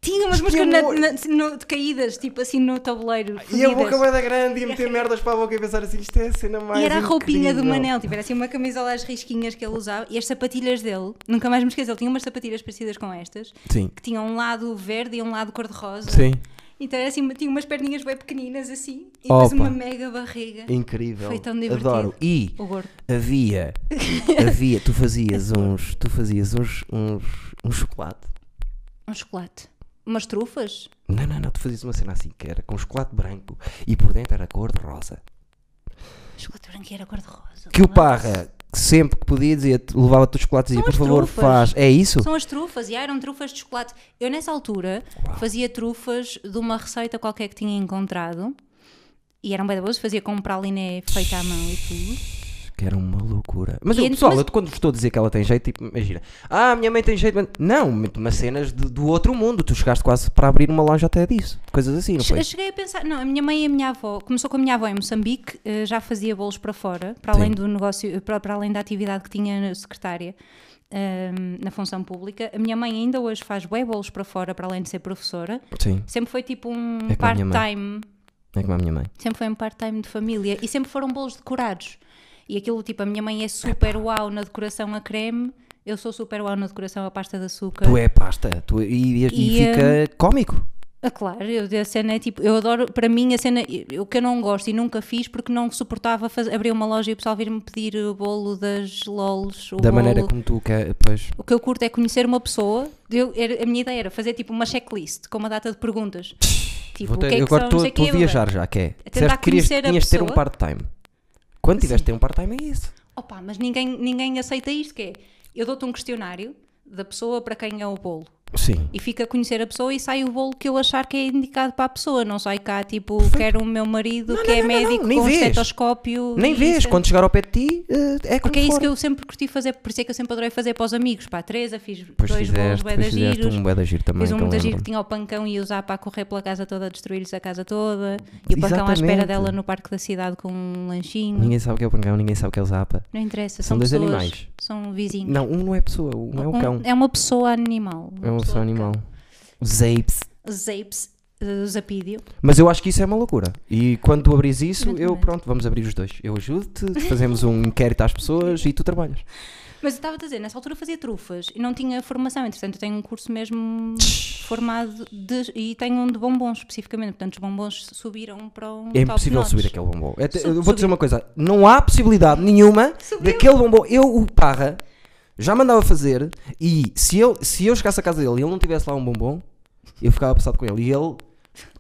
Tinha umas Tinha músicas na, muito. na- no- de caídas, tipo assim no tabuleiro. E a fodidas. boca bem da grande. E a meter merdas para a boca e pensar assim, isto é a cena mais E era a roupinha do incrível. Manel, tipo, era assim uma camisola às risquinhas que ele usava e as sapatilhas dele, nunca mais me esqueço, ele tinha umas sapatilhas parecidas com estas, Sim. que tinham um lado verde e um lado cor-de-rosa. Sim. Então era assim, tinha umas perninhas bem pequeninas assim e Opa. depois uma mega barriga. Incrível. Foi tão divertido. Adoro. E... O gordo. Havia, havia, tu fazias uns, tu fazias uns, uns, um chocolate. Um chocolate. Umas trufas? Não, não, não, tu fazias uma cena assim que era com chocolate branco e por dentro era cor de rosa. Chocolate branco era cor-de-rosa. é Que o lá. Parra, sempre que podia, dizia, levava-te os chocolates e dizia, São por as favor, trufas. faz. É isso? São as trufas, e ah, eram trufas de chocolate. Eu, nessa altura, fazia trufas de uma receita qualquer um que tinha encontrado. E eram bem boas, fazia com praliné feita à mão e tudo. que era uma loucura. Mas E eu, ent- pessoal, mas- eu quando vos estou a dizer que ela tem jeito, tipo, imagina, ah, minha mãe tem jeito, mas... não, muito umas cenas de- do outro mundo, tu chegaste quase para abrir uma loja até disso, coisas assim, não Che- foi? Cheguei a pensar, não, a minha mãe e a minha avó, começou com a minha avó em Moçambique, eh, já fazia bolos para fora, para além do negócio, eh, para, para além da atividade que tinha na secretária ahm, na função pública. A minha mãe ainda hoje faz bué bolos para fora, para além de ser professora. Sim, Sempre foi tipo um É como a minha mãe. part-time, é como a minha mãe. sempre foi um part-time de família e sempre foram bolos decorados. E aquilo tipo, a minha mãe é super uau na decoração a creme, eu sou super uau na decoração a pasta de açúcar. Tu é pasta, tu é- e, e- e E, fica cómico. Ah, Claro, eu, a cena é tipo, eu adoro, para mim a cena, eu- o que eu não gosto e nunca fiz porque não suportava faz- abrir uma loja e o pessoal vir-me pedir o bolo das lols, o Da bolo- maneira como tu quer, pois. O que eu curto é conhecer uma pessoa, eu, era- a minha ideia era fazer tipo uma checklist com uma data de perguntas. Tipo, Vou o ter- que é que agora são, não estou sei o estou quê, a blá, blá. viajar já, que é. tentar Disseste que querias, conhecer a tinhas de ter um pessoa. part-time. Quando tiveste de ter um part-time é isso. Opa, mas ninguém, ninguém aceita isto, que é, eu dou-te um questionário da pessoa para quem é o bolo. Sim. E fica a conhecer a pessoa e sai o bolo que eu achar que é indicado para a pessoa. Não sai cá, tipo, quero o meu marido Não, que não, é não, não, não, médico nem com vês. estetoscópio. Nem e vês, isso. quando chegar ao pé de ti, eh, é como Porque é isso for. que eu sempre curti fazer, por isso é que eu sempre adorei fazer para os amigos. Para a Teresa, fiz Pois dois bolos fizeste, bué depois de fizeste giros. um bué da giro também. Fiz um que eu muito giro que lembro-me. tinha o pancão e usar para correr pela casa toda, a destruir-lhes a casa toda. E o pancão à Exatamente. espera dela no parque da cidade com um lanchinho. Ninguém sabe o que é o pancão, ninguém sabe o que é o zapa. Não interessa, São são, dois pessoas, animais. São vizinhos. Não, um não é pessoa, um é um Hum. Um- cão. é um uma pessoa animal. É um uma pessoa animal. Os apes. Zapes, eh, Zapídio. Mas eu acho que isso é uma loucura. E quando tu abris isso, eu Exatamente. pronto, vamos abrir os dois. Eu ajudo-te, fazemos um inquérito às pessoas e tu trabalhas. Mas eu estava a dizer, nessa altura eu fazia trufas e não tinha formação, entretanto eu tenho um curso mesmo formado de- e tenho um de bombons especificamente, portanto os bombons subiram para um É top impossível notch. subir aquele bombom. É te- Su- eu vou dizer subiu. uma coisa: não há possibilidade nenhuma daquele bombom. Eu, o Parra, já mandava fazer e se eu, se eu chegasse à casa dele e ele não tivesse lá um bombom, eu ficava passado com ele. E ele,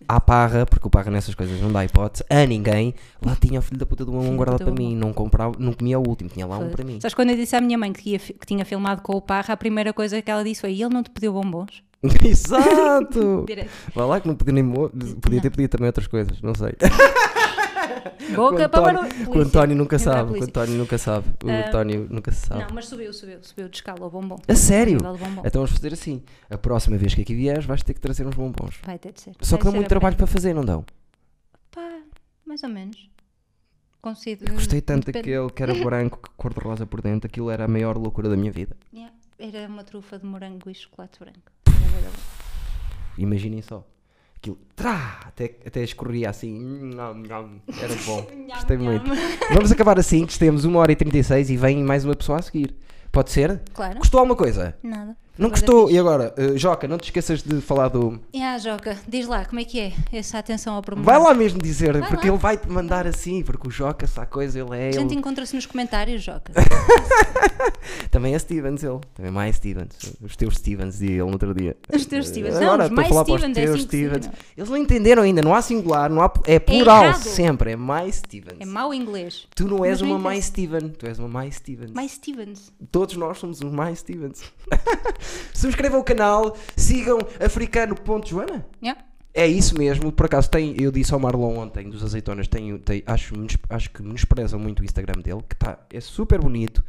à Parra, porque o Parra nessas coisas não dá hipótese, a ninguém, lá tinha o filho da puta do bombom Filho guardado do para bombom. mim. Não comprava, não comia o último, tinha lá um para mim. Sabes quando eu disse à minha mãe que, ia fi- que tinha filmado com o Parra, a primeira coisa que ela disse foi: "E ele não te pediu bombons? Exato! Direto. Vá lá que não podia nem. mo- Podia ter pedido também outras coisas, não sei. O Boca para António- barulho. O António nunca Entra a sabe. O polícia. António nunca sabe. O António nunca sabe. Não, mas subiu, subiu, subiu de escala o bombom. A sério? Nível de bombom. Então vamos fazer assim. A próxima vez que aqui vieres, vais ter que trazer uns bombons. Vai ter de ser. Só que Vai dão ser muito a trabalho para primeira. fazer, não dão? Pá, mais ou menos. Consigo. Gostei tanto Hum, depende. daquele que era branco, que cor-de-rosa por dentro. Aquilo era a maior loucura da minha vida. Yeah, Era uma trufa de morango e chocolate branco. Era bué da bom. Imaginem só. Aquilo, trá, até, até escorria assim. Nham, nham. Era bom. Gostei Nham, nham. muito. Vamos acabar assim, que temos 1 hora e 36 e vem mais uma pessoa a seguir. Pode ser? Claro. Gostou alguma coisa? Nada. Não gostou? E agora, eh, Joca, não te esqueças de falar do. E ah, Joca, diz lá, como é que é essa atenção ao promotor? Vai lá mesmo dizer, porque lá. ele vai te mandar assim, porque o Joca, se há coisa, ele é. A gente Ele... encontra-se nos comentários, Joca. Também é Stevens, ele. Também mais Stevens. Os teus Stevens e ele no outro dia. Eh, Os teus Stevens. Não, Agora os estou a mais falar para os Stevens, é teus assim que se Stevens. chama. Eles não entenderam ainda, não há singular, não há, é plural errado. sempre, é mais Stevens. É mau inglês. Tu não és Mas não uma interessa. mais Steven, tu és uma mais Stevens. Mais Stevens. Todos nós somos um mais Stevens. Subscrevam o canal, sigam africano.joana. Yeah. É isso mesmo, por acaso tem, eu disse ao Marlon ontem dos azeitonas, tem, tem- acho, menos- acho que menosprezam muito o Instagram dele, que tá, é super bonito,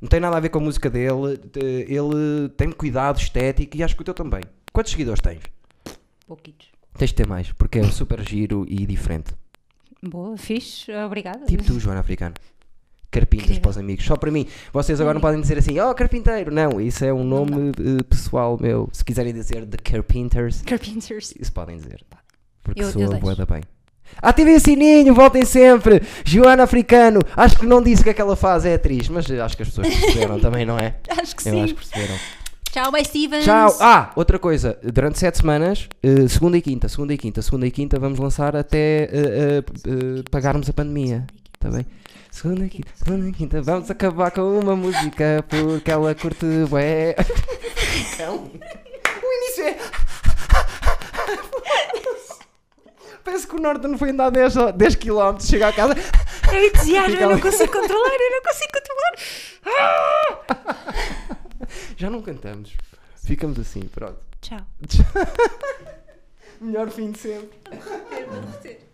não tem nada a ver com a música dele, de- ele tem cuidado estético e acho que o teu também. Quantos seguidores tens? Pouquitos. Tens de ter mais, porque é super giro e diferente. Boa, fixe, obrigada. Tipo tu, Joana Africano. Carpintas Incrível. para os amigos, só para mim. Vocês agora não podem dizer assim, oh carpinteiro, não, isso é um nome eh, pessoal meu. Se quiserem dizer The Carpenters, Carpenters. Isso podem dizer. Porque Eu- eu sou soa deixo. boeda bem. Ativem o sininho, voltem sempre. Joana Africano, acho que não disse que aquela fase é atriz, mas acho que as pessoas perceberam também, não é? Acho que Eu sim. acho que perceberam. Tchau, mais Stevens. Tchau. Ah, outra coisa. Durante sete semanas, eh, segunda e quinta, segunda e quinta, segunda e quinta, vamos lançar até eh, eh, eh, pagarmos a pandemia. Está Tá bem? Segunda e quinta, segunda e quinta, vamos acabar com uma música porque ela curte bué. Cão. O início é. Parece que o Norton foi andar 10, ho- 10 km, chega à casa. Eu entusiasmo, eu não Fica- consigo controlar, eu não consigo controlar. Já não cantamos. Ficamos assim, pronto. Tchau. Melhor fim de sempre. Quero derreter.